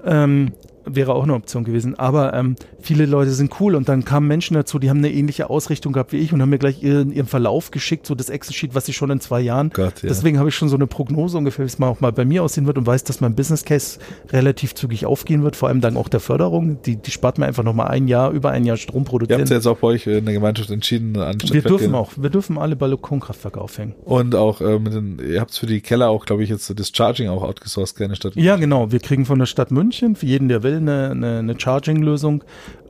[SPEAKER 2] Ähm, wäre auch eine Option gewesen. Aber ähm, viele Leute sind cool und dann kamen Menschen dazu, die haben eine ähnliche Ausrichtung gehabt wie ich und haben mir gleich ihren, ihren Verlauf geschickt, so das Excel-Sheet, was ich schon in zwei Jahren.
[SPEAKER 1] Gott, ja.
[SPEAKER 2] Deswegen habe ich schon so eine Prognose ungefähr, wie es mal auch mal bei mir aussehen wird und weiß, dass mein Business Case relativ zügig aufgehen wird, vor allem dank auch der Förderung. Die, die spart mir einfach nochmal ein Jahr, über ein Jahr Strom
[SPEAKER 1] Ihr habt
[SPEAKER 2] produzieren.
[SPEAKER 1] ja jetzt auch bei euch in der Gemeinschaft entschieden. An
[SPEAKER 2] wir
[SPEAKER 1] Stadtwerke-
[SPEAKER 2] dürfen auch, wir dürfen alle Balkonkraftwerke aufhängen.
[SPEAKER 1] Und auch äh, mit den, ihr habt für die Keller auch, glaube ich, jetzt so das Charging auch outgesourced, keine Stadt.
[SPEAKER 2] Ja, genau. Wir kriegen von der Stadt München, für jeden, der will, eine, eine, eine Charging-Lösung.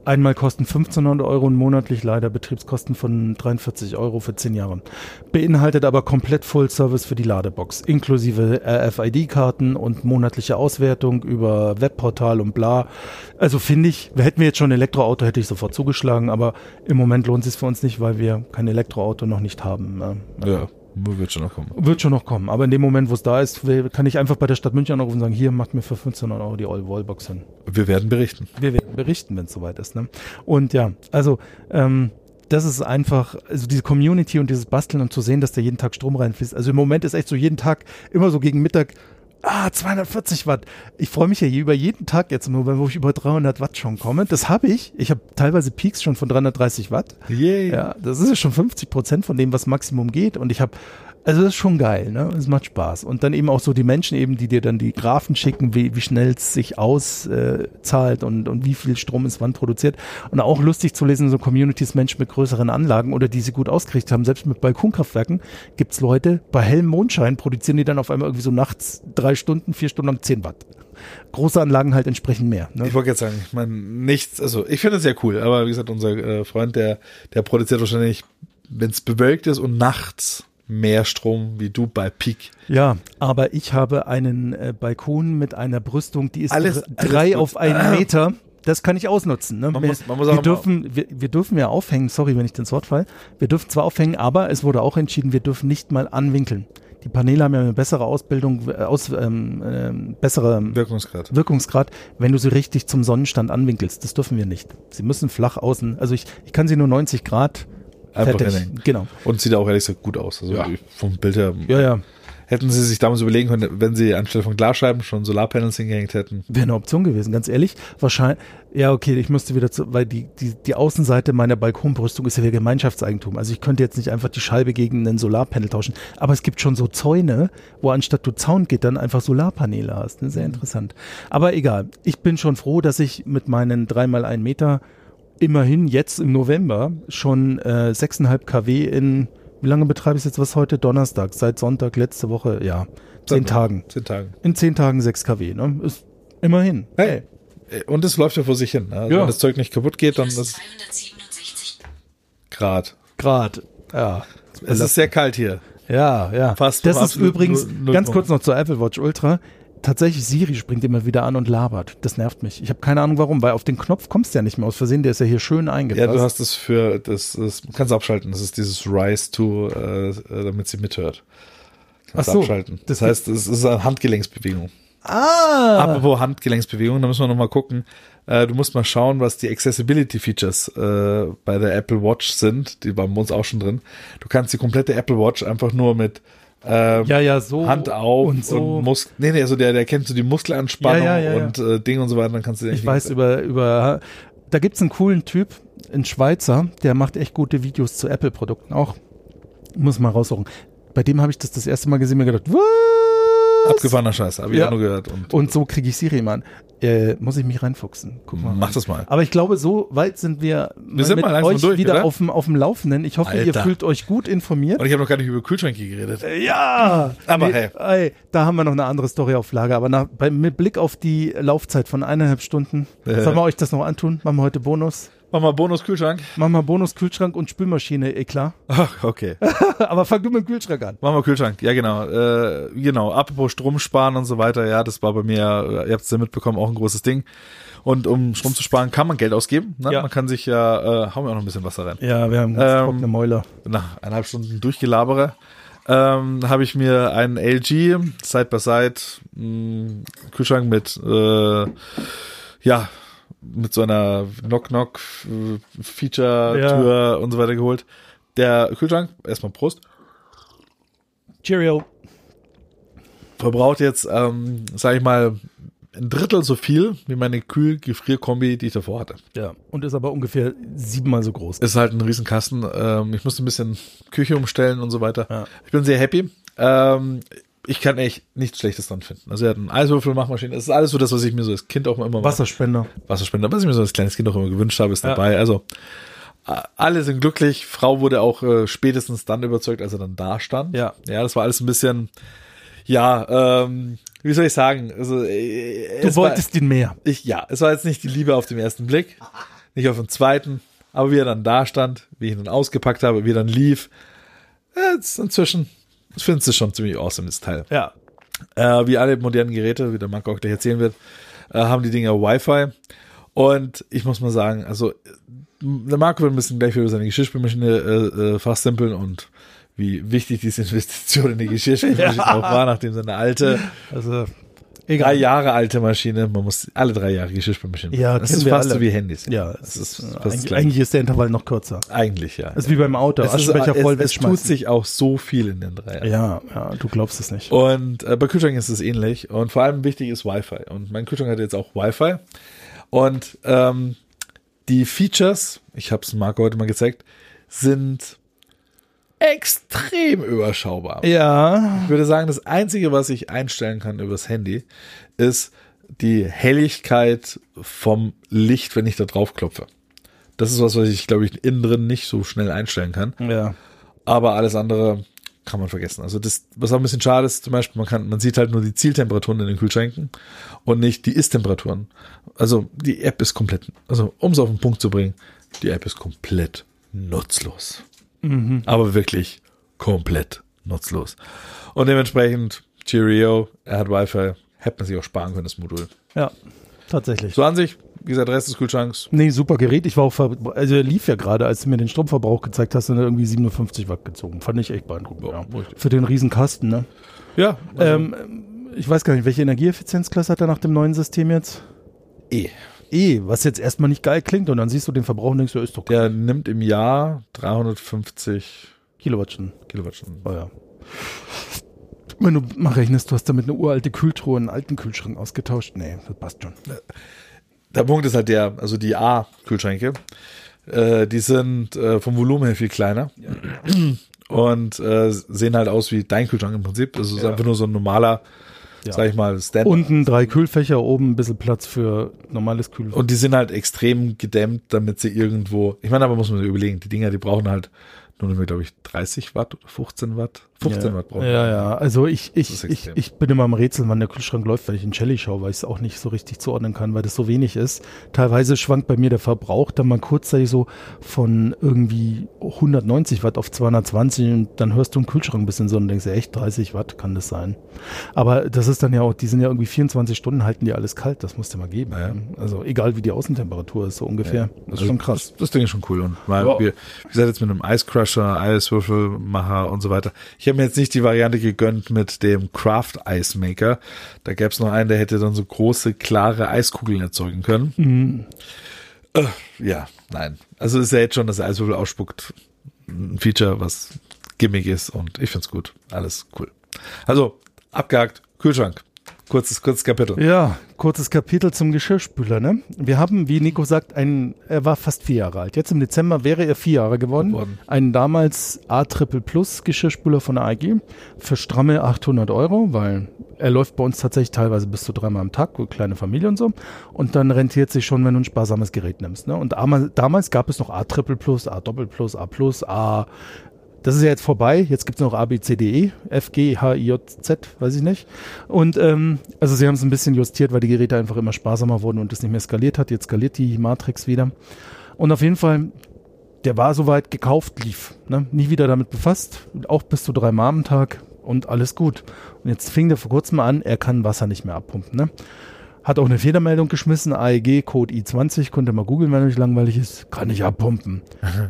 [SPEAKER 2] Einmal kosten 1500 Euro und monatlich leider Betriebskosten von 43 Euro für 10 Jahre. Beinhaltet aber komplett Full Service für die Ladebox, inklusive RFID-Karten und monatliche Auswertung über Webportal und bla. Also finde ich, hätten wir jetzt schon ein Elektroauto, hätte ich sofort zugeschlagen, aber im Moment lohnt es sich für uns nicht, weil wir kein Elektroauto noch nicht haben. ne?
[SPEAKER 1] Ja, wird schon noch kommen.
[SPEAKER 2] Wird schon noch kommen, aber in dem Moment, wo es da ist, will- kann ich einfach bei der Stadt München anrufen und sagen, hier macht mir für 1500 Euro die All-Wallbox hin.
[SPEAKER 1] Wir werden berichten.
[SPEAKER 2] Wir werden berichten, wenn es soweit ist. Ne? Und ja, also ähm, das ist einfach, also diese Community und dieses Basteln und zu sehen, dass da jeden Tag Strom reinfließt. Also im Moment ist echt so jeden Tag, immer so gegen Mittag, ah, 240 Watt. Ich freue mich ja hier über jeden Tag jetzt im Moment, wo ich über 300 Watt schon komme. Das habe ich. Ich habe teilweise Peaks schon von 330 Watt.
[SPEAKER 1] Yay.
[SPEAKER 2] Ja, das ist ja schon 50 Prozent von dem, was Maximum geht. Und ich habe, also das ist schon geil, ne? Es macht Spaß. Und dann eben auch so die Menschen eben, die dir dann die Graphen schicken, wie, wie schnell es sich auszahlt äh, zahlt und, und wie viel Strom ist wann produziert. Und auch lustig zu lesen, so Communities, Menschen mit größeren Anlagen oder die sie gut ausgerichtet haben, selbst mit Balkonkraftwerken gibt's Leute, bei hellem Mondschein produzieren die dann auf einmal irgendwie so nachts drei Stunden, vier Stunden lang 10 Watt. Große Anlagen halt entsprechend mehr. Ne?
[SPEAKER 1] Ich wollte jetzt sagen, ich meine, nichts, also ich finde es ja cool, aber wie gesagt, unser äh, Freund, der, der produziert wahrscheinlich, wenn es bewölkt ist und nachts mehr Strom wie du bei Peak.
[SPEAKER 2] Ja, aber ich habe einen äh, Balkon mit einer Brüstung, die ist
[SPEAKER 1] Alles-
[SPEAKER 2] dr- drei
[SPEAKER 1] alles gut. Ah.
[SPEAKER 2] auf einen Meter. Das kann ich ausnutzen. Ne?
[SPEAKER 1] Man
[SPEAKER 2] wir,
[SPEAKER 1] muss- man muss auch
[SPEAKER 2] wir,
[SPEAKER 1] mal-
[SPEAKER 2] dürfen, wir, wir dürfen ja aufhängen, sorry, wenn ich ins Wort falle. Wir dürfen zwar aufhängen, aber es wurde auch entschieden, wir dürfen nicht mal anwinkeln. Die Paneele haben ja eine bessere Ausbildung, äh, aus, ähm, ähm, bessere
[SPEAKER 1] Wirkungsgrad.
[SPEAKER 2] Wirkungsgrad, wenn du sie richtig zum Sonnenstand anwinkelst. Das dürfen wir nicht. Sie müssen flach außen, also ich, ich kann sie nur 90 Grad
[SPEAKER 1] Einfach
[SPEAKER 2] fertig.
[SPEAKER 1] hinhängen.
[SPEAKER 2] Genau.
[SPEAKER 1] Und sieht auch ehrlich gesagt gut aus. Also
[SPEAKER 2] Ja.
[SPEAKER 1] vom Bild her
[SPEAKER 2] Ja, ja.
[SPEAKER 1] hätten sie sich damals überlegen können, wenn sie anstelle von Glasscheiben schon Solarpanels hingehängt hätten.
[SPEAKER 2] Wäre eine Option gewesen, ganz ehrlich. Wahrscheinlich, ja, okay, ich müsste wieder zu, weil die, die, die Außenseite meiner Balkonbrüstung ist ja wieder Gemeinschaftseigentum. Also ich könnte jetzt nicht einfach die Scheibe gegen einen Solarpanel tauschen. Aber es gibt schon so Zäune, wo anstatt du Zaungittern einfach Solarpaneele hast. Ne? Sehr interessant. Aber egal. Ich bin schon froh, dass ich mit meinen 3x1 Meter immerhin jetzt im November schon äh, 6,5 kW in, wie lange betreibe ich es jetzt was heute? Donnerstag, seit Sonntag, letzte Woche, ja, zehn Tagen.
[SPEAKER 1] Zehn Tagen.
[SPEAKER 2] In zehn Tagen 6 kW, ne? Ist immerhin.
[SPEAKER 1] Hey. äh, Und es läuft ja vor sich hin. ne? Also
[SPEAKER 2] Ja.
[SPEAKER 1] Wenn das Zeug nicht kaputt geht, dann ist
[SPEAKER 3] 267.
[SPEAKER 1] Grad.
[SPEAKER 2] Grad. Ja. Also,
[SPEAKER 1] Es ist sehr kalt hier.
[SPEAKER 2] ja, ja.
[SPEAKER 1] Fast
[SPEAKER 2] das
[SPEAKER 1] vom
[SPEAKER 2] ist
[SPEAKER 1] absoluten
[SPEAKER 2] übrigens,
[SPEAKER 1] Null- Nullpunkt.
[SPEAKER 2] ganz kurz noch zur Apple Watch Ultra. Tatsächlich, Siri springt immer wieder an und labert. Das nervt mich. Ich habe keine Ahnung warum, weil auf den Knopf kommst du ja nicht mehr aus Versehen. Der ist ja hier schön
[SPEAKER 1] Ja,
[SPEAKER 2] eingepasst.
[SPEAKER 1] du hast es für, das ist, kannst abschalten. Das ist dieses Rise to, äh, äh, damit sie mithört. Kannst
[SPEAKER 2] Ach so.
[SPEAKER 1] abschalten. Das
[SPEAKER 2] Das-
[SPEAKER 1] heißt, es ist eine Handgelenksbewegung.
[SPEAKER 2] ah!
[SPEAKER 1] Apropos Handgelenksbewegung, da müssen wir nochmal gucken. Äh, du musst mal schauen, was die Accessibility Features äh, bei der Apple Watch sind. Die waren bei uns auch schon drin. Du kannst die komplette Apple Watch einfach nur mit ähm,
[SPEAKER 2] ja, ja, so.
[SPEAKER 1] Hand auf und,
[SPEAKER 2] und so.
[SPEAKER 1] Muskel. Nee, nee, also der, der kennt so die Muskelanspannung
[SPEAKER 2] Ja, ja, ja, ja.
[SPEAKER 1] und äh, Ding und so weiter. Dann kannst du den
[SPEAKER 2] Ich weiß über, über, da gibt's einen coolen Typ, einen Schweizer, der macht echt gute Videos zu Apple-Produkten auch. Muss mal raussuchen. Bei dem habe ich das das erste Mal gesehen, mir gedacht, was?
[SPEAKER 1] Abgefahrener Scheiß, habe ich
[SPEAKER 2] Ja.
[SPEAKER 1] auch nur gehört. Und,
[SPEAKER 2] Und so kriege ich Siri mal an. Äh, muss ich mich reinfuchsen. Guck mal.
[SPEAKER 1] mach das mal.
[SPEAKER 2] Aber ich glaube, so weit sind wir,
[SPEAKER 1] sind
[SPEAKER 2] mit
[SPEAKER 1] mal langsam
[SPEAKER 2] euch
[SPEAKER 1] durch,
[SPEAKER 2] wieder
[SPEAKER 1] oder?
[SPEAKER 2] auf dem, auf dem Laufenden. Ich hoffe, ihr
[SPEAKER 1] Alter.
[SPEAKER 2] fühlt euch gut informiert.
[SPEAKER 1] Und ich habe noch gar nicht über Kühlschränke geredet.
[SPEAKER 2] Ja!
[SPEAKER 1] Aber hey.
[SPEAKER 2] ey, da haben wir noch eine andere Story auf Lager. Aber nach, bei, mit Blick auf die Laufzeit von eineinhalb Stunden,
[SPEAKER 1] Äh.
[SPEAKER 2] sollen wir euch das noch antun? Machen wir heute Bonus.
[SPEAKER 1] Mach mal Bonus-Kühlschrank.
[SPEAKER 2] Machen wir Bonus Kühlschrank und Spülmaschine, eh klar.
[SPEAKER 1] Ach, okay.
[SPEAKER 2] Aber fang du mit dem Kühlschrank an.
[SPEAKER 1] Machen wir Kühlschrank, ja genau. Äh, genau, apropos Strom sparen und so weiter, ja, das war bei mir, äh, ihr habt es ja mitbekommen, auch ein großes Ding. Und um Strom zu sparen, kann man Geld ausgeben. Ne?
[SPEAKER 2] Ja.
[SPEAKER 1] Man kann sich ja, äh, hauen wir auch noch ein bisschen Wasser rein.
[SPEAKER 2] Ja, wir haben ganz
[SPEAKER 1] Ähm,
[SPEAKER 2] trockene Mäuler.
[SPEAKER 1] Nach eineinhalb Stunden durchgelabere, ähm, habe ich mir einen LG Side-by-Side mh, mm, Kühlschrank mit, äh, ja, mit so einer Knock-Knock-Feature-Tür und so weiter geholt. Der Kühlschrank, erstmal Prost.
[SPEAKER 2] Cheerio.
[SPEAKER 1] verbraucht jetzt, ähm, sage ich mal, ein Drittel so viel wie meine Kühl-Gefrier-Kombi, die ich davor hatte.
[SPEAKER 2] Ja, und ist aber ungefähr siebenmal so groß.
[SPEAKER 1] Ist halt ein Riesenkasten. Ähm, ich musste ein bisschen Küche umstellen und so weiter.
[SPEAKER 2] Ja.
[SPEAKER 1] Ich bin sehr happy. Ähm, ich kann echt nichts Schlechtes dran finden. Also er hat einen Eiswürfel, Machmaschine. Es ist alles so das, was ich mir so als Kind auch immer
[SPEAKER 2] Wasserspender.
[SPEAKER 1] Wasserspender, was ich mir so als kleines Kind auch immer gewünscht habe, ist
[SPEAKER 2] Ja.
[SPEAKER 1] dabei. Also a- alle sind glücklich. Frau wurde auch äh, spätestens dann überzeugt, als er dann da stand.
[SPEAKER 2] Ja.
[SPEAKER 1] Ja, das war alles ein bisschen, ja, ähm, wie soll ich sagen? Also, äh,
[SPEAKER 2] Du
[SPEAKER 1] es war-
[SPEAKER 2] wolltest ihn mehr.
[SPEAKER 1] ich, ja, es war jetzt nicht die Liebe auf dem ersten Blick, nicht auf dem zweiten, aber wie er dann da stand, wie ich ihn dann ausgepackt habe, wie er dann lief, äh, jetzt inzwischen, ich finde es schon ziemlich awesome, das Teil.
[SPEAKER 2] Ja.
[SPEAKER 1] Äh, wie alle modernen Geräte, wie der Marco auch gleich erzählen wird, äh, haben die Dinger Wi-Fi. Und ich muss mal sagen, also, äh, der Marco wird ein bisschen gleich über seine Geschirrspülmaschine äh, äh, fachsimpeln und wie wichtig diese Investition in die Geschirrspülmaschine auch war, nachdem seine alte,
[SPEAKER 2] Also,
[SPEAKER 1] drei
[SPEAKER 2] egal.
[SPEAKER 1] Jahre alte Maschine, man muss alle drei Jahre Geschirrspülmaschine.
[SPEAKER 2] Ja,
[SPEAKER 1] das
[SPEAKER 2] kennen
[SPEAKER 1] ist
[SPEAKER 2] wir
[SPEAKER 1] fast
[SPEAKER 2] alle.
[SPEAKER 1] so wie Handys.
[SPEAKER 2] Ja,
[SPEAKER 1] das
[SPEAKER 2] es
[SPEAKER 1] ist
[SPEAKER 2] ist,
[SPEAKER 1] fast
[SPEAKER 2] Äh, eigentlich,
[SPEAKER 1] gleich.
[SPEAKER 2] eigentlich ist der Intervall noch kürzer.
[SPEAKER 1] Eigentlich ja.
[SPEAKER 2] Das ist wie beim Auto.
[SPEAKER 1] es, ist,
[SPEAKER 2] Aschenbecher voll
[SPEAKER 1] es, es tut
[SPEAKER 2] wegschmeißen.
[SPEAKER 1] sich auch so viel in den drei Jahren.
[SPEAKER 2] Ja, ja, du glaubst es nicht.
[SPEAKER 1] Und äh, bei Kühlschränken ist es ähnlich. Und vor allem wichtig ist Wi-Fi. Und mein Kühlschrank hat jetzt auch Wi-Fi. Und ähm, die Features, ich habe es Marco heute mal gezeigt, sind extrem überschaubar.
[SPEAKER 2] Ja,
[SPEAKER 1] Ich würde sagen, das Einzige, was ich einstellen kann übers Handy, ist die Helligkeit vom Licht, wenn ich da drauf klopfe. Das ist was, was ich, glaube ich, innen drin nicht so schnell einstellen kann.
[SPEAKER 2] ja.
[SPEAKER 1] Aber alles andere kann man vergessen. Also das, was auch ein bisschen schade ist, zum Beispiel, man kann, man sieht halt nur die Zieltemperaturen in den Kühlschränken und nicht die Ist-Temperaturen. Also die App ist komplett, also um es auf den Punkt zu bringen, die App ist komplett nutzlos. Aber wirklich komplett nutzlos. Und dementsprechend, Cheerio, er hat Wi-Fi, hätte man sich auch sparen können, das Modul.
[SPEAKER 2] Ja, tatsächlich.
[SPEAKER 1] So an sich, wie gesagt, Rest des Kühlschranks,
[SPEAKER 2] Nee, super Gerät. Ich war auch, ver also er lief ja gerade, als du mir den Stromverbrauch gezeigt hast, und er irgendwie 57 Watt gezogen. Fand ich echt beeindruckend.
[SPEAKER 1] Ja,
[SPEAKER 2] Ja,
[SPEAKER 1] richtig.
[SPEAKER 2] Für den riesen Kasten, ne?
[SPEAKER 1] ja, also
[SPEAKER 2] Ähm, ich weiß gar nicht, welche Energieeffizienzklasse hat er nach dem neuen System jetzt?
[SPEAKER 1] eh.
[SPEAKER 2] E, was jetzt erstmal nicht geil klingt und dann siehst du den Verbrauch und denkst, ja, ist doch
[SPEAKER 1] Der nimmt im Jahr 350
[SPEAKER 2] Kilowattstunden.
[SPEAKER 1] Kilowattstunden.
[SPEAKER 2] Oh ja. Wenn du mal rechnest, du hast damit eine uralte Kühltruhe und einen alten Kühlschrank ausgetauscht. Nee, das passt schon.
[SPEAKER 1] Der Punkt ist halt der, also die A-Kühlschränke, äh, die sind äh, vom Volumen her viel kleiner und äh, sehen halt aus wie dein Kühlschrank im Prinzip. Das ist einfach nur so ein normaler,
[SPEAKER 2] Ja.
[SPEAKER 1] sag ich mal, Stand.
[SPEAKER 2] Unten drei Kühlfächer, oben ein bisschen Platz für normales Kühl.
[SPEAKER 1] und die sind halt extrem gedämmt, damit sie irgendwo. Ich meine, aber muss man sich überlegen, die Dinger, die brauchen halt nur noch, glaube ich, 30 Watt oder 15 Watt. 15
[SPEAKER 2] ja.
[SPEAKER 1] Watt brauchen
[SPEAKER 2] Ja, ja. Also ich,
[SPEAKER 1] Das ist
[SPEAKER 2] ich, ich,
[SPEAKER 1] extrem.
[SPEAKER 2] ich bin immer am Rätseln, wann der Kühlschrank läuft, wenn ich in Shelly schaue, weil ich es auch nicht so richtig zuordnen kann, weil das so wenig ist. Teilweise schwankt bei mir der Verbrauch dann mal kurzzeitig so von irgendwie 190 Watt auf 220 und dann hörst du im Kühlschrank ein bisschen so und denkst, dir, echt 30 Watt kann das sein. Aber das ist dann ja auch, die sind ja irgendwie 24 Stunden halten die alles kalt, das musst du mal geben.
[SPEAKER 1] Ja.
[SPEAKER 2] Also egal wie die Außentemperatur ist, so ungefähr. Also Das ist schon krass.
[SPEAKER 1] also Das, das Ding ist schon cool. Und mal,
[SPEAKER 2] Ja.
[SPEAKER 1] wie, wie gesagt, jetzt mit einem Eiscrusher, Eiswürfelmacher und so weiter. Ich habe mir jetzt nicht die Variante gegönnt mit dem Craft Ice Maker. Da gäbe es noch einen, der hätte dann so große, klare Eiskugeln erzeugen können.
[SPEAKER 2] Mhm.
[SPEAKER 1] Äh, ja, nein. Also ist ja jetzt schon, dass der Eiswürfel ausspuckt. Ein Feature, was gimmig ist und ich find's gut. Alles cool. Also, abgehakt, Kühlschrank. Kurzes, kurzes Kapitel.
[SPEAKER 2] Ja, kurzes Kapitel zum Geschirrspüler. Ne? Wir haben, wie Nico sagt, einen, er war fast vier Jahre alt. Jetzt im Dezember wäre er vier Jahre geworden.
[SPEAKER 1] Geworden.
[SPEAKER 2] Einen damals A Triple Plus Geschirrspüler von der AEG für stramme 800 Euro, weil er läuft bei uns tatsächlich teilweise bis zu dreimal am Tag, gut, kleine Familie und so. Und dann rentiert sich schon, wenn du ein sparsames Gerät nimmst. Ne? Und damals, damals gab es noch A Triple Plus, A Doppel Plus, A Plus, A das ist ja jetzt vorbei. Jetzt gibt's noch A, B, C, D, E, F, G, H, I, J, Z, weiß ich nicht. Und ähm, also sie haben es ein bisschen justiert, weil die Geräte einfach immer sparsamer wurden und es nicht mehr skaliert hat. Jetzt skaliert die Matrix wieder. Und auf jeden Fall, der war soweit gekauft, lief. Ne? Nie wieder damit befasst. Auch bis zu dreimal am Tag und alles gut. Und jetzt fing der vor kurzem an, er kann Wasser nicht mehr abpumpen. Ne? Hat auch eine Fehlermeldung geschmissen, AEG Code I20, konnte mal googeln, wenn euch langweilig ist, kann ich abpumpen.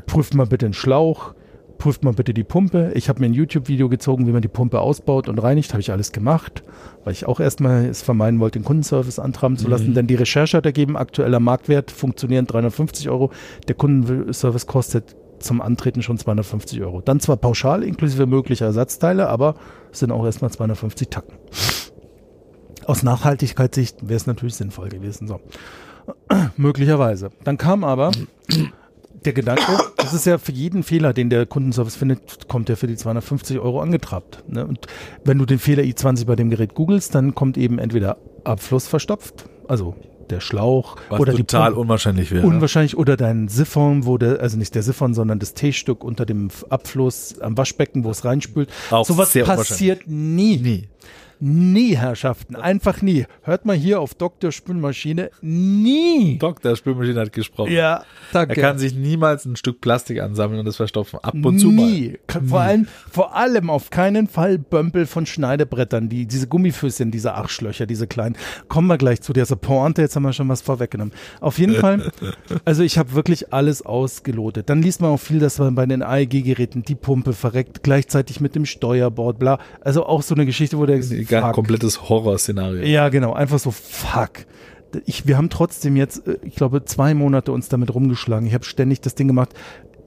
[SPEAKER 2] Prüft mal bitte den Schlauch, prüft mal bitte die Pumpe. Ich habe mir ein YouTube-Video gezogen, wie man die Pumpe ausbaut und reinigt, habe ich alles gemacht, weil ich auch erstmal es vermeiden wollte, den Kundenservice antraben zu lassen, denn die Recherche hat ergeben, aktueller Marktwert funktionierend 350 Euro, der Kundenservice kostet zum Antreten schon 250 Euro. Dann zwar pauschal inklusive möglicher Ersatzteile, aber es sind auch erstmal 250 Tacken aus Nachhaltigkeitssicht wäre es natürlich sinnvoll gewesen. So. Möglicherweise. Dann kam aber der Gedanke, das ist ja für jeden Fehler, den der Kundenservice findet, kommt er für die 250 Euro angetrabt. Ne? Und wenn du den Fehler I20 bei dem Gerät googelst, dann kommt eben entweder Abfluss verstopft, also der Schlauch
[SPEAKER 1] Was
[SPEAKER 2] oder die
[SPEAKER 1] total
[SPEAKER 2] Pumpe-
[SPEAKER 1] unwahrscheinlich wäre.
[SPEAKER 2] Unwahrscheinlich. Oder dein Siphon, wo der, also nicht der Siphon, sondern das T-Stück unter dem Abfluss am Waschbecken, wo es reinspült.
[SPEAKER 1] Auch
[SPEAKER 2] Sowas
[SPEAKER 1] sehr
[SPEAKER 2] passiert nie.
[SPEAKER 1] Nie.
[SPEAKER 2] Nie, Herrschaften, einfach nie. Hört mal hier auf Dr. Spülmaschine, nie.
[SPEAKER 1] Doktor Spülmaschine hat gesprochen.
[SPEAKER 2] Ja,
[SPEAKER 1] Er
[SPEAKER 2] danke.
[SPEAKER 1] kann sich niemals ein Stück Plastik ansammeln und es verstopfen. Ab und zu mal.
[SPEAKER 2] Nie. Vor allem, vor allem auf keinen Fall Bömpel von Schneidebrettern, die, diese Gummifüßchen, diese Arschlöcher, diese kleinen. Kommen wir gleich zu der Pointe, jetzt haben wir schon was vorweggenommen. Auf jeden Fall, also ich habe wirklich alles ausgelotet. Dann liest man auch viel, dass man bei den AEG-Geräten die Pumpe verreckt, gleichzeitig mit dem Steuerbord, bla. Also auch so eine Geschichte, wo der
[SPEAKER 1] Egal, komplettes Horrorszenario.
[SPEAKER 2] ja, genau. Einfach so, fuck. Ich, wir haben trotzdem jetzt, äh, ich glaube, zwei Monate uns damit rumgeschlagen. Ich habe ständig das Ding gemacht.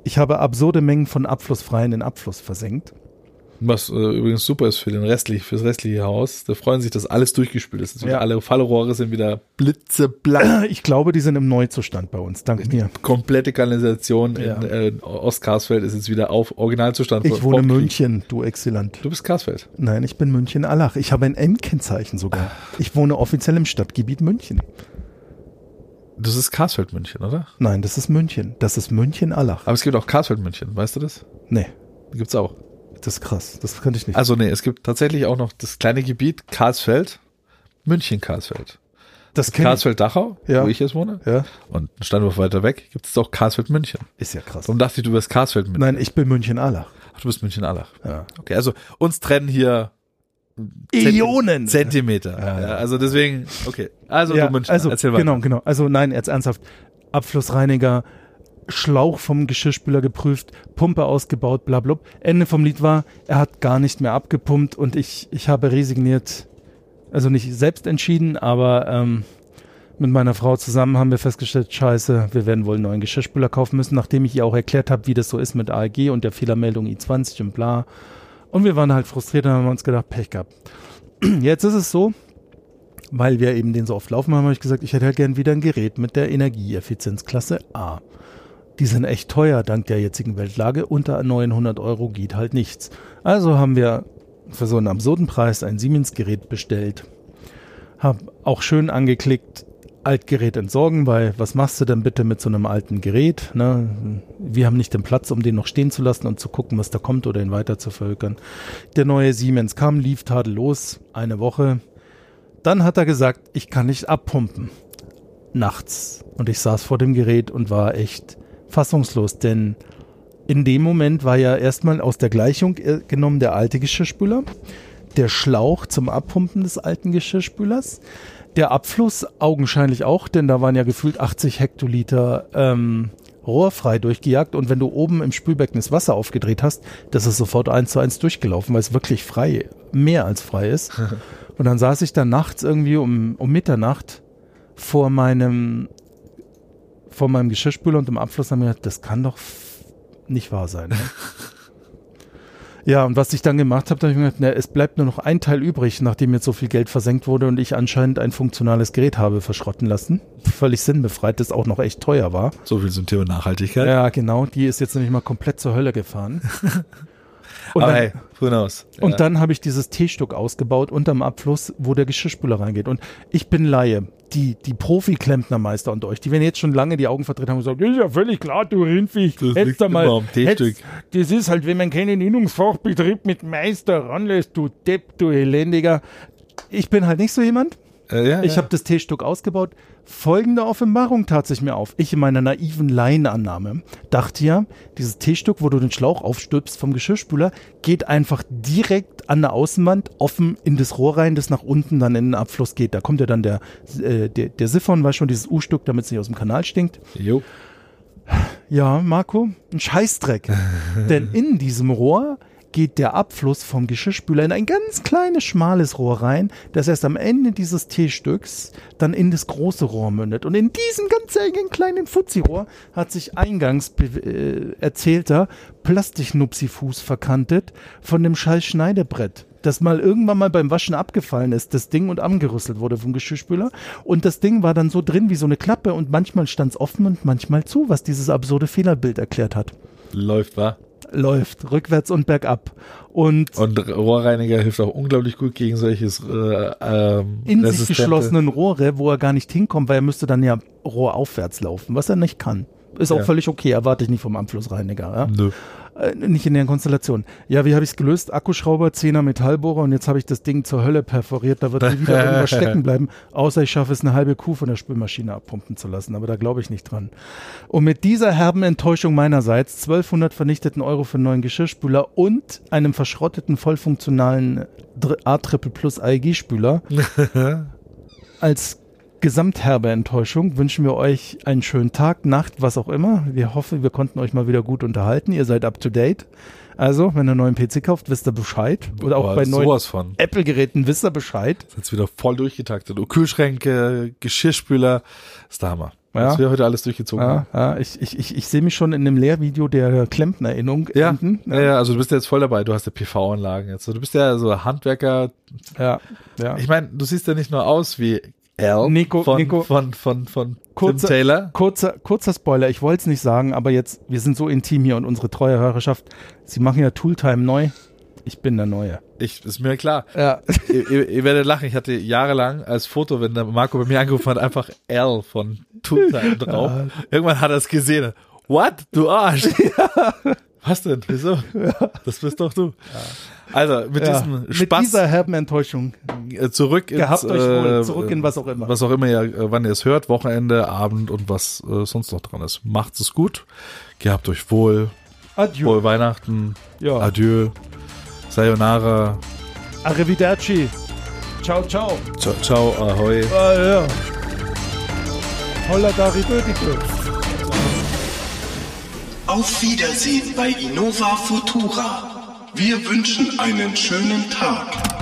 [SPEAKER 2] Ich habe absurde Mengen von abflussfreien in Abfluss versenkt.
[SPEAKER 1] Was äh, übrigens super ist für den restlich, fürs restliche Haus. Da freuen sich, dass alles durchgespült ist. Dass wieder
[SPEAKER 2] Ja.
[SPEAKER 1] Alle Fallrohre sind wieder blitzeblank.
[SPEAKER 2] Ich glaube, die sind im Neuzustand bei uns, dank mir.
[SPEAKER 1] Komplette Kanalisation
[SPEAKER 2] Ja.
[SPEAKER 1] in äh, Ostkarsfeld ist jetzt wieder auf Originalzustand.
[SPEAKER 2] Ich
[SPEAKER 1] vor-
[SPEAKER 2] wohne in
[SPEAKER 1] vor Krieg.
[SPEAKER 2] München, du Exzellent.
[SPEAKER 1] Du bist Karsfeld.
[SPEAKER 2] Nein, ich bin München-Allach. Ich habe ein M-Kennzeichen sogar. Ich wohne offiziell im Stadtgebiet München.
[SPEAKER 1] Das ist Karsfeld München, oder?
[SPEAKER 2] Nein, das ist München. Das ist München-Allach.
[SPEAKER 1] Aber es gibt auch Karsfeld München, weißt du das?
[SPEAKER 2] Nee,
[SPEAKER 1] Gibt's auch.
[SPEAKER 2] das ist krass. Das könnte ich nicht.
[SPEAKER 1] Also nee, es gibt tatsächlich auch noch das kleine Gebiet Karsfeld, München Karsfeld.
[SPEAKER 2] das kenn ich.
[SPEAKER 1] Karsfeld Dachau,
[SPEAKER 2] Ja.
[SPEAKER 1] wo ich jetzt wohne.
[SPEAKER 2] Ja,
[SPEAKER 1] Und einen Steinwurf weiter weg gibt es auch Karsfeld München.
[SPEAKER 2] ist ja krass.
[SPEAKER 1] Darum dachte ich, du wärst Karsfeld München.
[SPEAKER 2] Nein, ich bin München-Allach.
[SPEAKER 1] Ach, du bist München Allach.
[SPEAKER 2] Ja.
[SPEAKER 1] Okay, also uns trennen hier Zent-
[SPEAKER 2] Ionen.
[SPEAKER 1] Zentimeter.
[SPEAKER 2] Ja,
[SPEAKER 1] Ja,
[SPEAKER 2] ja.
[SPEAKER 1] also deswegen, okay. Also
[SPEAKER 2] ja,
[SPEAKER 1] du München,
[SPEAKER 2] also,
[SPEAKER 1] erzähl mal.
[SPEAKER 2] genau, genau. Also nein, jetzt ernsthaft. Abflussreiniger, Schlauch vom Geschirrspüler geprüft, Pumpe ausgebaut, bla, bla. Ende vom Lied war, er hat gar nicht mehr abgepumpt und ich, ich habe resigniert, also nicht selbst entschieden, aber ähm, mit meiner Frau zusammen haben wir festgestellt, scheiße, wir werden wohl einen neuen Geschirrspüler kaufen müssen, nachdem ich ihr auch erklärt habe, wie das so ist mit AEG und der Fehlermeldung I20 und bla. Und wir waren halt frustriert und haben uns gedacht, Pech gehabt. Jetzt ist es so, weil wir eben den so oft laufen haben, habe ich gesagt, ich hätte halt gern wieder ein Gerät mit der Energieeffizienzklasse A. Die sind echt teuer dank der jetzigen Weltlage. Unter 900 Euro geht halt nichts. Also haben wir für so einen absurden Preis ein Siemens-Gerät bestellt. Hab auch schön angeklickt, Altgerät entsorgen, weil was machst du denn bitte mit so einem alten Gerät? Ne? Wir haben nicht den Platz, um den noch stehen zu lassen und zu gucken, was da kommt oder ihn weiter zu verhökern. Der neue Siemens kam, lief tadellos, eine Woche. Dann hat er gesagt, ich kann nicht abpumpen. Nachts. Und ich saß vor dem Gerät und war echt fassungslos, denn in dem Moment war ja erstmal aus der Gleichung äh, genommen der alte Geschirrspüler, der Schlauch zum Abpumpen des alten Geschirrspülers, der Abfluss augenscheinlich auch, denn da waren ja gefühlt 80 Hektoliter ähm, rohrfrei durchgejagt und wenn du oben im Spülbecken das Wasser aufgedreht hast, das ist sofort eins zu eins durchgelaufen, weil es wirklich frei, mehr als frei ist. Und dann saß ich da nachts irgendwie um, um Mitternacht vor meinem, vor meinem Geschirrspüler und im Abfluss haben wir gedacht, das kann doch f- nicht wahr sein. Ne? ja, und was ich dann gemacht habe, da habe ich mir gedacht, na, es bleibt nur noch ein Teil übrig, nachdem jetzt so viel Geld versenkt wurde und ich anscheinend ein funktionales Gerät habe verschrotten lassen. Völlig sinnbefreit, das auch noch echt teuer war.
[SPEAKER 1] So viel zum Thema Nachhaltigkeit.
[SPEAKER 2] Ja, genau, die ist jetzt nämlich mal komplett zur Hölle gefahren. Und
[SPEAKER 1] Aber
[SPEAKER 2] dann-
[SPEAKER 1] hey, who knows?
[SPEAKER 2] und
[SPEAKER 1] ja.
[SPEAKER 2] dann habe ich dieses T-Stück ausgebaut unterm Abfluss, wo der Geschirrspüler reingeht. Und ich bin Laie. Die, die Profi-Klempnermeister unter euch, die werden jetzt schon lange die Augen verdreht haben und sagen, das ist ja völlig klar, du Rindviech.
[SPEAKER 1] Das
[SPEAKER 2] Hättest
[SPEAKER 1] liegt
[SPEAKER 2] du mal,
[SPEAKER 1] immer am T-Stück.
[SPEAKER 2] hättest- Das ist halt, wenn man keinen Innungsfachbetrieb mit Meister ranlässt, du Depp, du Elendiger. Ich bin halt nicht so jemand.
[SPEAKER 1] äh, ja,
[SPEAKER 2] Ich
[SPEAKER 1] ja.
[SPEAKER 2] habe das T-Stück ausgebaut. Folgende Offenbarung tat sich mir auf. Ich in meiner naiven Laienannahme dachte ja, dieses T-Stück, wo du den Schlauch aufstülpst vom Geschirrspüler, geht einfach direkt an der Außenwand offen in das Rohr rein, das nach unten dann in den Abfluss geht. Da kommt ja dann der, äh, der, der Siphon, weißt schon, dieses U-Stück, damit es nicht aus dem Kanal stinkt.
[SPEAKER 1] Jo.
[SPEAKER 2] Ja, Marco, ein Scheißdreck. Denn in diesem Rohr geht der Abfluss vom Geschirrspüler in ein ganz kleines, schmales Rohr rein, das erst am Ende dieses T-Stücks dann in das große Rohr mündet. Und in diesem ganz engen kleinen Fuzzi-Rohr hat sich eingangs be- äh, erzählter Plastiknupsifuß verkantet von dem scheiß Schneidebrett das mal irgendwann mal beim Waschen abgefallen ist, das Ding und angerüsselt wurde vom Geschirrspüler. Und das Ding war dann so drin wie so eine Klappe und manchmal stand es offen und manchmal zu, was dieses absurde Fehlerbild erklärt hat.
[SPEAKER 1] Läuft, wa?
[SPEAKER 2] Läuft rückwärts und bergab. Und,
[SPEAKER 1] Und Rohrreiniger hilft auch unglaublich gut gegen solches äh, ähm,
[SPEAKER 2] in sich
[SPEAKER 1] resistente-
[SPEAKER 2] geschlossenen Rohre, wo er gar nicht hinkommt, weil er müsste dann ja rohraufwärts laufen, was er nicht kann. Ist auch
[SPEAKER 1] Ja. Mhm.
[SPEAKER 2] völlig okay, erwarte ich nicht vom Anflussreiniger. Ja?
[SPEAKER 1] Nö.
[SPEAKER 2] Äh, nicht in der Konstellation. Ja, wie habe ich es gelöst? Akkuschrauber, 10er Metallbohrer und jetzt habe ich das Ding zur Hölle perforiert. Da wird nie wieder irgendwas stecken bleiben, außer ich schaffe es, eine halbe Kuh von der Spülmaschine abpumpen zu lassen. Aber da glaube ich nicht dran. Und mit dieser herben Enttäuschung meinerseits, 1200 vernichteten Euro für einen neuen Geschirrspüler und einem verschrotteten, vollfunktionalen A Plus AEG-Spüler, als gesamtherbe Enttäuschung wünschen wir euch einen schönen Tag, Nacht, was auch immer. Wir hoffen, wir konnten euch mal wieder gut unterhalten. Ihr seid up to date. Also, wenn ihr einen neuen PC kauft, wisst ihr Bescheid. Oder auch
[SPEAKER 1] Boah,
[SPEAKER 2] bei neuen
[SPEAKER 1] sowas von.
[SPEAKER 2] Apple-Geräten wisst ihr Bescheid.
[SPEAKER 1] Ist jetzt wieder voll durchgetaktet. Oh, Kühlschränke, Geschirrspüler, ist der Hammer.
[SPEAKER 2] Ja.
[SPEAKER 1] Was wir heute alles durchgezogen haben.
[SPEAKER 2] Ja, ja, ich ich, ich, ich sehe mich schon in dem Lehrvideo der Klempnerinnung.
[SPEAKER 1] Ja,
[SPEAKER 2] hinten.
[SPEAKER 1] ja, ja, also du bist ja jetzt voll dabei. Du hast ja PV-Anlagen jetzt. Du bist ja so Handwerker.
[SPEAKER 2] ja, ja.
[SPEAKER 1] Ich meine, du siehst ja nicht nur aus wie Al
[SPEAKER 2] Nico-
[SPEAKER 1] von,
[SPEAKER 2] Nico-
[SPEAKER 1] von, von, von, von Tim
[SPEAKER 2] Kurzer-
[SPEAKER 1] Taylor.
[SPEAKER 2] Kurzer, kurzer Spoiler, ich wollte es nicht sagen, aber jetzt, wir sind so intim hier und unsere treue Hörerschaft, sie machen ja Tooltime neu. Ich bin der Neue.
[SPEAKER 1] Ich, ist mir klar.
[SPEAKER 2] Ja.
[SPEAKER 1] ihr, ihr, ihr werdet lachen. Ich hatte jahrelang als Foto, wenn der Marco bei mir angerufen hat, einfach L von Tooltime drauf. Irgendwann hat er es gesehen. What? Du Arsch! Was denn? Wieso? Das bist doch du. Also, mit
[SPEAKER 2] Ja.
[SPEAKER 1] diesem
[SPEAKER 2] Mit
[SPEAKER 1] Spaß
[SPEAKER 2] dieser herben Enttäuschung.
[SPEAKER 1] äh, zurück ins,
[SPEAKER 2] Gehabt euch wohl,
[SPEAKER 1] äh,
[SPEAKER 2] zurück in was auch immer.
[SPEAKER 1] Was auch immer, ihr, äh, wann ihr es hört, Wochenende, Abend und was äh, sonst noch dran ist. Macht es gut. Gehabt euch wohl.
[SPEAKER 2] Adieu.
[SPEAKER 1] Wohl Weihnachten.
[SPEAKER 2] Ja.
[SPEAKER 1] Adieu. Sayonara.
[SPEAKER 2] Arrivederci. Ciao, ciao.
[SPEAKER 1] Ciao, ciao ahoi.
[SPEAKER 2] Ah, ja. Holla da ribödicke.
[SPEAKER 4] Auf Wiedersehen bei Innova Futura. Wir wünschen einen schönen Tag.